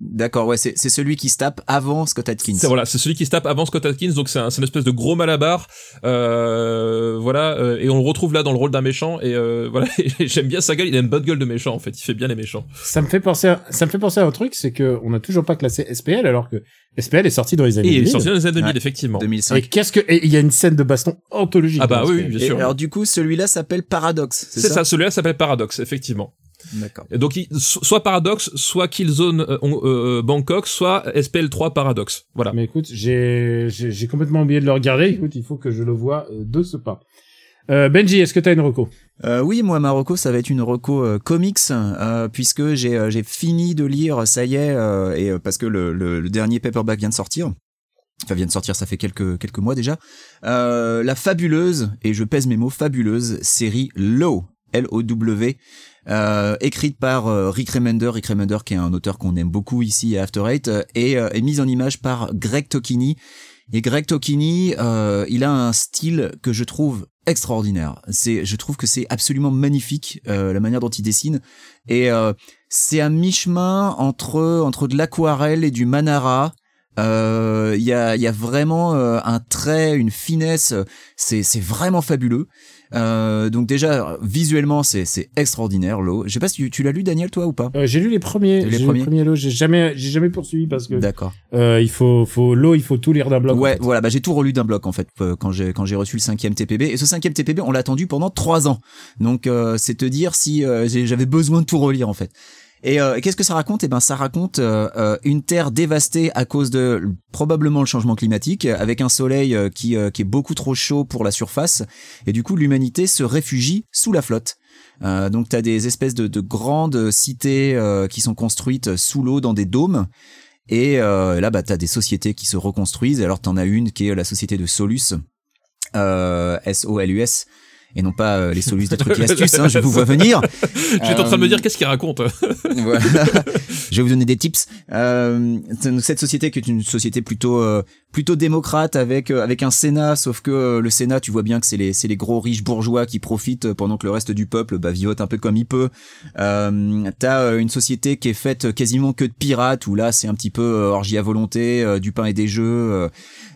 S4: D'accord, ouais, c'est c'est celui qui se tape avant Scott Atkins.
S3: c'est voilà, c'est celui qui se tape avant Scott Atkins, donc c'est un, c'est une espèce de gros malabar, euh, voilà, euh, et on le retrouve là dans le rôle d'un méchant, et euh, voilà, et j'aime bien sa gueule, il a une bonne gueule de méchant en fait, il fait bien les méchants.
S2: Ça me fait penser à, ça me fait penser à un truc, c'est que on n'a toujours pas classé SPL alors que SPL est sorti dans les années
S3: Et il est
S2: 2000.
S3: sorti dans les années 2000
S4: Ouais.
S3: effectivement.
S4: 2005.
S2: Et qu'est-ce que, et il y a une scène de baston anthologique.
S3: Ah bah
S2: dans
S3: oui,
S2: SPL.
S3: oui, bien
S4: Et
S3: sûr.
S4: alors du coup, celui-là s'appelle Paradox,
S3: C'est ça, celui-là s'appelle Paradox, effectivement.
S4: D'accord.
S3: Et donc, il- so- soit Paradox, soit Killzone euh, on- euh, Bangkok, soit SPL3 Paradox. Voilà.
S2: Mais écoute, j'ai, j'ai j'ai complètement oublié de le regarder. Écoute, il faut que je le vois euh, de ce pas. Euh, Benji, est-ce que t'as une reco
S4: Euh, oui, moi, ma reco, ça va être une reco euh, comics, euh, puisque j'ai euh, j'ai fini de lire, ça y est, euh, et euh, parce que le, le- le dernier paperback vient de sortir. Enfin, vient de sortir, ça fait quelques, quelques mois déjà. Euh, la fabuleuse, et je pèse mes mots, fabuleuse série Low, L-O-W, euh, écrite par euh, Rick Remender, Rick Remender qui est un auteur qu'on aime beaucoup ici à After Eight, euh, et, euh, et mise en image par Greg Tokini, et Greg Tokini, euh, il a un style que je trouve extraordinaire. C'est, je trouve que c'est absolument magnifique euh, la manière dont il dessine. Et euh, c'est à mi-chemin entre entre de l'aquarelle et du manara. Euh, Il y, a, il y a vraiment euh, un trait, une finesse. C'est c'est vraiment fabuleux. Euh, donc déjà visuellement, c'est c'est extraordinaire. L'eau. Je sais pas si tu, tu l'as lu Daniel toi ou pas.
S2: Euh, J'ai lu les premiers,
S4: Les
S2: j'ai lu
S4: premiers.
S2: les premiers lots. J'ai jamais, j'ai jamais poursuivi parce que
S4: D'accord.
S2: euh, il faut, faut l'eau, il faut tout lire d'un bloc.
S4: Ouais,
S2: en fait.
S4: voilà, bah j'ai tout relu d'un bloc en fait euh, quand j'ai quand j'ai reçu le cinquième TPB et ce cinquième TPB on l'a attendu pendant trois ans. Donc euh, c'est te dire si euh, j'ai- j'avais besoin de tout relire en fait. Et euh, qu'est-ce que ça raconte Eh ben ça raconte euh, euh, une terre dévastée à cause de euh, probablement le changement climatique, euh, avec un soleil euh, qui euh, qui est beaucoup trop chaud pour la surface et du coup l'humanité se réfugie sous la flotte. Euh, donc t'as des espèces de, de grandes cités euh, qui sont construites sous l'eau dans des dômes. Et euh, là, bah, tu as des sociétés qui se reconstruisent. Alors, tu en as une qui est la société de Solus, euh, S-O-L-U-S, et non pas euh, les Solus des trucs et astuces, hein, je vous vois venir.
S3: J'étais en train de
S4: euh,
S3: me dire qu'est-ce qu'il raconte.
S4: Voilà. je vais vous donner des tips. Euh, donc, cette société qui est une société plutôt euh, plutôt démocrate avec euh, avec un Sénat, sauf que euh, le Sénat, tu vois bien que c'est les c'est les gros riches bourgeois qui profitent euh, pendant que le reste du peuple bah, vivote un peu comme il peut. Euh, T'as euh, une société qui est faite quasiment que de pirates où là c'est un petit peu euh, orgie à volonté, euh, du pain et des jeux. euh.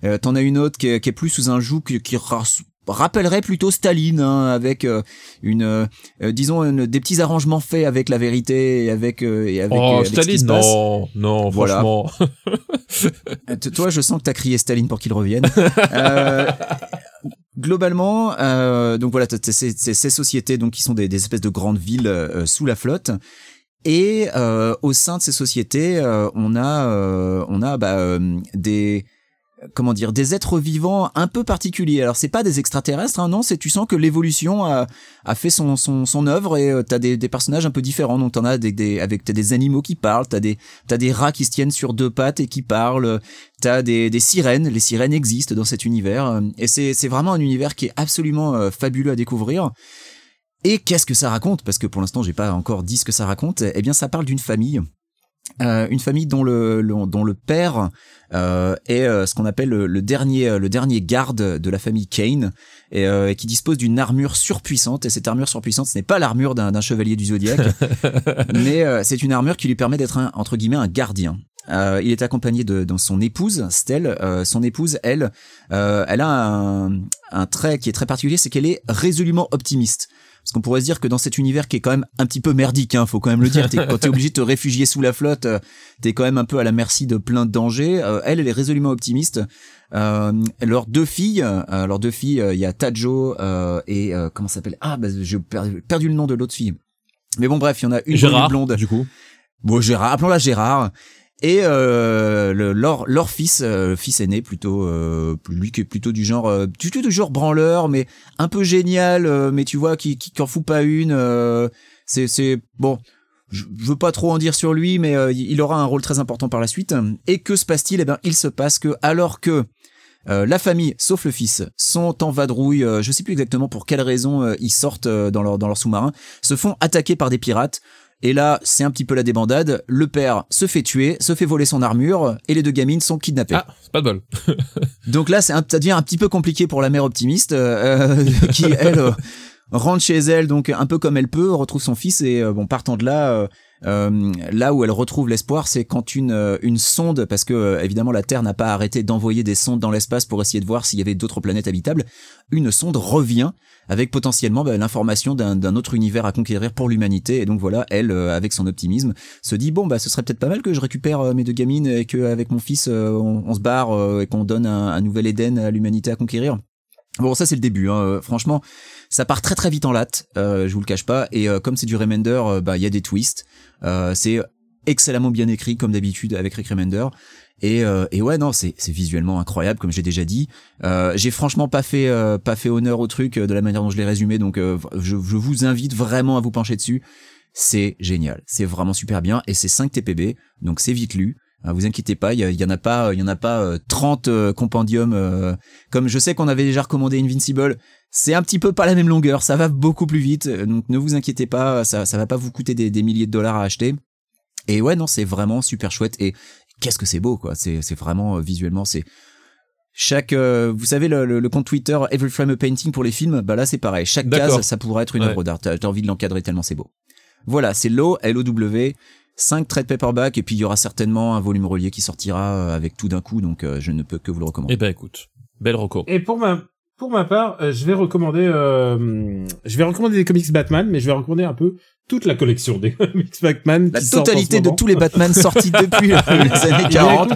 S4: Euh, T'en as une autre qui est, qui est plus sous un joug qui, qui ra- rappellerait plutôt Staline hein, avec euh, une euh, euh, disons une- des petits arrangements faits avec la vérité et avec euh, et avec, euh,
S3: oh,
S4: avec ce qui
S3: Staline,
S4: se passe.
S3: non, non,
S4: Voilà.
S3: franchement.
S4: Euh, t- Toi, je sens que t'as crié Staline pour qu'il revienne. Euh, globalement, euh, donc voilà, t'as- t'as ces, ces- ces sociétés donc qui sont des, des espèces de grandes villes euh, sous la flotte. Et euh, au sein de ces sociétés, euh, on a, euh, on a bah, euh, des comment dire des êtres vivants un peu particuliers. Alors c'est pas des extraterrestres, hein, non, c'est tu sens que l'évolution a, a fait son son son œuvre et euh, t'as des, des personnages un peu différents. Donc t'en as des, des avec t'as des animaux qui parlent, t'as des t'as des rats qui se tiennent sur deux pattes et qui parlent, t'as des des sirènes. Les sirènes existent dans cet univers euh, et c'est c'est vraiment un univers qui est absolument euh, fabuleux à découvrir. Et qu'est-ce que ça raconte Parce que pour l'instant, j'ai pas encore dit ce que ça raconte. Eh bien, ça parle d'une famille. Euh, une famille dont le, le- dont le père euh, est euh, ce qu'on appelle le, le dernier euh, le dernier garde de la famille Kane et, euh, et qui dispose d'une armure surpuissante et cette armure surpuissante ce n'est pas l'armure d'un d'un chevalier du zodiaque mais euh, c'est une armure qui lui permet d'être un, entre guillemets un gardien Euh, il est accompagné de, dans son épouse Stella Euh, son épouse elle euh, elle a un, un trait qui est très particulier c'est qu'elle est résolument optimiste parce qu'on pourrait se dire que dans cet univers qui est quand même un petit peu merdique, hein, faut quand même le dire, t'es, quand t'es obligé de te réfugier sous la flotte, euh, t'es quand même un peu à la merci de plein de dangers. Euh, elle, elle est résolument optimiste. Euh, leurs deux filles, euh, leurs deux filles, euh, il y a Tajo euh, et euh, comment ça s'appelle Ah, bah, j'ai perdu, perdu le nom de l'autre fille. Mais bon, bref, il y en a une
S3: Gérard,
S4: blonde
S3: du coup.
S4: Bon, Gérard, appelons-la Gérard. Et euh, le, leur, leur fils, euh, le fils aîné plutôt, euh, lui qui est plutôt du genre, euh, du, du- du genre branleur, mais un peu génial, euh, mais tu vois, qui, qui, qui en fout pas une. euh, c'est, c'est bon. Je je veux pas trop en dire sur lui, mais euh, il aura un rôle très important par la suite. Et que se passe-t-il Eh bien, il se passe que alors que euh, la famille, sauf le fils, sont en vadrouille. euh, je sais plus exactement pour quelle raison euh, ils sortent euh, dans leur dans leur sous-marin, se font attaquer par des pirates. Et là, c'est un petit peu la débandade. Le père se fait tuer, se fait voler son armure, et les deux gamines sont kidnappées.
S3: Ah, c'est pas de bol.
S4: Donc là, c'est un- ça devient un petit peu compliqué pour la mère optimiste, euh, euh, qui elle euh, rentre chez elle, donc un peu comme elle peut, retrouve son fils et euh, bon, partant de là, euh, euh, là où elle retrouve l'espoir, c'est quand une euh, une sonde, parce que euh, évidemment la Terre n'a pas arrêté d'envoyer des sondes dans l'espace pour essayer de voir s'il y avait d'autres planètes habitables, une sonde revient avec potentiellement bah, l'information d'un d'un autre univers à conquérir pour l'humanité. Et donc voilà, elle, euh, avec son optimisme, se dit bon bah ce serait peut-être pas mal que je récupère euh, mes deux gamines et que avec mon fils euh, on, on se barre euh, et qu'on donne un, un nouvel Éden à l'humanité à conquérir. Bon ça c'est le début. hein. Euh, Franchement, ça part très très vite en latte. euh, je vous le cache pas. Et euh, comme c'est du Remender, euh, bah il y a des twists. Euh, c'est excellemment bien écrit comme d'habitude avec Rick Remender. Et, euh, et ouais non c'est c'est visuellement incroyable comme j'ai déjà dit. Euh, j'ai franchement pas fait euh, pas fait honneur au truc euh, de la manière dont je l'ai résumé donc euh, je, je vous invite vraiment à vous pencher dessus. C'est génial, c'est vraiment super bien et c'est 5 TPB donc c'est vite lu. Hein, vous inquiétez pas, il y, a- il y en a pas il y en a pas euh, 30 euh, compendiums euh, comme je sais qu'on avait déjà recommandé Invincible, c'est un petit peu pas la même longueur, ça va beaucoup plus vite, euh, donc ne vous inquiétez pas, ça, ça va pas vous coûter des, des milliers de dollars à acheter. Et ouais, non, c'est vraiment super chouette, et qu'est-ce que c'est beau, quoi, c'est c'est vraiment, euh, visuellement, c'est... Chaque, euh, vous savez, le, le- le compte Twitter Every Frame a Painting pour les films, bah là c'est pareil. Chaque
S3: D'accord.
S4: case, ça pourrait être une
S3: Ouais.
S4: œuvre d'art. T'as t'as envie de l'encadrer tellement c'est beau. Voilà, c'est l'O, L-O-W, 5 trades paperback, et puis il y aura certainement un volume relié qui sortira euh, avec tout d'un coup, donc euh, je ne peux que vous le recommander.
S3: Eh ben écoute, belle reco.
S2: Et pour ma pour ma part, euh, je vais recommander euh, je vais recommander des comics Batman, mais je vais recommander un peu toute la collection des comics Batman.
S4: La
S2: qui sortent en
S4: totalité
S2: ce
S4: de
S2: moment.
S4: tous les Batman sortis depuis euh, les années 40.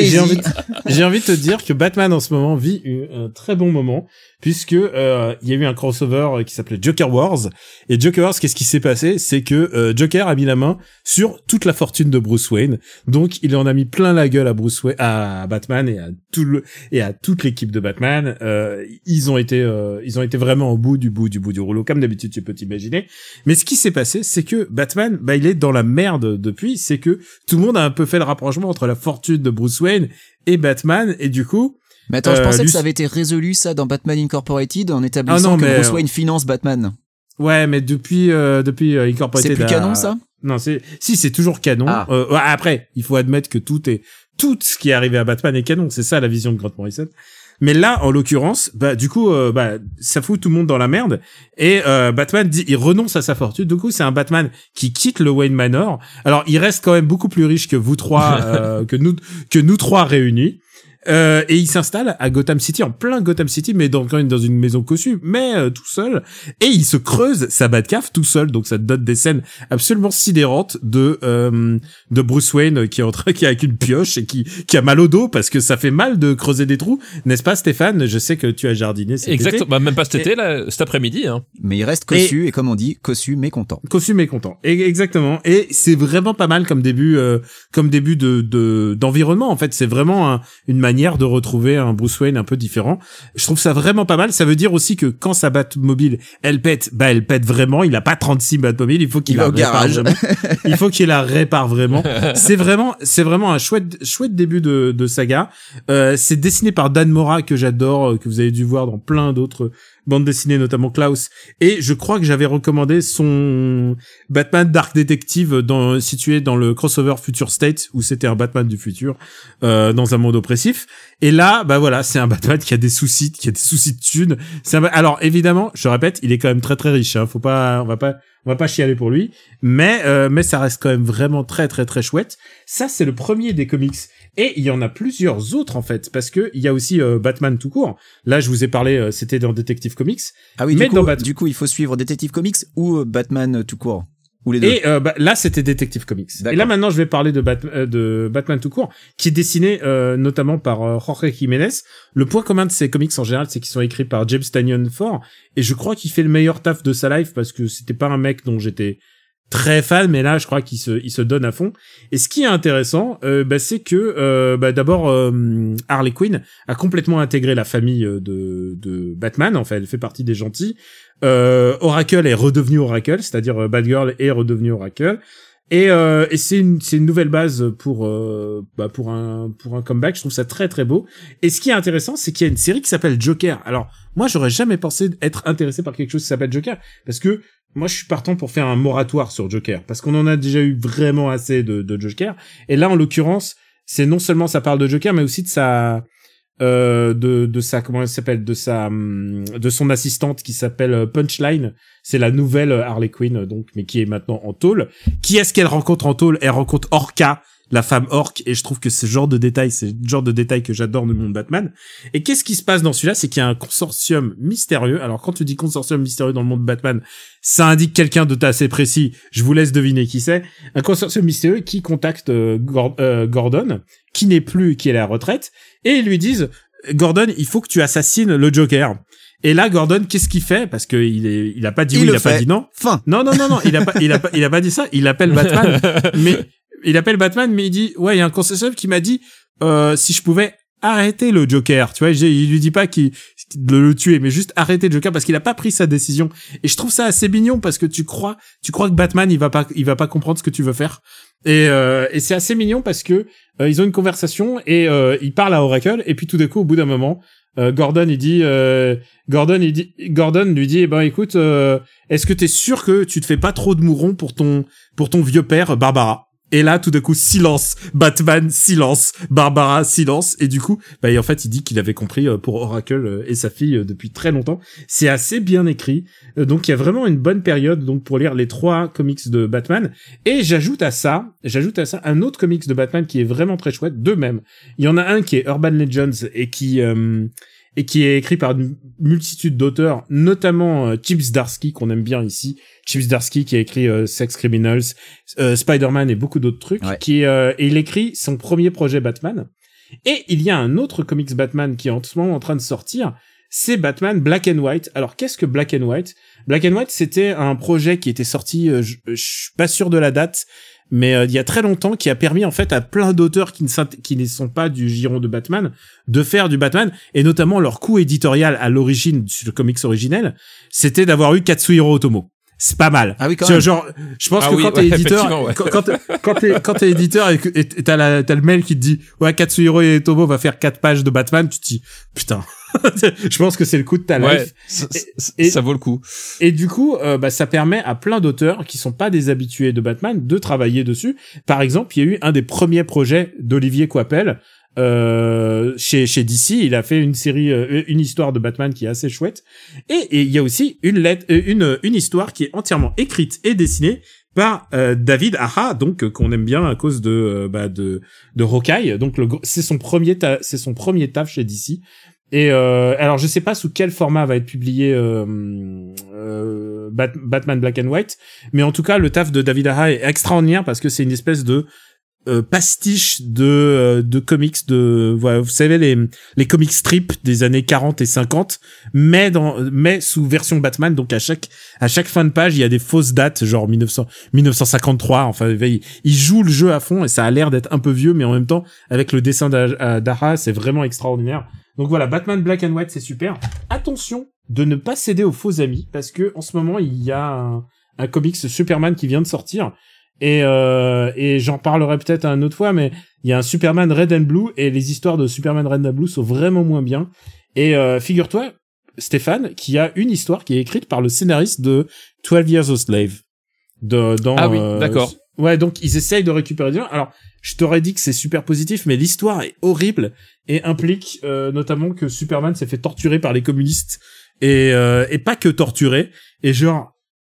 S2: J'ai envie,
S4: Allez-y.
S2: de- j'ai envie de te dire que Batman en ce moment vit une- un très bon moment puisque euh, il y a eu un crossover euh, qui s'appelait Joker Wars et Joker Wars qu'est-ce qui s'est passé c'est que euh, Joker a mis la main sur toute la fortune de Bruce Wayne donc il en a mis plein la gueule à Bruce Wayne à Batman et à tout le et à toute l'équipe de Batman Euh, ils ont été euh, ils ont été vraiment au bout du bout du bout du rouleau comme d'habitude tu peux t'imaginer mais ce qui s'est passé c'est que Batman bah il est dans la merde depuis c'est que tout le monde a un peu fait le rapprochement entre la fortune de Bruce Wayne et Batman et du coup
S4: Mais attends, je
S2: Euh,
S4: pensais que
S2: Luc-
S4: ça avait été résolu ça dans Batman Incorporated en établissant
S2: Ah non,
S4: que
S2: mais-
S4: Bruce Wayne finance Batman.
S2: ouais mais depuis euh, depuis euh, Incorporated
S4: C'est plus
S2: a-
S4: canon ça
S2: non c'est si c'est toujours canon
S4: Ah.
S2: Euh, ouais, après il faut admettre que tout est tout ce qui est arrivé à Batman est canon c'est ça la vision de Grant Morrison mais là en l'occurrence bah du coup euh, bah ça fout tout le monde dans la merde et euh, Batman dit il renonce à sa fortune du coup c'est un Batman qui quitte le Wayne Manor alors il reste quand même beaucoup plus riche que vous trois euh, que nous que nous trois réunis Euh, et il s'installe à Gotham City, en plein Gotham City, mais dans, quand même dans une maison cossue, mais euh, tout seul. Et il se creuse sa Batcave tout seul, donc ça te donne des scènes absolument sidérantes de euh, de Bruce Wayne qui est en train, qui est avec une pioche et qui qui a mal au dos parce que ça fait mal de creuser des trous, n'est-ce pas Stéphane Je sais que tu as jardiné. cet été.
S3: Exactement, bah, même pas cet été, là, cet après-midi. Hein.
S4: Mais il reste cossu et, comme on dit, cossu mais content.
S2: Consume et content. Et- exactement. Et c'est vraiment pas mal comme début, euh, comme début de de- d'environnement. en fait, c'est vraiment un- une manière de retrouver un Bruce Wayne un peu différent. Je trouve ça vraiment pas mal. Ça veut dire aussi que quand sa Batmobile, elle pète, bah elle pète vraiment. Il a pas 36 Batmobiles. Il faut qu'il
S4: Il
S2: la
S4: va au
S2: répare
S4: garage.
S2: vraiment. il faut qu'il la répare vraiment. C'est vraiment, c'est vraiment un chouette, chouette début de, de saga. Euh, c'est dessiné par Dan Mora que j'adore, euh, que vous avez dû voir dans plein d'autres bandes dessinées, notamment Klaus. Et je crois que j'avais recommandé son Batman Dark Detective dans, situé dans le crossover Future State où c'était un Batman du futur euh, dans un monde oppressif. Et là, bah voilà, c'est un Batman qui a des soucis, qui a des soucis de thunes. C'est un Ba- Alors évidemment, je répète, il est quand même très très riche. Hein. Faut pas, on va pas, on va pas chialer pour lui. Mais euh, mais ça reste quand même vraiment très très très chouette. Ça c'est le premier des comics. Et il y en a plusieurs autres en fait parce que il y a aussi euh, Batman tout court. Là, je vous ai parlé, euh, c'était dans Detective Comics.
S4: Ah oui,
S2: Mais
S4: du
S2: dans
S4: coup,
S2: Bat-
S4: du coup, il faut suivre Detective Comics ou euh, Batman euh, tout court. Ou les deux.
S2: Et euh, bah, là, c'était Detective Comics.
S4: D'accord.
S2: Et là, maintenant, je vais parler de, Bat- euh, de Batman tout court, qui est dessiné euh, notamment par euh, Jorge Jiménez. Le point commun de ces comics en général, c'est qu'ils sont écrits par James Tannion Ford, et je crois qu'il fait le meilleur taf de sa life parce que c'était pas un mec dont j'étais très fan, mais là, je crois qu'il se, il se donne à fond. Et ce qui est intéressant, euh, bah, c'est que euh, bah, d'abord euh, Harley Quinn a complètement intégré la famille euh, de, de Batman. Enfin, elle fait partie des gentils. Euh, Oracle est redevenu Oracle, c'est-à-dire euh, Batgirl est redevenu Oracle. Et, euh, et c'est une, c'est une nouvelle base pour euh, bah, pour un pour un comeback. Je trouve ça très très beau. Et ce qui est intéressant, c'est qu'il y a une série qui s'appelle Joker. Alors moi, j'aurais jamais pensé être intéressé par quelque chose qui s'appelle Joker parce que moi, je suis partant pour faire un moratoire sur Joker parce qu'on en a déjà eu vraiment assez de, de Joker. Et là, en l'occurrence, c'est non seulement ça parle de Joker, mais aussi de sa euh, de, de sa comment elle s'appelle de sa hum, de son assistante qui s'appelle euh, Punchline c'est la nouvelle euh, Harley Quinn euh, donc mais qui est maintenant en tôle qui est-ce qu'elle rencontre en tôle elle rencontre Orca la femme orque et je trouve que ce genre de détail c'est le genre de détail que j'adore dans le monde Batman et qu'est-ce qui se passe dans celui-là c'est qu'il y a un consortium mystérieux alors quand tu dis consortium mystérieux dans le monde Batman ça indique quelqu'un de assez précis je vous laisse deviner qui c'est un consortium mystérieux qui contacte euh, Gor- euh, Gordon qui n'est plus qui est à la retraite et ils lui disent Gordon, il faut que tu assassines le Joker. Et là, Gordon, qu'est-ce qu'il fait Parce que il est, il a pas dit
S4: Il
S2: oui, il
S4: le
S2: a pas
S4: fait.
S2: dit non.
S4: Fin.
S2: Non, non, non, non, il a pas, il a pas, il a pas dit ça. Il appelle Batman, mais il appelle Batman, mais il dit ouais, il y a un concepteur qui m'a dit euh, si je pouvais arrêter le Joker, tu vois, j'ai- il lui dit pas qu'il de le tuer, mais juste arrêter le Joker parce qu'il a pas pris sa décision. Et je trouve ça assez mignon parce que tu crois, tu crois que Batman il va pas, il va pas comprendre ce que tu veux faire. Et, euh, et c'est assez mignon parce que euh, ils ont une conversation et euh, il parle à Oracle et puis tout d'un coup, au bout d'un moment, euh, Gordon il dit, euh, Gordon il dit, Gordon lui dit, eh ben écoute, euh, est-ce que t'es sûr que tu te fais pas trop de mourons pour ton pour ton vieux père euh, Barbara Et là, tout d'un coup, silence. Batman, silence. Barbara, silence. Et du coup, bah, et en fait, il dit qu'il avait compris euh, pour Oracle euh, et sa fille euh, depuis très longtemps. C'est assez bien écrit. Euh, Donc, il y a vraiment une bonne période donc pour lire les trois comics de Batman. Et j'ajoute à ça, j'ajoute à ça un autre comics de Batman qui est vraiment très chouette, deux mêmes. Il y en a un qui est Urban Legends et qui euh, et qui est écrit par une multitude d'auteurs, notamment euh, Chips Darsky qu'on aime bien ici. Chips Darsky qui a écrit euh, Sex Criminals, euh, Spider-Man et beaucoup d'autres trucs.
S4: Ouais.
S2: Qui euh, et il écrit son premier projet Batman. Et il y a un autre comics Batman qui est en ce moment en train de sortir. C'est Batman Black and White. Alors qu'est-ce que Black and White Black and White, c'était un projet qui était sorti, euh, je je suis pas sûr de la date, mais euh, il y a très longtemps, qui a permis en fait à plein d'auteurs qui ne s'int- qui ne sont pas du giron de Batman de faire du Batman, et notamment leur coût éditorial à l'origine sur le comics originel, c'était d'avoir eu Katsuhiro Otomo. C'est pas mal.
S4: Ah oui, quand
S2: C'est
S4: même.
S2: Genre, je pense
S3: Ah
S2: que
S3: oui,
S2: quand t'es
S3: ouais,
S2: éditeur,
S3: effectivement, ouais.
S2: quand, quand t'es- quand t'es quand t'es éditeur et que- et t'as la- t'as le mail qui te dit ouais Katsuhiro Otomo va faire quatre pages de Batman, tu te dis putain. je pense que c'est le coup de ta life.
S3: Ouais, ça, ça-
S2: et-
S3: ça vaut le coup.
S2: Et du coup, euh, bah, ça permet à plein d'auteurs qui sont pas des habitués de Batman de travailler dessus. Par exemple, il y a eu un des premiers projets d'Olivier Coipel euh, chez chez DC. Il a fait une série, euh, une histoire de Batman qui est assez chouette. Et et il y a aussi une lettre, euh, une une histoire qui est entièrement écrite et dessinée par euh, David Aha, donc euh, qu'on aime bien à cause de euh, bah, de de Hawkeye. Donc le gros- c'est son premier ta- c'est son premier taf chez DC. Et euh, alors je sais pas sous quel format va être publié euh, euh, Bat- Batman Black and White, mais en tout cas le taf de David Aha est extraordinaire parce que c'est une espèce de euh, pastiche de euh, de comics de voilà, vous savez les les comics strips des années 40 et 50 mais dans mais sous version Batman donc à chaque à chaque fin de page il y a des fausses dates genre 1900 1953 enfin il, il joue le jeu à fond et ça a l'air d'être un peu vieux mais en même temps avec le dessin d'A- d'Ara c'est vraiment extraordinaire donc voilà Batman Black and White c'est super attention de ne pas céder aux faux amis parce que en ce moment il y a un, un comics Superman qui vient de sortir et euh, et j'en parlerai peut-être un autre fois mais il y a un Superman Red and Blue et les histoires de Superman Red and Blue sont vraiment moins bien et euh, figure-toi Stéphane qu'il y a une histoire qui est écrite par le scénariste de 12 Years a Slave de dans
S3: Ah oui,
S2: euh,
S3: d'accord.
S2: ouais donc ils essayent de récupérer des gens alors je t'aurais dit que c'est super positif mais l'histoire est horrible et implique euh, notamment que Superman s'est fait torturer par les communistes et, euh, et pas que torturé et genre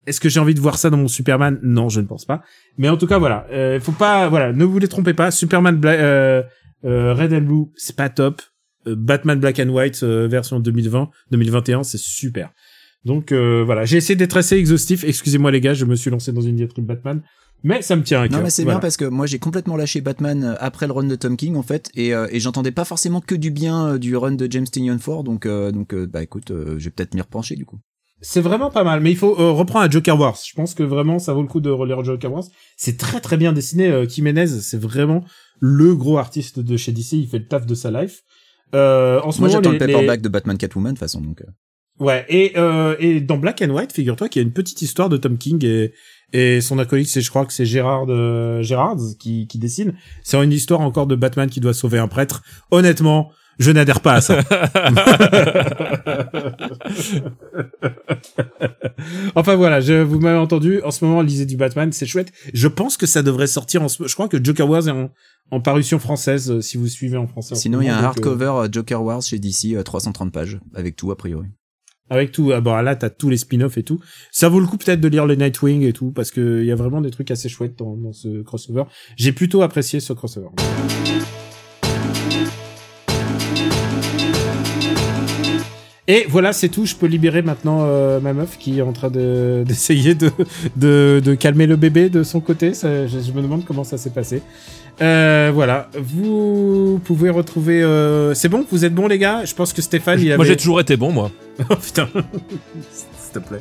S2: est-ce que j'ai envie de voir ça dans mon Superman non je ne pense pas mais en tout cas voilà euh, faut pas voilà ne vous les trompez pas Superman Bla- euh, euh, Red and Blue c'est pas top Euh, Batman Black and White euh, version 2020 2021 c'est super donc euh, voilà j'ai essayé d'être assez exhaustif excusez-moi les gars je me suis lancé dans une diatribe Batman mais ça me tient à cœur
S4: Non mais c'est
S2: Voilà.
S4: bien parce que moi j'ai complètement lâché Batman euh, après le run de Tom King en fait et, euh, et j'entendais pas forcément que du bien euh, du run de James Tynion Ford donc euh, donc euh, bah écoute euh, je vais peut-être m'y repencher du coup.
S2: C'est vraiment pas mal, mais il faut euh, reprendre à Joker Wars. Je pense que vraiment ça vaut le coup de relire Joker Wars. C'est très très bien dessiné. euh, Jiménez, c'est vraiment le gros artiste de chez DC. Il fait le taf de sa life. Euh, en ce
S4: Moi
S2: moment,
S4: j'attends le
S2: les- les-
S4: paperback de Batman Catwoman de toute façon donc. euh.
S2: Ouais, et, euh, et dans Black and White, figure-toi qu'il y a une petite histoire de Tom King et, et son acolyte, c'est je crois que c'est Gérard euh, Gérard qui, qui dessine. C'est une histoire encore de Batman qui doit sauver un prêtre. Honnêtement, je n'adhère pas à ça. enfin voilà, je, vous m'avez entendu. En ce moment, lisez du Batman, c'est chouette. Je pense que ça devrait sortir en ce- Je crois que Joker Wars est en, en parution française, euh, si vous suivez en français. en ce
S4: Sinon il y a
S2: moment,
S4: un
S2: donc, euh,
S4: hardcover euh, Joker Wars chez DC euh, 330 pages avec tout a priori.
S2: avec tout ah bon là t'as tous les spin-offs et tout ça vaut le coup peut-être de lire les Nightwing et tout parce que il y a vraiment des trucs assez chouettes dans, dans ce crossover j'ai plutôt apprécié ce crossover Et voilà, c'est tout. Je peux libérer maintenant euh, ma meuf qui est en train de- d'essayer de, de, de calmer le bébé de son côté. Ça, je, je me demande comment ça s'est passé. Euh, voilà, vous pouvez retrouver. euh, C'est bon, vous êtes bon les gars. Je pense que Stéphane, il avait.
S3: Moi, j'ai toujours été bon, moi.
S2: Oh putain. te plaît.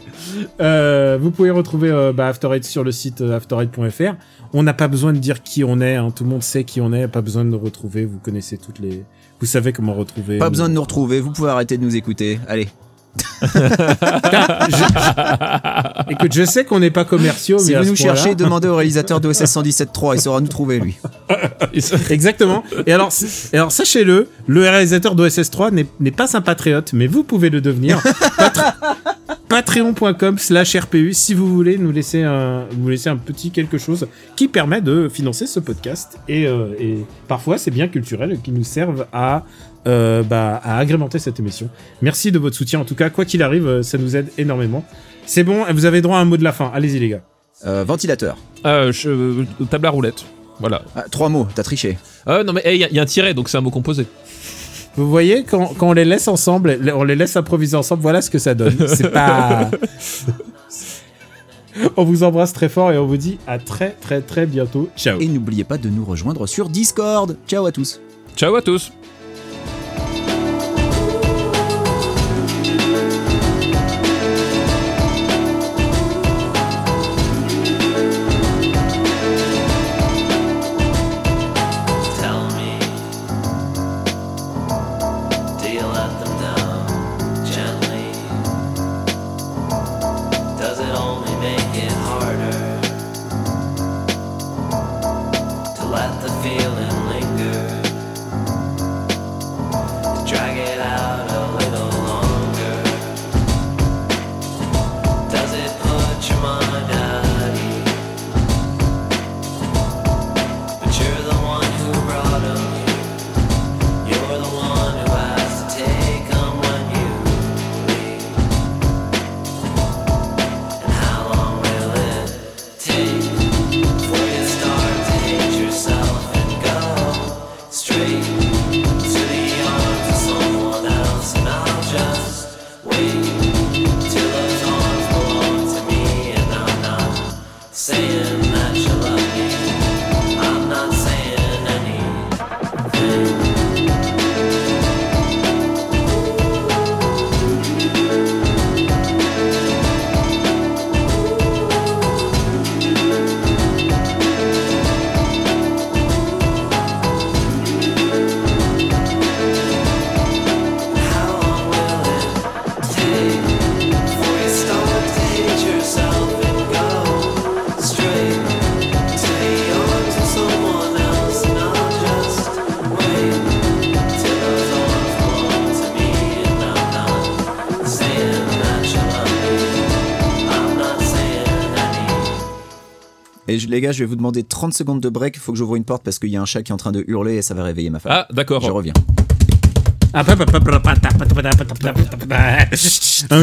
S2: Euh, vous pouvez retrouver euh, bah, After Eight sur le site euh, aftereit.fr. On n'a pas besoin de dire qui on est, hein, tout le monde sait qui on est, pas besoin de nous retrouver, vous connaissez toutes les... Vous savez comment retrouver...
S4: Pas besoin de nous retrouver, vous pouvez arrêter de nous écouter. Allez,
S2: Écoute, je sais qu'on n'est pas commerciaux,
S4: si
S2: mais à
S4: vous
S2: ce
S4: nous
S2: point-là-
S4: cherchez, demandez au réalisateur de OSS 117.3, il saura nous trouver lui.
S2: Exactement. Et alors, c- et alors sachez-le, le réalisateur d'OSS3 n'est- n'est pas un patriote, mais vous pouvez le devenir. Patre- Patreon.com slash RPU si vous voulez nous laisser un, vous laisser un petit quelque chose qui permet de financer ce podcast. Et, euh, et parfois, c'est bien culturel et qui nous servent à, euh, bah, à agrémenter cette émission. Merci de votre soutien. En tout cas, quoi qu'il arrive, euh, ça nous aide énormément. C'est bon, vous avez droit à un mot de la fin. Allez-y, les gars.
S4: Euh, ventilateur.
S3: Euh, je- euh, table à roulette. Voilà.
S4: Ah, trois mots, t'as triché.
S3: Euh, non, mais il y, a un tiret, donc c'est un mot composé.
S2: Vous voyez, quand, quand on les laisse ensemble, on les laisse improviser ensemble, voilà ce que ça donne. C'est pas. on vous embrasse très fort et on vous dit à très très très bientôt. Ciao.
S4: Et n'oubliez pas de nous rejoindre sur Discord. Ciao à tous.
S3: Ciao à tous.
S6: Tell me, do you let them down gently? Does it only make it harder to let the feeling linger? To drag it out a little longer? Does it put your mind at ease? But you're the one who brought him. You're the one who has to take him when you leave. And how long will it take before you start to hate yourself and go straight to the arms of someone else? And I'll just wait till those arms belong to me, and I'm not saying that you love me. I'm not saying anything. How long will it take before you start to hate yourself and go straight to the arms of someone else? And I'll just wait till those arms belong to me. And I'm not saying that you love me. I'm not saying anything.
S4: Et je- les gars, je vais vous demander 30 secondes de break. Faut que j'ouvre une porte parce qu'il y a un chat qui est en train de hurler et ça va réveiller ma femme.
S3: Ah,
S2: oh.
S3: d'accord.
S4: Je reviens.
S2: Un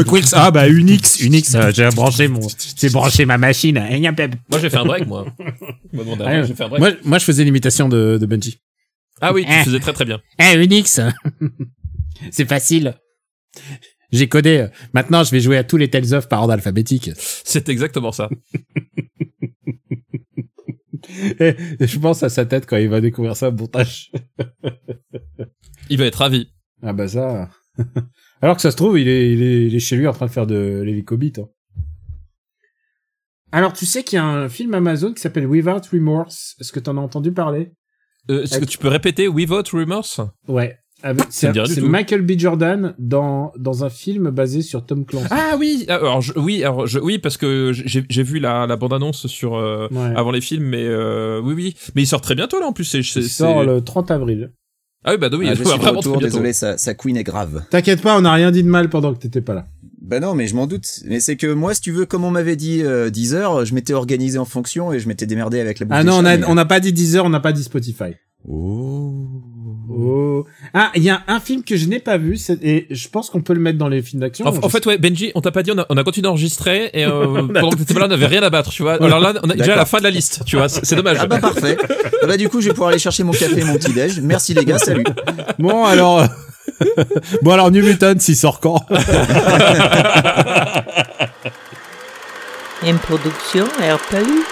S2: Quills. Ah bah Unix, Unix, euh, j'ai branché mon. J'ai branché ma machine.
S3: Moi, j'ai fait un break, moi. On m'a demandé un break, j'ai fait un break.
S2: Moi, moi je faisais l'imitation de, de Bungie.
S3: Ah oui, tu faisais très très bien.
S2: Eh Unix C'est facile. J'ai codé. euh, Maintenant je vais jouer à tous les Tales of par ordre alphabétique.
S3: C'est exactement ça.
S2: Et je pense à sa tête quand il va découvrir ça au montage.
S3: Il va être ravi.
S2: Ah bah ça. Alors que ça se trouve, il est, il est, il est chez lui en train de faire de hein. l'hélicobite. Alors tu sais qu'il y a un film Amazon qui s'appelle Without Remorse. Est-ce que t'en as entendu parler
S3: Euh, Est-ce que tu peux répéter Without Remorse
S2: Ouais. Avec-
S3: Ça
S2: C'est
S3: me dit rien du
S2: c'est
S3: tout.
S2: Michael B. Jordan dans, dans un film basé sur Tom Clancy.
S3: Ah oui, alors je- oui, alors je- oui parce que j'ai j'ai vu la, la bande annonce sur euh,
S2: Ouais.
S3: avant les films, mais euh, oui oui, mais il sort très bientôt là en plus. c'est- c'est-
S2: il sort
S3: c'est-
S2: le 30 avril.
S3: Ah oui bah oui,
S4: Ah,
S3: il
S4: je
S3: faut
S4: suis de
S3: vraiment très
S4: retour,
S3: bientôt.
S4: désolé, sa, sa queen est grave.
S2: T'inquiète pas, on n'a rien dit de mal pendant que t'étais pas là.
S4: Bah non, mais je m'en doute. Mais c'est que moi, si tu veux, comme on m'avait dit euh, 10 heures, je m'étais organisé en fonction et je m'étais démerdé avec la bouche
S2: Ah
S4: des
S2: non, on
S4: chats,
S2: a-
S4: mais-
S2: on n'a pas dit Deezer, on n'a pas dit Spotify.
S4: Oh.
S2: Oh. Ah, il y a un film que je n'ai pas vu, c'est- et je pense qu'on peut le mettre dans les films d'action.
S3: En, en fait, ouais, Benji, on t'a pas dit, on a, on a continué d'enregistrer et euh, pendant que t'étais pas là, on avait rien à battre, tu vois. Alors là, on est déjà à la fin de la liste, tu vois. C'est c'est dommage.
S4: Ah bah parfait. Ah bah du coup, je vais pouvoir aller chercher mon café et mon petit déj. Merci les gars, salut.
S2: Bon, alors. euh, bon, alors, New Mutants, il sort quand
S6: é
S7: Une production RPU.